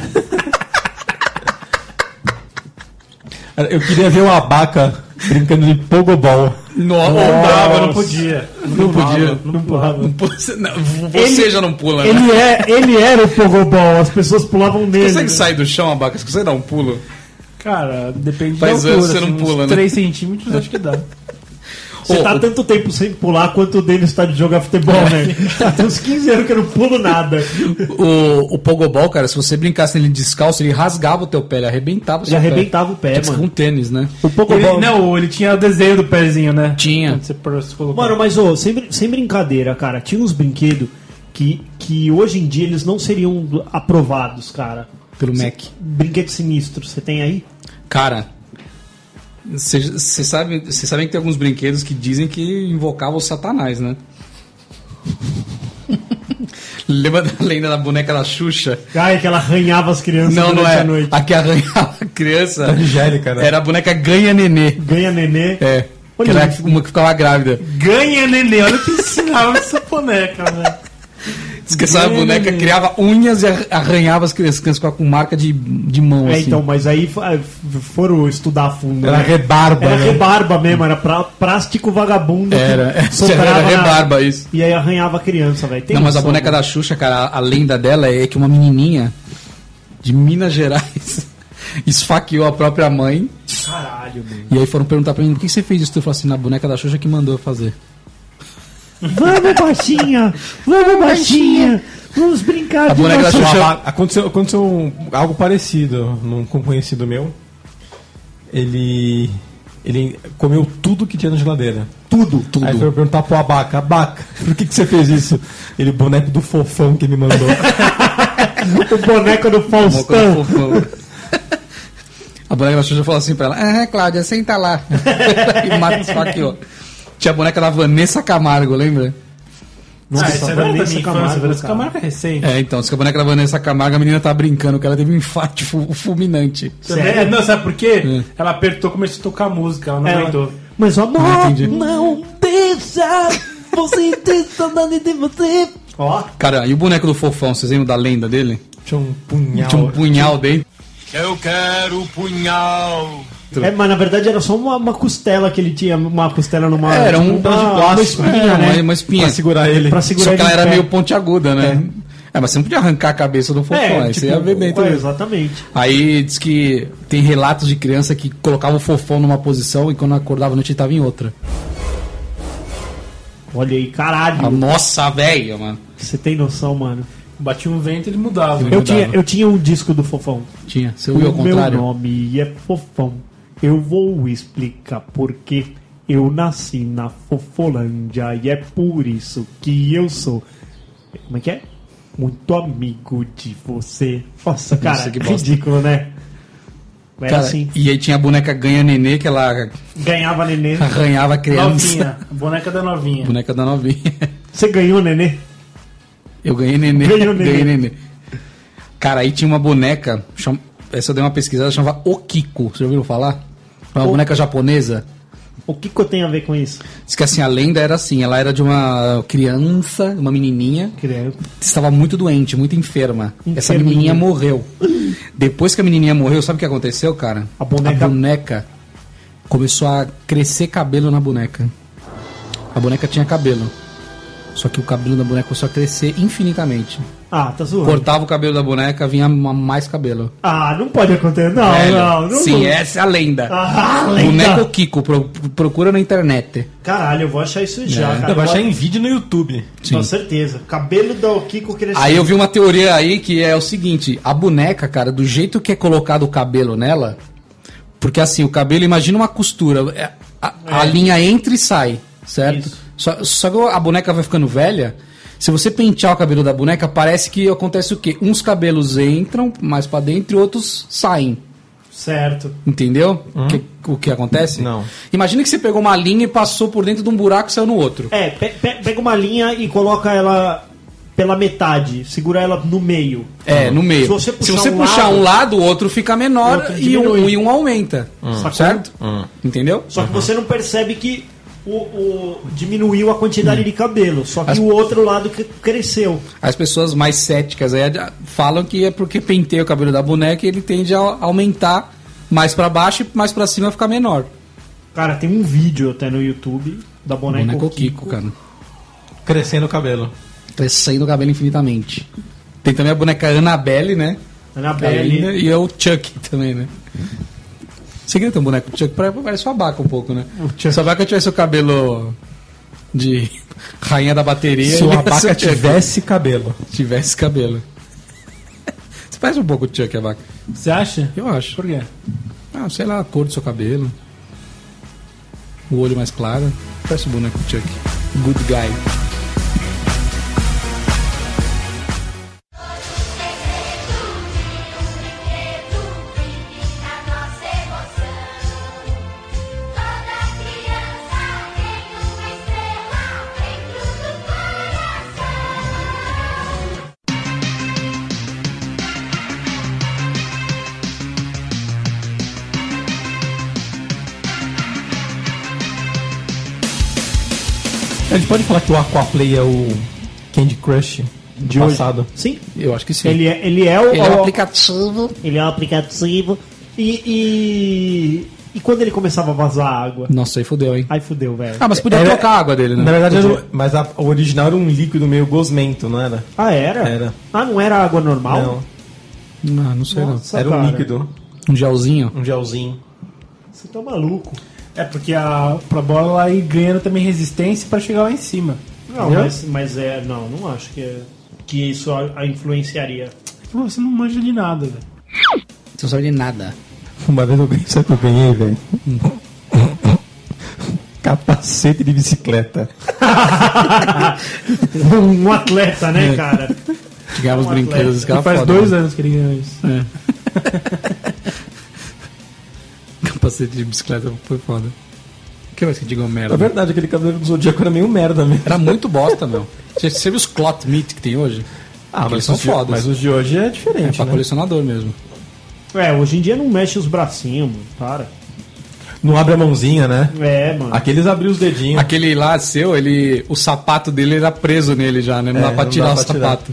Speaker 1: Cara, Eu queria ver o Abaca brincando de pogobol.
Speaker 3: Nossa,
Speaker 4: Não dava, não
Speaker 3: não
Speaker 4: podia.
Speaker 3: Não podia.
Speaker 4: Não pulava.
Speaker 3: Você, não, você já não pula, né?
Speaker 2: Ele, é, ele era o Pogobol, as pessoas pulavam nele. né?
Speaker 3: Você consegue sair do chão, abaca? Você consegue dar um pulo?
Speaker 4: Cara, depende
Speaker 3: Faz
Speaker 4: da
Speaker 3: anos
Speaker 4: altura.
Speaker 3: que você não
Speaker 4: assim, uns
Speaker 3: pula, né?
Speaker 4: 3 centímetros acho que dá.
Speaker 2: Você
Speaker 3: Ô,
Speaker 2: tá
Speaker 3: ô,
Speaker 2: tanto tempo sem pular quanto o Denis tá de jogar futebol, né? Tem uns 15 anos que eu não pulo nada.
Speaker 3: O, o Pogobol, cara, se você brincasse nele descalço, ele rasgava o teu pé, ele arrebentava o seu
Speaker 2: Já
Speaker 3: pé.
Speaker 2: arrebentava o pé,
Speaker 3: Tinha que ser
Speaker 2: mano.
Speaker 3: com tênis, né?
Speaker 2: O
Speaker 4: Ele, não, ele tinha o desenho do pezinho, né?
Speaker 3: Tinha.
Speaker 4: Quando você pro- você colocou.
Speaker 2: Mano, mas ô, sem, brin- sem brincadeira, cara, tinha uns brinquedos que, que hoje em dia eles não seriam aprovados, cara.
Speaker 3: Pelo Mac.
Speaker 2: Brinquedo sinistro, você tem aí?
Speaker 3: Cara, vocês sabe, cê sabem que tem alguns brinquedos que dizem que invocavam o Satanás, né? Lembra da lenda da boneca da Xuxa?
Speaker 2: Ai, Ah, é que ela arranhava as crianças
Speaker 3: Não, não
Speaker 2: durante
Speaker 3: é.
Speaker 2: a noite. Tá
Speaker 3: A que arranhava a criança
Speaker 1: Angélica, né?
Speaker 3: era a boneca ganha nenê.
Speaker 2: Ganha nenê.
Speaker 3: É. Que
Speaker 2: Olha
Speaker 3: era uma que ficava grávida.
Speaker 4: Ganha, neném. Olha o que ensinava essa boneca, velho.
Speaker 3: Esqueçava a
Speaker 4: Ganha
Speaker 3: boneca,
Speaker 4: Nenê.
Speaker 3: criava unhas e ar- arranhava as crianças, as crianças ficavam com marca de, de mão,
Speaker 2: É,
Speaker 3: assim.
Speaker 2: então, mas aí f- ah, f- foram estudar a fundo.
Speaker 1: Era
Speaker 2: né?
Speaker 1: rebarba,
Speaker 2: Era
Speaker 1: né?
Speaker 2: rebarba mesmo, era pra, plástico vagabundo. que
Speaker 3: Era, é.
Speaker 2: soprava
Speaker 3: era
Speaker 2: na-
Speaker 3: rebarba isso.
Speaker 2: E aí arranhava a criança, velho. Tem
Speaker 3: Não, mas a
Speaker 2: noção,
Speaker 3: boneca da Xuxa, cara, a a lenda dela é que uma menininha de Minas Gerais esfaqueou a própria mãe.
Speaker 2: Caralho, mano.
Speaker 3: E aí foram perguntar pra mim, por que você fez isso? Tu falou assim, na boneca da Xuxa que mandou eu fazer.
Speaker 2: Vamos, baixinha! Vamos, baixinha! Vamos brincar
Speaker 3: A boneca da
Speaker 1: O
Speaker 3: Xuxa...
Speaker 1: Abaca- aconteceu aconteceu um- algo parecido num, com um conhecido meu. Ele. Ele comeu tudo que tinha na geladeira.
Speaker 3: Tudo, tudo.
Speaker 1: Aí foi perguntar pro Abaca, Abaca, por que, que você fez isso? Ele, boneco do fofão que me mandou.
Speaker 2: O boneco do
Speaker 3: Uma coisa
Speaker 2: Faustão.
Speaker 3: fofa. A boneca da Xuxa falou assim pra ela, ah, Cláudia, senta lá. e mata esfaqueou. Tinha a boneca da Vanessa Camargo, lembra?
Speaker 4: Ah, isso era da minha
Speaker 2: Vanessa Camargo,
Speaker 4: infância. Vanessa
Speaker 2: cara.
Speaker 4: Camargo é recente.
Speaker 3: É, então, diz que a boneca da Vanessa Camargo, a menina tá brincando, que ela teve um infarto fu- fulminante.
Speaker 4: Também-
Speaker 2: Sério?
Speaker 4: é, Não, sabe por quê?
Speaker 3: É.
Speaker 4: Ela apertou, começou a tocar música, ela não
Speaker 2: Ela-
Speaker 4: aguentou.
Speaker 2: Mas o amor
Speaker 3: entendi.
Speaker 2: não deixa você ter saudade de você. Ó,
Speaker 3: Cara, e o boneco do fofão, vocês lembram da lenda dele?
Speaker 1: tinha um punhal.
Speaker 3: Tinha um punhal dentro.
Speaker 7: Eu quero punhal.
Speaker 2: é, mas na verdade era só uma, uma costela que ele tinha, uma costela numa.
Speaker 3: É, era um
Speaker 2: uma,
Speaker 3: pedaço de plástico.
Speaker 2: Uma espinha,
Speaker 3: É,
Speaker 2: né?
Speaker 3: uma- uma espinha.
Speaker 1: Pra segurar ele.
Speaker 2: Pra segurar
Speaker 3: Só que
Speaker 2: ele
Speaker 3: ela
Speaker 2: em
Speaker 3: era
Speaker 2: pé.
Speaker 3: meio pontiaguda, né? É. mas você não podia arrancar a cabeça do fofão,
Speaker 2: É,
Speaker 3: aí né?
Speaker 2: tipo,
Speaker 3: você ia ver dentro
Speaker 2: é,
Speaker 3: dele.
Speaker 2: Exatamente.
Speaker 3: Aí diz que tem relatos de criança que colocava o fofão numa posição e quando acordava à noite ele tava em outra.
Speaker 2: Olha aí, caralho.
Speaker 3: Ah, nossa, velho, mano.
Speaker 2: Você tem noção, mano.
Speaker 4: Batia um vento ele mudava.
Speaker 3: É
Speaker 2: Eu tinha, eu tinha um disco do Fofão.
Speaker 3: Tinha, você
Speaker 2: o
Speaker 3: ouviu ao
Speaker 2: meu
Speaker 3: contrário?
Speaker 2: nome é Fofão. Eu vou explicar porque eu nasci na Fofolândia e é por isso que eu sou. Como é que é? Muito amigo de você. Nossa, cara,
Speaker 3: que bosta.
Speaker 2: ridículo, né? Era
Speaker 3: Cara,
Speaker 2: assim.
Speaker 3: E aí tinha a boneca ganha nenê que ela
Speaker 2: Ganhava nenê.
Speaker 3: arranhava a criança.
Speaker 4: Novinha, a boneca da novinha.
Speaker 3: Boneca da novinha.
Speaker 2: Você ganhou nenê?
Speaker 3: Eu ganhei nenê.
Speaker 2: Ganhou nenê.
Speaker 3: Ganhei nenê. Cara, aí tinha uma boneca. cham- Essa eu dei uma pesquisada, chamava Okiko. Vocês já ouviram falar? É Uma boneca japonesa.
Speaker 2: O que, que eu tenho a ver com isso?
Speaker 3: Diz que assim, a lenda era assim, ela era de uma criança, uma menininha, que
Speaker 2: Criança.
Speaker 3: estava muito doente, muito enferma. Essa
Speaker 2: Enferminha.
Speaker 3: menininha morreu. Depois que a menininha morreu, sabe o que aconteceu, cara?
Speaker 2: A boneca-
Speaker 3: A boneca começou a crescer cabelo na boneca. A boneca tinha cabelo. Só que o cabelo da boneca começou a crescer infinitamente.
Speaker 2: Ah, tá zoando.
Speaker 3: Cortava o cabelo da boneca, vinha ma- mais cabelo.
Speaker 2: Ah, não pode acontecer. Não,
Speaker 3: Velho,
Speaker 2: não, não.
Speaker 3: Sim, essa é a lenda.
Speaker 2: Ah, lenda.
Speaker 3: Boneca Kiko, pro- procura na internet.
Speaker 2: Caralho, eu vou achar isso já,
Speaker 3: É.
Speaker 2: cara.
Speaker 1: Eu vou achar em vídeo no YouTube.
Speaker 2: Com certeza. Cabelo do Kiko crescendo.
Speaker 3: Aí eu vi uma teoria aí que é o seguinte: a boneca, cara, do jeito que é colocado o cabelo nela, porque assim, o cabelo, imagina uma costura, é, a, a linha entra e sai, certo?
Speaker 2: Isso.
Speaker 3: Só, só que a boneca vai ficando velha. Se você pentear o cabelo da boneca, parece que acontece o quê? Uns cabelos entram mais pra dentro e outros saem.
Speaker 2: Certo.
Speaker 3: Entendeu? Que- o que acontece?
Speaker 1: Não.
Speaker 3: Imagina que você pegou uma linha e passou por dentro de um buraco e saiu no outro.
Speaker 2: É, pe- pe- pega uma linha e coloca ela pela metade. Segura ela no meio.
Speaker 3: É, no meio.
Speaker 2: Se você puxar, um,
Speaker 3: puxar
Speaker 2: lado,
Speaker 3: um lado, o outro fica menor
Speaker 2: outro
Speaker 3: e, um,
Speaker 2: diminui. Hum.
Speaker 3: e um aumenta.
Speaker 2: Sacou?
Speaker 3: Certo? Entendeu?
Speaker 2: Só que você não percebe que o, o- diminuiu a quantidade de cabelo, só que
Speaker 3: Hum. As-
Speaker 2: o outro lado cre- cresceu.
Speaker 3: As pessoas mais céticas aí ah, falam que é porque penteia o cabelo da boneca e ele tende a aumentar mais pra baixo e mais pra cima ficar menor.
Speaker 2: Cara, tem um vídeo até no YouTube da boneca
Speaker 3: Boneco
Speaker 2: Kiko.
Speaker 3: é Kiko, cara.
Speaker 1: Crescendo o cabelo.
Speaker 3: Crescendo o cabelo infinitamente. Tem também a boneca Annabelle, né?
Speaker 2: Tá Annabelle.
Speaker 3: Aí, né? E é o Chuck também, né? Você queria ter um boneco do Chuck? Pare- Parece uma vaca um pouco, né? Se a vaca tivesse o cabelo de rainha da bateria,
Speaker 1: Se
Speaker 3: ele
Speaker 1: o
Speaker 3: ia ser
Speaker 1: abaca
Speaker 3: o Chuck.
Speaker 1: tivesse cabelo.
Speaker 3: tivesse cabelo. Você parece um pouco o Chuck, a vaca.
Speaker 4: Você acha?
Speaker 3: Eu acho.
Speaker 4: Por quê?
Speaker 3: Ah, sei lá, a cor do seu cabelo. O olho mais claro. Parece o boneco do Chuck. Good guy.
Speaker 1: A gente pode falar que o Aquaplay é o Candy Crush de passado.
Speaker 2: Sim,
Speaker 3: Eu acho que sim.
Speaker 2: ele é, ele é o,
Speaker 3: Ele é
Speaker 2: o-
Speaker 3: um aplicativo.
Speaker 2: ele é um aplicativo. E, e, e quando ele começava a vazar água?
Speaker 3: Nossa, aí fodeu, hein?
Speaker 2: Aí fudeu, velho.
Speaker 3: Ah, mas podia
Speaker 1: Era-
Speaker 3: trocar a água dele, né?
Speaker 1: Na verdade, era o- mas a- o original era um líquido meio gosmento, não era?
Speaker 2: Ah, era?
Speaker 1: Era.
Speaker 2: Ah, não era água normal?
Speaker 1: Não,
Speaker 3: Não, não sei não.
Speaker 2: Nossa,
Speaker 1: era
Speaker 2: cara,
Speaker 1: um líquido,
Speaker 3: Um gelzinho.
Speaker 1: um gelzinho.
Speaker 2: Você tá maluco.
Speaker 4: É porque a pra bola aí ganhando também resistência pra chegar lá em cima.
Speaker 2: Não,
Speaker 4: Entendeu?
Speaker 2: mas, mas é. Não, não acho que, é- que isso a, a influenciaria.
Speaker 4: Pô, Tipo, Você não manja de nada, velho.
Speaker 3: Você não sabe de nada.
Speaker 1: Uma vez eu ganhei, sabe o que eu ganhei, velho? Capacete de bicicleta.
Speaker 2: Um atleta, né,
Speaker 1: É.
Speaker 2: cara?
Speaker 3: Ganhava os brinquedos desse cara
Speaker 4: Faz
Speaker 3: foda,
Speaker 4: dois
Speaker 3: né?
Speaker 4: anos que ele ganhou isso.
Speaker 3: Capacete de bicicleta foi foda. O que mais que digam
Speaker 1: Na
Speaker 3: merda?
Speaker 1: É verdade, aquele cabelo do Zodíaco era meio merda mesmo.
Speaker 3: Era muito bosta, meu. Você você viu os clot meat que tem hoje?
Speaker 1: Ah,
Speaker 3: eles
Speaker 1: mas,
Speaker 3: são
Speaker 1: os de,
Speaker 3: fodas.
Speaker 1: mas os de hoje é
Speaker 3: É
Speaker 1: diferente,
Speaker 3: pra
Speaker 1: né?
Speaker 3: colecionador mesmo.
Speaker 2: É, hoje em dia não mexe os bracinhos, mano. Para.
Speaker 1: Não abre a mãozinha, né?
Speaker 2: É, mano.
Speaker 1: Aqueles abriam os dedinhos.
Speaker 3: Aquele lá seu, ele. O sapato dele era preso nele já, né? Não
Speaker 1: É,
Speaker 3: dá pra
Speaker 1: não
Speaker 3: tirar
Speaker 1: dá
Speaker 3: o
Speaker 1: pra tirar.
Speaker 3: sapato.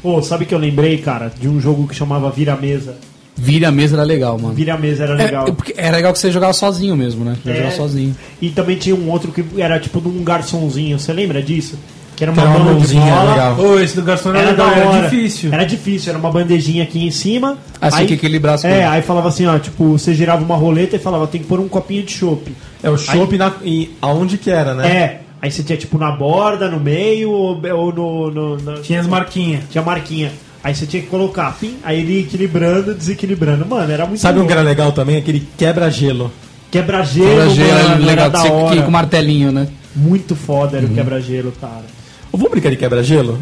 Speaker 2: Pô, sabe que eu lembrei, cara, de um jogo que chamava Vira Mesa.
Speaker 3: Vira a mesa era legal, mano.
Speaker 2: Vira Mesa era
Speaker 3: É,
Speaker 2: legal.
Speaker 3: é porque era legal que você jogava sozinho mesmo, né? Você
Speaker 2: É.
Speaker 3: jogava sozinho.
Speaker 2: E também tinha um outro que era tipo de um garçonzinho, você lembra disso? Que era uma,
Speaker 1: Que era uma
Speaker 2: mão de
Speaker 1: mãozinha,
Speaker 2: bola.
Speaker 1: legal.
Speaker 4: Ô, esse do garçom
Speaker 2: Era,
Speaker 4: era,
Speaker 2: da
Speaker 4: legal,
Speaker 2: hora.
Speaker 4: era difícil.
Speaker 2: Era difícil, era uma bandejinha aqui em cima.
Speaker 3: Ah, você tinha que equilibrar as
Speaker 2: É,
Speaker 3: coisas.
Speaker 2: aí falava assim, ó, tipo, você girava uma roleta e falava, tem que pôr um copinho de chopp.
Speaker 1: É o chopp na- em- aonde que era, né?
Speaker 2: É. Aí você tinha tipo na borda, no meio ou, ou no, no- na-
Speaker 4: Tinha as marquinhas.
Speaker 2: tinha marquinha. Aí você tinha que colocar, pim, aí ele equilibrando, desequilibrando. Mano, era muito
Speaker 1: Sabe um que
Speaker 2: louco.
Speaker 1: era legal também? Aquele quebra-gelo.
Speaker 2: Quebra-gelo,
Speaker 3: Quebra-gelo
Speaker 2: mano,
Speaker 3: era legal,
Speaker 2: era da
Speaker 3: você que-
Speaker 2: hora.
Speaker 3: com Uhum. martelinho, né?
Speaker 2: Muito foda era o quebra-gelo, cara.
Speaker 1: Vamos brincar de quebra-gelo?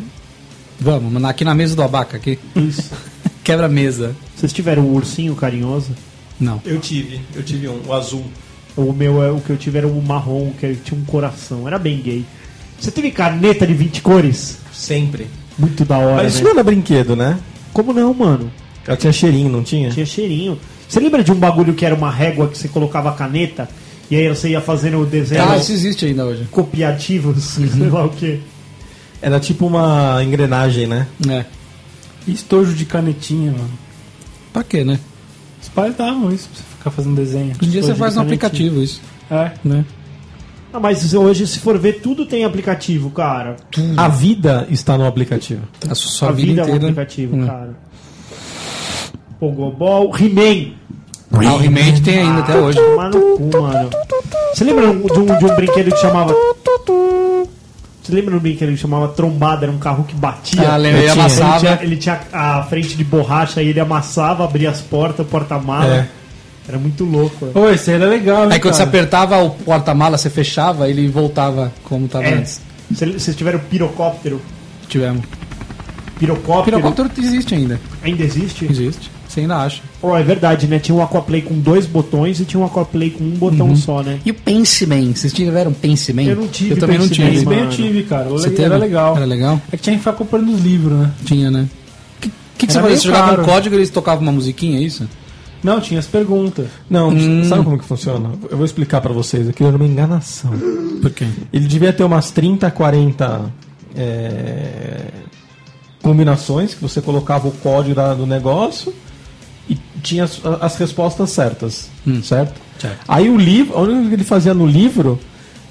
Speaker 3: Vamos, na- aqui na mesa do abaca, aqui.
Speaker 2: Isso.
Speaker 3: Quebra a mesa.
Speaker 2: Vocês tiveram um ursinho carinhoso?
Speaker 3: Não.
Speaker 1: Eu tive, eu tive um, o azul.
Speaker 2: O meu, é- o que eu tive era um marrom, que tinha um coração. Era bem gay. Você teve caneta de 20 cores?
Speaker 1: Sempre.
Speaker 2: Muito da hora,
Speaker 1: Mas isso
Speaker 2: né?
Speaker 1: não era brinquedo, né?
Speaker 2: Como não, mano?
Speaker 1: Ela tinha cheirinho, não tinha?
Speaker 2: Tinha cheirinho. Você lembra de um bagulho que era uma régua que você colocava a caneta? E aí você ia fazendo o desenho
Speaker 3: Ah, isso existe ainda hoje.
Speaker 2: copiativos, sei lá o quê.
Speaker 1: Era tipo uma engrenagem, né?
Speaker 3: É.
Speaker 4: E estojo de canetinha, mano.
Speaker 3: Pra quê, né?
Speaker 4: Os pais davam isso pra você ficar fazendo desenho.
Speaker 3: Hoje em dia
Speaker 4: Estojo
Speaker 3: você
Speaker 4: de
Speaker 3: faz no
Speaker 4: canetinha.
Speaker 3: aplicativo isso,
Speaker 4: É.
Speaker 3: né?
Speaker 2: Ah, mas hoje, se for ver, tudo tem aplicativo, cara.
Speaker 1: A vida está no aplicativo.
Speaker 3: A su- sua
Speaker 2: a vida, é um
Speaker 3: inteira.
Speaker 2: aplicativo,
Speaker 3: Hum.
Speaker 2: cara. Pogobol, He-Man.
Speaker 3: Ah, o He-Man tem ainda até hoje.
Speaker 2: Tomar no cu, mano. Você lembra um- de um, de um brinquedo que chamava. Você lembra de um brinquedo que chamava trombada? Era um carro que batia.
Speaker 3: Ah, lembrei,
Speaker 2: Ele tinha-
Speaker 3: amassava.
Speaker 2: Ele tinha, ele tinha a frente de borracha e ele amassava, abria as portas, o porta-mala.
Speaker 1: É.
Speaker 2: Era muito louco. né?
Speaker 4: Ô, esse era legal, hein,
Speaker 3: Aí quando você
Speaker 4: cara?
Speaker 3: apertava o porta-mala, você fechava, ele voltava como tava
Speaker 2: É.
Speaker 3: antes.
Speaker 2: Cê- Vocês tiveram pirocóptero?
Speaker 3: Tivemos. O
Speaker 2: Pirocóptero
Speaker 3: pirocóptero existe ainda.
Speaker 2: ainda existe?
Speaker 3: Existe. Você ainda acha.
Speaker 2: Oh, é verdade, né? Tinha um Aquaplay com dois botões e tinha um Aquaplay com um botão só, né?
Speaker 3: E o Pense Man? Vocês um tiveram Pense Man?
Speaker 2: Eu não tive
Speaker 3: Uhum. Eu também não
Speaker 2: Pense Man,
Speaker 3: tive.
Speaker 4: Esse bem eu
Speaker 2: mano.
Speaker 4: tive, cara. O
Speaker 3: Você
Speaker 4: le-
Speaker 3: teve?
Speaker 4: Era legal.
Speaker 3: Era legal?
Speaker 4: É que tinha que ficar comprando os livros, né?
Speaker 3: Tinha, né? O que, que, que você fazia?
Speaker 4: Era meio
Speaker 3: Você jogava
Speaker 4: caro.
Speaker 3: um código e eles tocavam uma musiquinha, é isso?
Speaker 4: Não, tinha as perguntas.
Speaker 1: Não, sabe como que funciona? Eu vou explicar pra vocês. Aquilo era uma enganação.
Speaker 3: Por quê?
Speaker 1: Ele devia ter umas 30, 40 é, combinações que você colocava o código da- do negócio e tinha as, as respostas certas,
Speaker 3: Hum.
Speaker 1: certo? Aí o livro, a única coisa que ele fazia no livro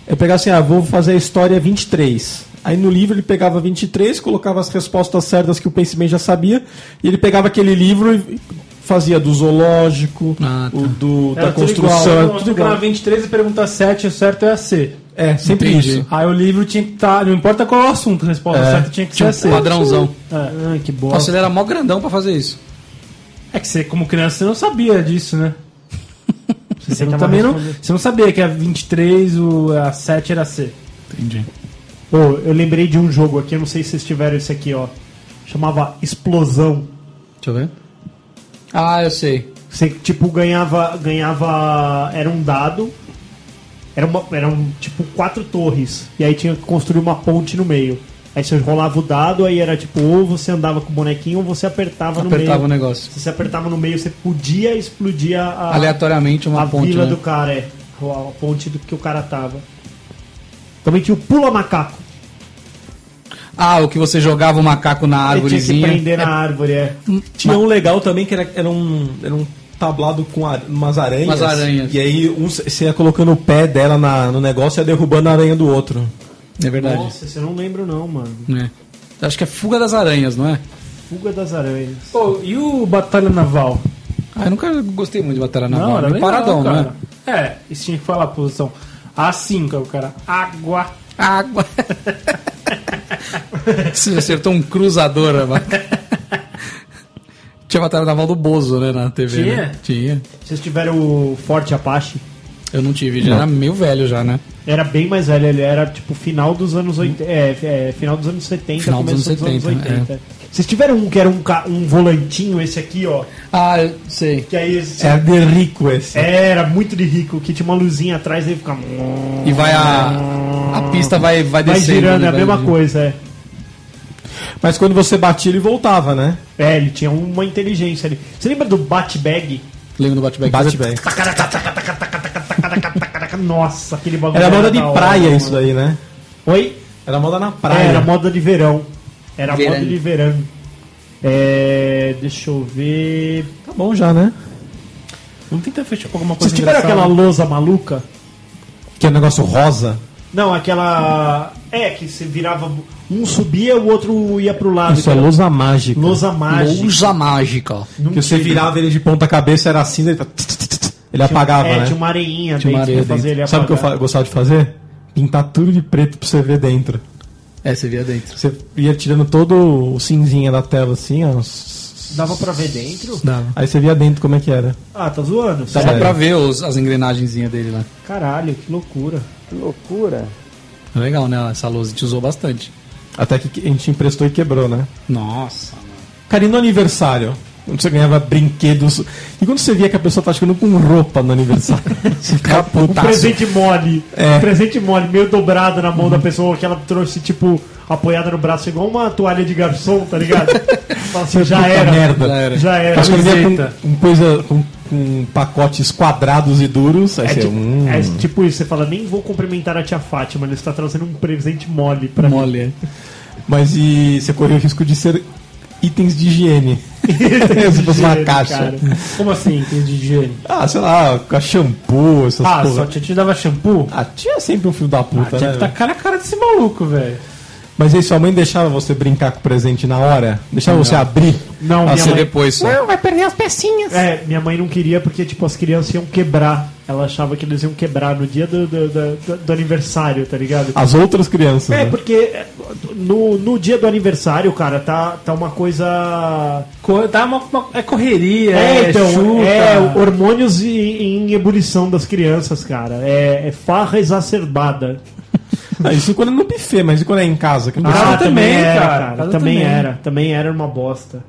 Speaker 1: é pegar assim, ah, vou fazer a história 23. Aí no livro ele pegava 23, colocava as respostas certas que o Paceman já sabia, e ele pegava aquele livro e fazia do zoológico,
Speaker 3: Ah, tá.
Speaker 1: o do, da
Speaker 4: Era tudo igual.
Speaker 1: construção, era
Speaker 4: Então,
Speaker 1: tudo
Speaker 4: se eu
Speaker 1: igual.
Speaker 4: pegar 23 e perguntar 7, o certo é a C.
Speaker 1: É, sempre
Speaker 3: Entendi.
Speaker 1: isso.
Speaker 4: Aí o livro tinha que estar. não importa qual é o assunto, a resposta
Speaker 1: É.
Speaker 4: certa tinha que ser a C.
Speaker 3: um Padrãozão.
Speaker 4: É. que boa.
Speaker 3: Nossa, ele era mó grandão pra fazer isso.
Speaker 4: É que você, como criança, você não sabia disso, né? Você não,
Speaker 2: tentava
Speaker 4: também não,
Speaker 2: responder.
Speaker 4: você não sabia que a 23, o, a 7 era C.
Speaker 3: Entendi.
Speaker 2: Pô, eu lembrei de um jogo aqui, eu não sei se vocês tiveram esse aqui, ó. Chamava Explosão.
Speaker 3: Deixa eu ver. Ah, eu sei.
Speaker 2: Você, tipo, ganhava. ganhava Era um dado. Era uma, eram, tipo, quatro torres. E aí tinha que construir uma ponte no meio. Aí você rolava o dado, aí era tipo, ou você andava com o bonequinho, ou você apertava,
Speaker 3: Apertava
Speaker 2: no
Speaker 3: o
Speaker 2: meio.
Speaker 3: negócio.
Speaker 2: Se você apertava no meio, você podia explodir a, a,
Speaker 3: Aleatoriamente uma
Speaker 2: Ah, a
Speaker 3: ponte.
Speaker 2: vila
Speaker 3: né?
Speaker 2: do cara, é. A, a ponte do que o cara tava. Também tinha o Pula Macaco.
Speaker 3: Ah, o que você jogava o macaco na
Speaker 2: Ele tinha que
Speaker 3: árvorezinha.
Speaker 2: prender na árvore, é.
Speaker 1: Tinha um legal também que era, era, um, era um tablado com ar- umas aranhas.
Speaker 3: Umas aranhas.
Speaker 1: E aí um, você ia colocando o pé dela na- no negócio e ia derrubando a aranha do outro.
Speaker 3: É verdade.
Speaker 2: Nossa, você não lembro não, mano.
Speaker 3: É. Acho que é Fuga das Aranhas, não é?
Speaker 2: Fuga das Aranhas.
Speaker 4: Pô, e o Batalha Naval?
Speaker 3: Ah, eu nunca gostei muito de batalha naval.
Speaker 4: Não, era
Speaker 3: Meio
Speaker 4: legal,
Speaker 3: paradão,
Speaker 4: cara.
Speaker 3: né?
Speaker 4: É, isso tinha que falar a posição. A5, aí o cara. Água.
Speaker 3: Água. Você acertou um cruzador, né, mano? Tinha batalha naval do Bozo, né, na TV.
Speaker 4: Tinha?
Speaker 3: né? Tinha.
Speaker 2: Vocês tiveram o Forte Apache?
Speaker 3: Eu não tive, já era meio velho já, né?
Speaker 2: Era bem mais velho, ele era tipo final dos anos 80. É, é, final dos anos 70,
Speaker 3: Hum. Final dos
Speaker 2: começo
Speaker 3: anos é. 70,
Speaker 2: Vocês tiveram um que era um, ca- um volantinho, esse aqui, ó.
Speaker 3: Ah, eu sei.
Speaker 2: Que aí esse-
Speaker 3: É.
Speaker 1: Era É de rico esse.
Speaker 2: era muito de rico, que tinha uma luzinha atrás e ficava.
Speaker 3: E vai a. A pista vai, vai
Speaker 2: Vai
Speaker 3: descendo.
Speaker 2: girando,
Speaker 3: né,
Speaker 2: é a
Speaker 3: vai
Speaker 2: mesma
Speaker 3: girando.
Speaker 2: coisa, é.
Speaker 1: Mas quando você batia, ele voltava, né?
Speaker 2: É, ele tinha uma inteligência ali. Você lembra do Batbag?
Speaker 3: Lembra do Batback?
Speaker 1: Bate bem.
Speaker 2: Nossa, aquele bagulho.
Speaker 1: Era moda de
Speaker 2: da hora,
Speaker 1: praia
Speaker 2: mano.
Speaker 1: isso daí, né?
Speaker 2: Oi?
Speaker 1: Era moda na
Speaker 2: É,
Speaker 1: praia.
Speaker 2: era moda de verão. Era
Speaker 3: Verão.
Speaker 2: moda de verão. É, deixa eu ver.
Speaker 1: Tá bom já, né?
Speaker 4: Vamos tentar fechar com alguma coisa
Speaker 2: Vocês tiveram
Speaker 4: engraçada.
Speaker 2: aquela lousa maluca?
Speaker 1: Que é um negócio rosa.
Speaker 2: Não, aquela. É, que você virava. Um subia, o outro ia pro lado.
Speaker 1: Isso é
Speaker 2: Aquela
Speaker 1: lousa mágica.
Speaker 2: lousa mágica.
Speaker 3: Lousa mágica, ó.
Speaker 2: Não
Speaker 1: Que você
Speaker 2: tinha.
Speaker 1: virava ele de ponta cabeça, era cinza, ele, tá- ele apagava,
Speaker 2: É,
Speaker 1: né?
Speaker 2: tinha uma areinha
Speaker 3: Tinha uma
Speaker 2: dentro pra
Speaker 3: areia
Speaker 2: fazer ele
Speaker 1: Sabe o que eu
Speaker 2: apagar.
Speaker 1: fa- gostava de fazer? Pintar tudo de preto pra você ver dentro.
Speaker 3: É, você via dentro.
Speaker 1: Você ia tirando todo o cinzinha da tela assim, ó.
Speaker 2: Dava pra ver dentro?
Speaker 3: Dava.
Speaker 1: Aí você via dentro como é que era.
Speaker 2: Ah, tá zoando?
Speaker 1: Dava
Speaker 3: Dava
Speaker 1: É.
Speaker 3: pra ver os- as engrenagenzinhas dele lá.
Speaker 2: Caralho, que loucura.
Speaker 3: Legal, né? Essa luz a gente usou bastante.
Speaker 1: Até que a gente emprestou e quebrou, né?
Speaker 3: Nossa, mano.
Speaker 1: Cara, e no aniversário? Quando você ganhava brinquedos. E quando você via que a pessoa tá chegando com roupa no aniversário? Você ficava
Speaker 2: Um
Speaker 1: putaço.
Speaker 2: presente mole.
Speaker 1: É.
Speaker 2: Um presente mole, meio dobrado na mão da pessoa que ela trouxe, tipo, apoiada no braço, igual uma toalha de garçom, tá ligado? Fala assim, já
Speaker 1: Puta
Speaker 2: era.
Speaker 1: merda.
Speaker 3: Já era.
Speaker 2: Já era. É
Speaker 1: Mas quando vinha
Speaker 4: camiseta.
Speaker 1: com, com coisa. Com, com pacotes quadrados e duros, aí
Speaker 2: É,
Speaker 1: você.
Speaker 2: tipo,
Speaker 1: hum.
Speaker 2: é tipo isso, você fala, nem vou cumprimentar a tia Fátima, ela está trazendo um presente mole pra mim.
Speaker 3: Mole. é.
Speaker 1: Mas e você corria o risco de ser itens de higiene. É, Se fosse uma
Speaker 2: Dinheiro,
Speaker 1: caixa.
Speaker 2: cara.
Speaker 4: Como assim, entendi de higiene?
Speaker 1: Ah, sei lá, shampoo, essas
Speaker 4: Ah,
Speaker 1: porra.
Speaker 4: só te, te dava shampoo?
Speaker 1: Ah, tinha sempre um filho da
Speaker 4: Ah,
Speaker 1: puta,
Speaker 4: tinha
Speaker 1: né?
Speaker 4: que tacar a cara desse maluco, velho.
Speaker 1: Mas aí sua mãe deixava você brincar com o presente na hora? Deixava você abrir?
Speaker 2: Não,
Speaker 3: Ah,
Speaker 2: minha
Speaker 3: ser
Speaker 2: mãe,
Speaker 3: depois só.
Speaker 1: vai perder as pecinhas.
Speaker 2: é, minha mãe não queria porque, tipo, as crianças iam quebrar. Ela achava que eles iam quebrar no dia do, do, do- do- do aniversário, tá ligado?
Speaker 1: As outras crianças.
Speaker 2: É,
Speaker 1: né?
Speaker 2: porque é, no, no dia do aniversário, cara, tá, tá uma coisa.
Speaker 4: Co- Tá uma, uma- é correria,
Speaker 2: É,
Speaker 4: é,
Speaker 2: então,
Speaker 4: chuta.
Speaker 2: é hormônios em, em ebulição das crianças, cara. É, é farra exacerbada.
Speaker 1: Ah, isso quando é no buffet, mas e quando é em casa? Que não
Speaker 4: Ah,
Speaker 1: deixava-
Speaker 4: também,
Speaker 2: era,
Speaker 4: cara, casa
Speaker 2: também,
Speaker 4: também.
Speaker 2: era. Também era uma bosta.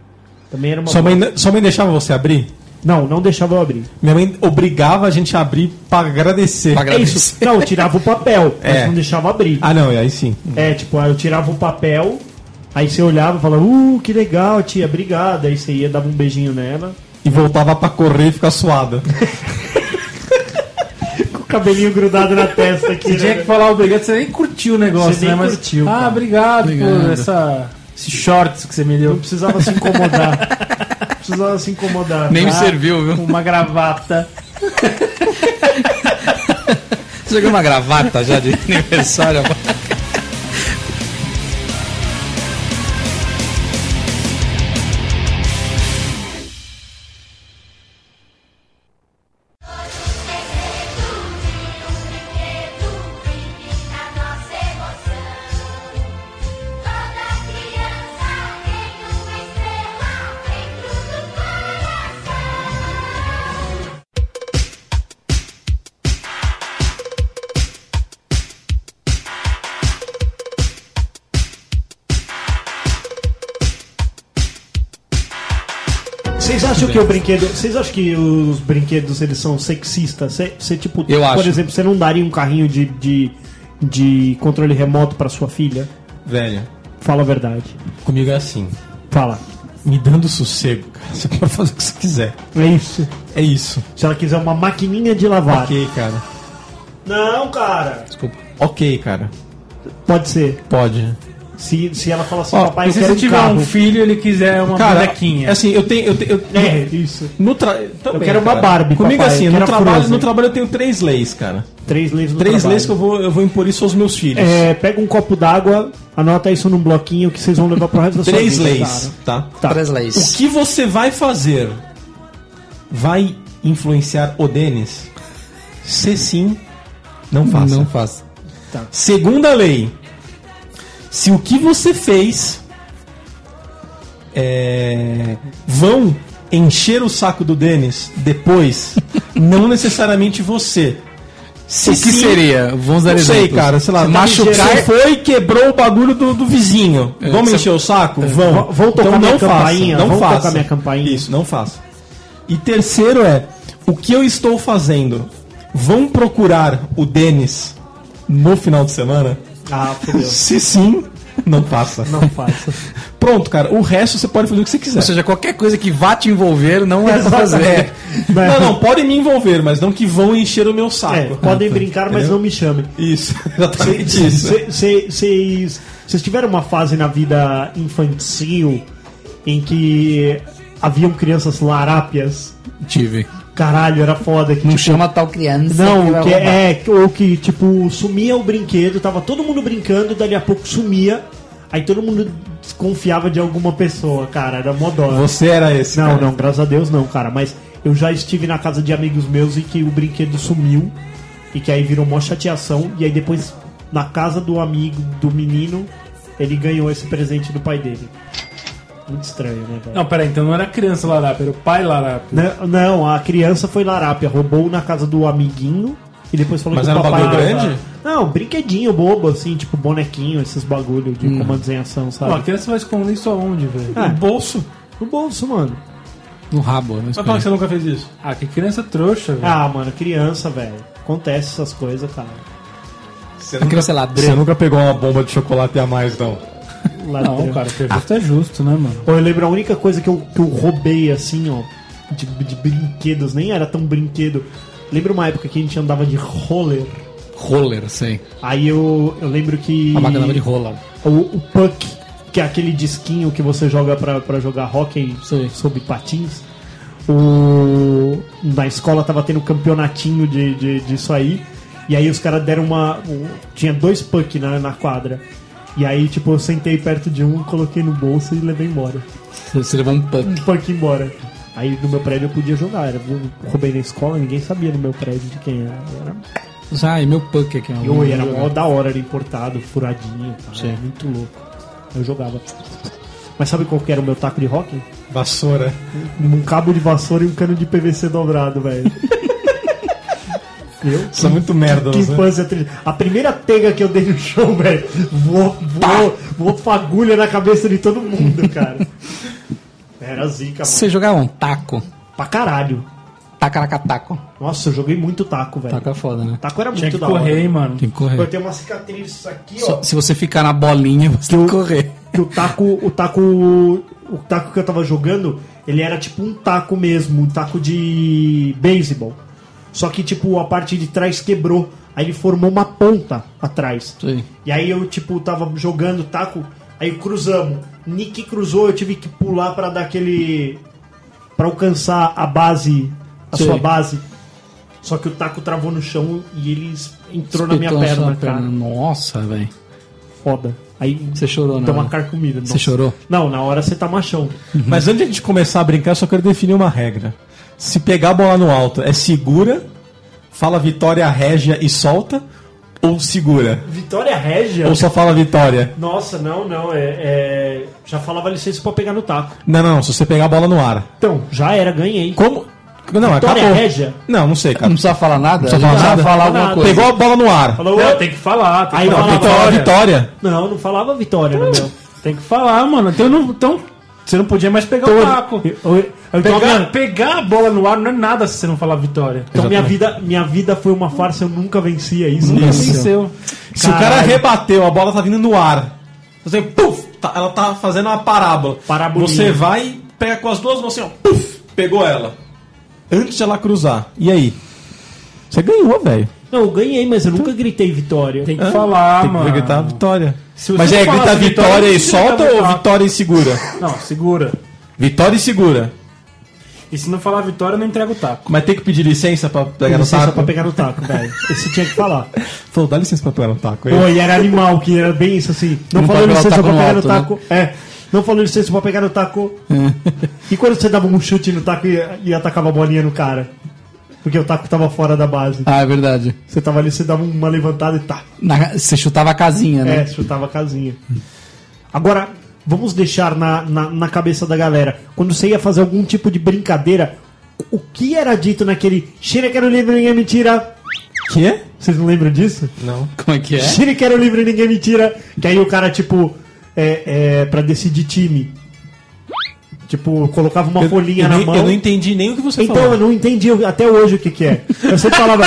Speaker 2: Também era uma
Speaker 1: sua, mãe, sua mãe deixava você abrir?
Speaker 2: bosta. Não, não deixava eu abrir.
Speaker 1: Minha mãe obrigava a gente a abrir pra agradecer.
Speaker 3: Pra
Speaker 2: É isso. Não, eu tirava o papel, mas
Speaker 1: É.
Speaker 2: não deixava abrir.
Speaker 1: Ah, não, e aí sim.
Speaker 2: É, tipo, aí eu tirava o papel, aí você olhava e falava, uh, que legal, tia, obrigada. Aí você ia, dava um beijinho nela.
Speaker 1: e voltava pra correr e ficar suada.
Speaker 2: O cabelinho grudado na testa aqui.
Speaker 4: Você tinha que
Speaker 2: Né?
Speaker 4: falar obrigado, você nem curtiu o negócio,
Speaker 2: Você nem
Speaker 4: né? Mas,
Speaker 2: curtiu,
Speaker 4: ah,
Speaker 2: cara.
Speaker 4: obrigado,
Speaker 3: Obrigado.
Speaker 4: por essa, esse shorts que você me deu.
Speaker 2: Não precisava se incomodar. Não precisava se incomodar. Tá?
Speaker 3: Nem me
Speaker 4: Ah.
Speaker 3: serviu, viu?
Speaker 4: Uma gravata.
Speaker 3: Você ganhou uma gravata já de aniversário agora.
Speaker 2: Vocês acham que o brinquedo. Vocês acham que os brinquedos eles são sexistas? Você, você, tipo,
Speaker 3: Eu
Speaker 2: por
Speaker 3: acho.
Speaker 2: exemplo, você não daria um carrinho de, de, de controle remoto pra sua filha?
Speaker 1: Velho,
Speaker 2: Fala a verdade.
Speaker 1: comigo é assim.
Speaker 2: Fala.
Speaker 1: Me dando sossego, cara. Você pode fazer o que você quiser.
Speaker 2: É isso.
Speaker 1: É isso.
Speaker 2: Se ela quiser uma maquininha de lavar.
Speaker 1: Ok, cara.
Speaker 2: Não, cara.
Speaker 1: Ok, cara.
Speaker 2: Pode ser.
Speaker 1: Pode.
Speaker 2: Se, se ela fala assim,
Speaker 1: Ó,
Speaker 2: papai,
Speaker 4: E
Speaker 2: eu
Speaker 4: se
Speaker 2: quero
Speaker 4: você
Speaker 2: um
Speaker 4: tiver
Speaker 2: carro.
Speaker 4: um filho e ele quiser uma
Speaker 1: Cara,
Speaker 4: bonequinha?
Speaker 1: assim, eu tenho. Eu tenho eu-
Speaker 2: É, isso.
Speaker 1: No tra... também,
Speaker 2: quero uma
Speaker 1: cara.
Speaker 2: Barbie,
Speaker 1: Comigo
Speaker 2: papai,
Speaker 1: assim,
Speaker 2: eu
Speaker 1: no
Speaker 2: quero a
Speaker 1: trabalho,
Speaker 2: Frozen.
Speaker 1: no trabalho eu tenho três leis, cara.
Speaker 2: Três leis no
Speaker 1: Três
Speaker 2: trabalho.
Speaker 1: leis que eu vou, eu vou impor isso aos meus filhos.
Speaker 2: É, pega um copo d'água, anota isso num bloquinho que vocês vão levar pro resto da sua
Speaker 1: Três
Speaker 2: vida.
Speaker 1: leis, tá?
Speaker 2: Tá.
Speaker 3: Três
Speaker 1: O
Speaker 3: leis.
Speaker 1: que você vai fazer vai influenciar o Denis? Se sim, não faça.
Speaker 3: Não faço.
Speaker 1: Segunda lei. Se o que você fez é, vão encher o saco do Denis depois, não necessariamente você. Se
Speaker 3: O que
Speaker 1: sim,
Speaker 3: seria? Vamos dar
Speaker 1: Não sei,
Speaker 3: exemplos.
Speaker 1: cara,
Speaker 2: tá
Speaker 1: sei lá,
Speaker 3: Machucar-
Speaker 1: você foi e quebrou o bagulho do, do vizinho.
Speaker 3: É,
Speaker 1: Vamos
Speaker 3: você-
Speaker 1: encher o saco? Vão.
Speaker 2: Vou- vou tocar
Speaker 1: não
Speaker 2: minha
Speaker 1: faça,
Speaker 2: campainha,
Speaker 1: Não
Speaker 2: vou
Speaker 1: faça.
Speaker 2: tocar minha campainha.
Speaker 1: Isso, não faça. E terceiro é, o que eu estou fazendo? Vão procurar o Denis no final de semana?
Speaker 2: Ah, fodeu.
Speaker 1: Se sim, não faça.
Speaker 2: Não faça.
Speaker 1: Pronto, cara, o resto você pode fazer o que você quiser.
Speaker 3: Ou seja, qualquer coisa que vá te envolver não é pra fazer.
Speaker 1: Não, não, podem me envolver, mas não que vão encher o meu saco.
Speaker 2: É, podem brincar, mas
Speaker 1: Ah, Entendeu?
Speaker 2: não me chamem.
Speaker 1: Isso, exatamente isso.
Speaker 2: Vocês tiveram uma fase na vida infantil em que haviam crianças larápias?
Speaker 3: Tive.
Speaker 2: Caralho, era foda. Que,
Speaker 3: Não
Speaker 2: tipo,
Speaker 3: chama tal criança.
Speaker 2: não, que é, que- ou que, tipo, sumia o brinquedo, tava todo mundo brincando, dali a pouco sumia, aí todo mundo desconfiava de alguma pessoa, cara, era mó dó.
Speaker 1: Você era esse,
Speaker 2: Não,
Speaker 1: cara.
Speaker 2: não, graças a Deus não, cara. Mas eu já estive na casa de amigos meus e que o brinquedo sumiu. E que aí virou mó chateação. E aí depois, na casa do amigo, do menino, ele ganhou esse presente do pai dele. Muito estranho, né, velho?
Speaker 4: Não, peraí, então não era criança larápia, era o pai larápia.
Speaker 2: Não, Né? não, a criança foi larápia, roubou na casa do amiguinho e depois falou
Speaker 1: Mas
Speaker 2: que
Speaker 1: era
Speaker 2: o
Speaker 1: um
Speaker 2: papai...
Speaker 1: bagulho grande?
Speaker 2: Não, brinquedinho bobo, assim, tipo bonequinho, esses bagulho de comandos em ação, sabe?
Speaker 4: Pô, a criança vai esconder isso aonde, velho?
Speaker 2: Ah,
Speaker 1: Bolso?
Speaker 2: no bolso, mano.
Speaker 3: No rabo. né?
Speaker 1: Vai falar que você nunca fez isso.
Speaker 4: Ah, que criança trouxa,
Speaker 1: É.
Speaker 4: velho.
Speaker 2: Ah, mano, criança, velho. Acontece essas coisas, cara.
Speaker 3: A criança é ladrão.
Speaker 1: Você nunca pegou uma bomba de chocolate a mais, não.
Speaker 2: Ladrão.
Speaker 4: não, cara, que é justo é justo, né, mano?
Speaker 2: Pô, eu lembro a única coisa que eu, que eu roubei, assim, ó, de, de brinquedos, nem era tão brinquedo. Lembro uma época que a gente andava de roller.
Speaker 3: Roller, sei.
Speaker 2: Aí eu, eu lembro que.
Speaker 3: A máquina de roller.
Speaker 2: o, o Puck, que é aquele disquinho que você joga pra, pra jogar hockey so- sob patins. O, na escola tava tendo um campeonatinho de, de, disso aí. E aí os caras deram uma. um- tinha dois Puck na, na quadra. E aí, tipo, eu sentei perto de um, coloquei no bolso e levei embora.
Speaker 3: Você levou um punk.
Speaker 2: punk embora. Aí no meu prédio eu podia jogar, era, eu roubei na escola, ninguém sabia no meu prédio de quem era. era
Speaker 3: Ai, meu punk aqui. ó.
Speaker 2: eu era mó da hora, era importado, furadinho, cara,
Speaker 3: Sim.
Speaker 2: era muito louco. Eu jogava. Mas sabe qual que era o meu taco de rock?
Speaker 1: Vassoura.
Speaker 2: Um cabo de vassoura e um cano de PVC dobrado, velho. Eu?
Speaker 1: Isso é muito merda,
Speaker 2: Que
Speaker 1: né?
Speaker 2: infância triste. A primeira tega que eu dei no chão, velho, voou, voou, voou fagulha na cabeça de todo mundo, cara. Era zica, mano.
Speaker 3: Você jogava um taco.
Speaker 2: Pra caralho.
Speaker 3: Tacaracataco.
Speaker 2: Nossa, eu joguei muito taco, velho.
Speaker 3: Taco é
Speaker 2: Taco,
Speaker 3: foda, né?
Speaker 2: era
Speaker 4: Tinha
Speaker 2: muito
Speaker 4: que
Speaker 2: da hora.
Speaker 4: correr, hein, mano.
Speaker 3: Tem que
Speaker 2: Eu
Speaker 3: correr.
Speaker 2: tenho uma cicatriz aqui, ó.
Speaker 3: Só- se você ficar na bolinha, você tem que correr.
Speaker 2: que o taco, o taco, o taco que eu tava jogando, ele era tipo um taco mesmo, um taco de beisebol. Só que tipo a parte de trás quebrou, aí ele formou uma ponta atrás.
Speaker 3: Sim.
Speaker 2: E aí eu tipo tava jogando o taco, aí cruzamos. Nick cruzou, eu tive que pular pra dar aquele para alcançar a base, a
Speaker 3: Sim.
Speaker 2: sua base. Só que o taco travou no chão e ele es- entrou na minha
Speaker 3: Espetou
Speaker 2: perna,
Speaker 3: sua
Speaker 2: cara.
Speaker 3: Nossa, velho.
Speaker 2: Foda. Aí
Speaker 3: Você chorou, né?
Speaker 2: deu uma carcomida.
Speaker 3: Você
Speaker 2: nossa.
Speaker 3: chorou?
Speaker 2: Não, na hora você tá machão.
Speaker 1: Mas antes de a gente começar a brincar, eu só quero definir uma regra. Se pegar a bola no alto, é segura, fala vitória, régia e solta, ou segura?
Speaker 2: Vitória Régia?
Speaker 1: Ou só fala vitória?
Speaker 2: Nossa, não, não. É, é- Já falava licença pra pegar no taco.
Speaker 1: Não, não, não, se você pegar a bola no ar.
Speaker 2: Então, já era, ganhei.
Speaker 1: Como? Não,
Speaker 2: Vitória
Speaker 1: acabou.
Speaker 2: Régia?
Speaker 1: Não, não sei,
Speaker 3: Não
Speaker 1: cara.
Speaker 3: precisa falar nada?
Speaker 1: precisa falar
Speaker 3: a gente
Speaker 1: nada?
Speaker 3: falar alguma
Speaker 2: Nada.
Speaker 3: coisa.
Speaker 1: Pegou a bola no ar.
Speaker 2: Falou,
Speaker 4: Não, tem que falar. Tem
Speaker 2: Aí
Speaker 4: que
Speaker 1: Não,
Speaker 4: falar.
Speaker 2: fala
Speaker 1: vitória, vitória.
Speaker 2: Não, não falava vitória no meu.
Speaker 4: Tem que falar, mano. Então, não- então você não podia mais pegar o taco.
Speaker 2: Eu- eu- eu- então,
Speaker 4: Pegar,
Speaker 2: minha,
Speaker 4: pegar a bola no ar não é nada se você não falar vitória.
Speaker 2: então minha vida, minha vida foi uma farsa, eu nunca vencia isso.
Speaker 1: Nunca
Speaker 2: Isso.
Speaker 4: Venceu.
Speaker 1: Se o cara
Speaker 2: Caralho.
Speaker 1: rebateu, a bola tá vindo no ar. Você, puf, tá- ela tá fazendo uma parábola.
Speaker 2: Parabolinha.
Speaker 1: Você vai e pega com as duas mãos assim, ó, puf, pegou ela. Antes de ela cruzar. E aí? Você ganhou, velho.
Speaker 2: Não, eu ganhei, mas eu nunca gritei vitória.
Speaker 4: Tem que falar,
Speaker 1: Tem que
Speaker 4: mano.
Speaker 1: gritar vitória.
Speaker 4: Se você
Speaker 1: Mas é
Speaker 4: não
Speaker 1: gritar
Speaker 4: falasse
Speaker 1: vitória
Speaker 4: vitória,
Speaker 1: e
Speaker 4: você não
Speaker 1: solta
Speaker 4: gritava
Speaker 1: ou
Speaker 4: taco.
Speaker 1: vitória e segura?
Speaker 4: Não, segura.
Speaker 1: Vitória e segura.
Speaker 4: E se não falar vitória, eu não entrega o taco.
Speaker 1: Mas tem que pedir licença pra pegar no
Speaker 2: licença
Speaker 1: taco.
Speaker 2: pra pegar no taco, velho. Isso tinha que falar.
Speaker 1: Falou, dá licença pra pegar no taco. é aí.
Speaker 2: Pô, e era animal, que era bem isso assim. Não,
Speaker 3: Não
Speaker 2: falou
Speaker 3: pode pegar o
Speaker 2: licença
Speaker 3: taco
Speaker 2: pra
Speaker 3: no
Speaker 2: pegar no
Speaker 3: alto, né?
Speaker 2: taco. É. Não falou licença pra pegar no taco.
Speaker 3: É.
Speaker 2: e quando você dava um chute no taco e, e atacava a bolinha no cara? Porque o taco tava fora da base.
Speaker 3: Ah, é verdade.
Speaker 2: Você tava ali, você dava uma levantada e tá.
Speaker 3: Na- Você chutava a casinha, né?
Speaker 2: É, chutava a casinha. Agora, vamos deixar na, na, na cabeça da galera. Quando você ia fazer algum tipo de brincadeira, o que era dito naquele Cheira que era o livro, ninguém me tira?
Speaker 1: Quê?
Speaker 2: Vocês não lembram disso?
Speaker 1: Não.
Speaker 3: Como é que é?
Speaker 2: Tire que era o livre ninguém me tira. Que aí o cara, tipo, é, é, pra decidir time. Tipo, colocava uma folhinha
Speaker 1: eu,
Speaker 2: na
Speaker 1: nem-
Speaker 2: mão.
Speaker 1: eu não entendi nem o que você
Speaker 2: então
Speaker 1: falou.
Speaker 2: eu não entendi até hoje o que, que é. Eu sempre falava.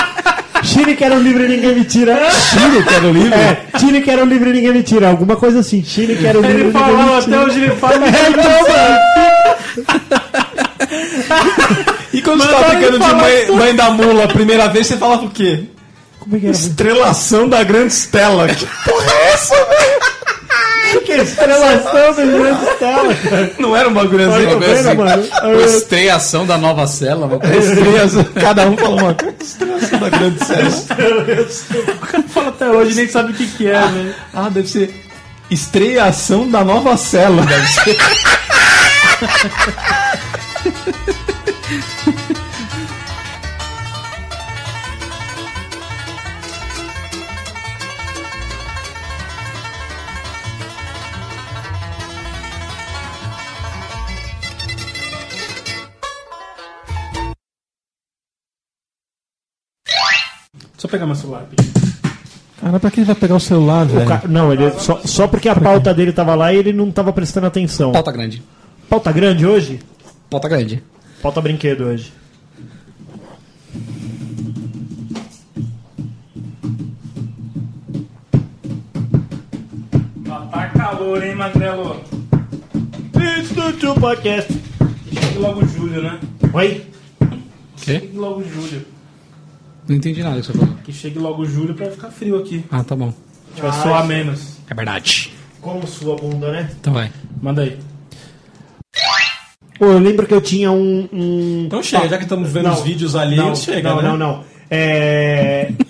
Speaker 2: Tire que era o livre ninguém me tira.
Speaker 1: Tiro, quero livre.
Speaker 2: É, Tire que era o livre ninguém me tira. Alguma coisa assim. Tire que era o livre
Speaker 4: Ele
Speaker 2: ninguém
Speaker 4: falou
Speaker 2: me tira.
Speaker 4: até hoje, ele fala.
Speaker 2: É, então, mano.
Speaker 1: E quando
Speaker 4: Mas
Speaker 1: você tá
Speaker 4: olha
Speaker 1: brincando
Speaker 4: ele
Speaker 1: de
Speaker 4: falar
Speaker 1: mãe, mãe da mula a primeira vez, você falava o quê?
Speaker 2: Como é que era?
Speaker 1: Estrelação da grande estela.
Speaker 2: Que estrelação do grande estela.
Speaker 1: Não
Speaker 3: um
Speaker 1: era uma grande
Speaker 3: assim,
Speaker 2: Olha,
Speaker 1: estela.
Speaker 2: tá vendo, mano?
Speaker 3: Estreação da nova cela. uma coisa- assim.
Speaker 1: Estrelação. Cada um falou uma coisa. Estrelação da grande estela.
Speaker 4: Fala até hoje, nem sabe o que, que é, velho.
Speaker 1: Ah, deve ser. Estreação da nova cela. Deve ser.
Speaker 4: Só pegar meu celular. aqui.
Speaker 1: Cara, pra que ele vai pegar o celular, velho?
Speaker 2: O ca- Não, ele só, só porque a pauta dele tava lá e ele não tava prestando atenção.
Speaker 3: Pauta grande.
Speaker 2: Pauta grande hoje?
Speaker 3: Pauta grande.
Speaker 2: Falta brinquedo hoje.
Speaker 4: Ah, Tá calor, hein, Magrelo?
Speaker 2: Instituto Podcast.
Speaker 4: Chega logo o Júlio, né?
Speaker 2: Oi?
Speaker 3: Quê?
Speaker 4: Chega logo o Júlio.
Speaker 3: Não entendi nada que você falou.
Speaker 4: Que chegue logo o Júlio pra ficar frio aqui.
Speaker 3: Ah, tá bom.
Speaker 4: A gente vai suar menos.
Speaker 3: É verdade.
Speaker 2: Como sua bunda, né?
Speaker 3: Então vai.
Speaker 4: Manda aí.
Speaker 2: Pô, eu lembro que eu tinha um. um...
Speaker 1: Então chega, já que estamos vendo
Speaker 2: Não,
Speaker 1: os vídeos ali,
Speaker 2: não,
Speaker 1: chega,
Speaker 2: não,
Speaker 1: né?
Speaker 2: não, não. É...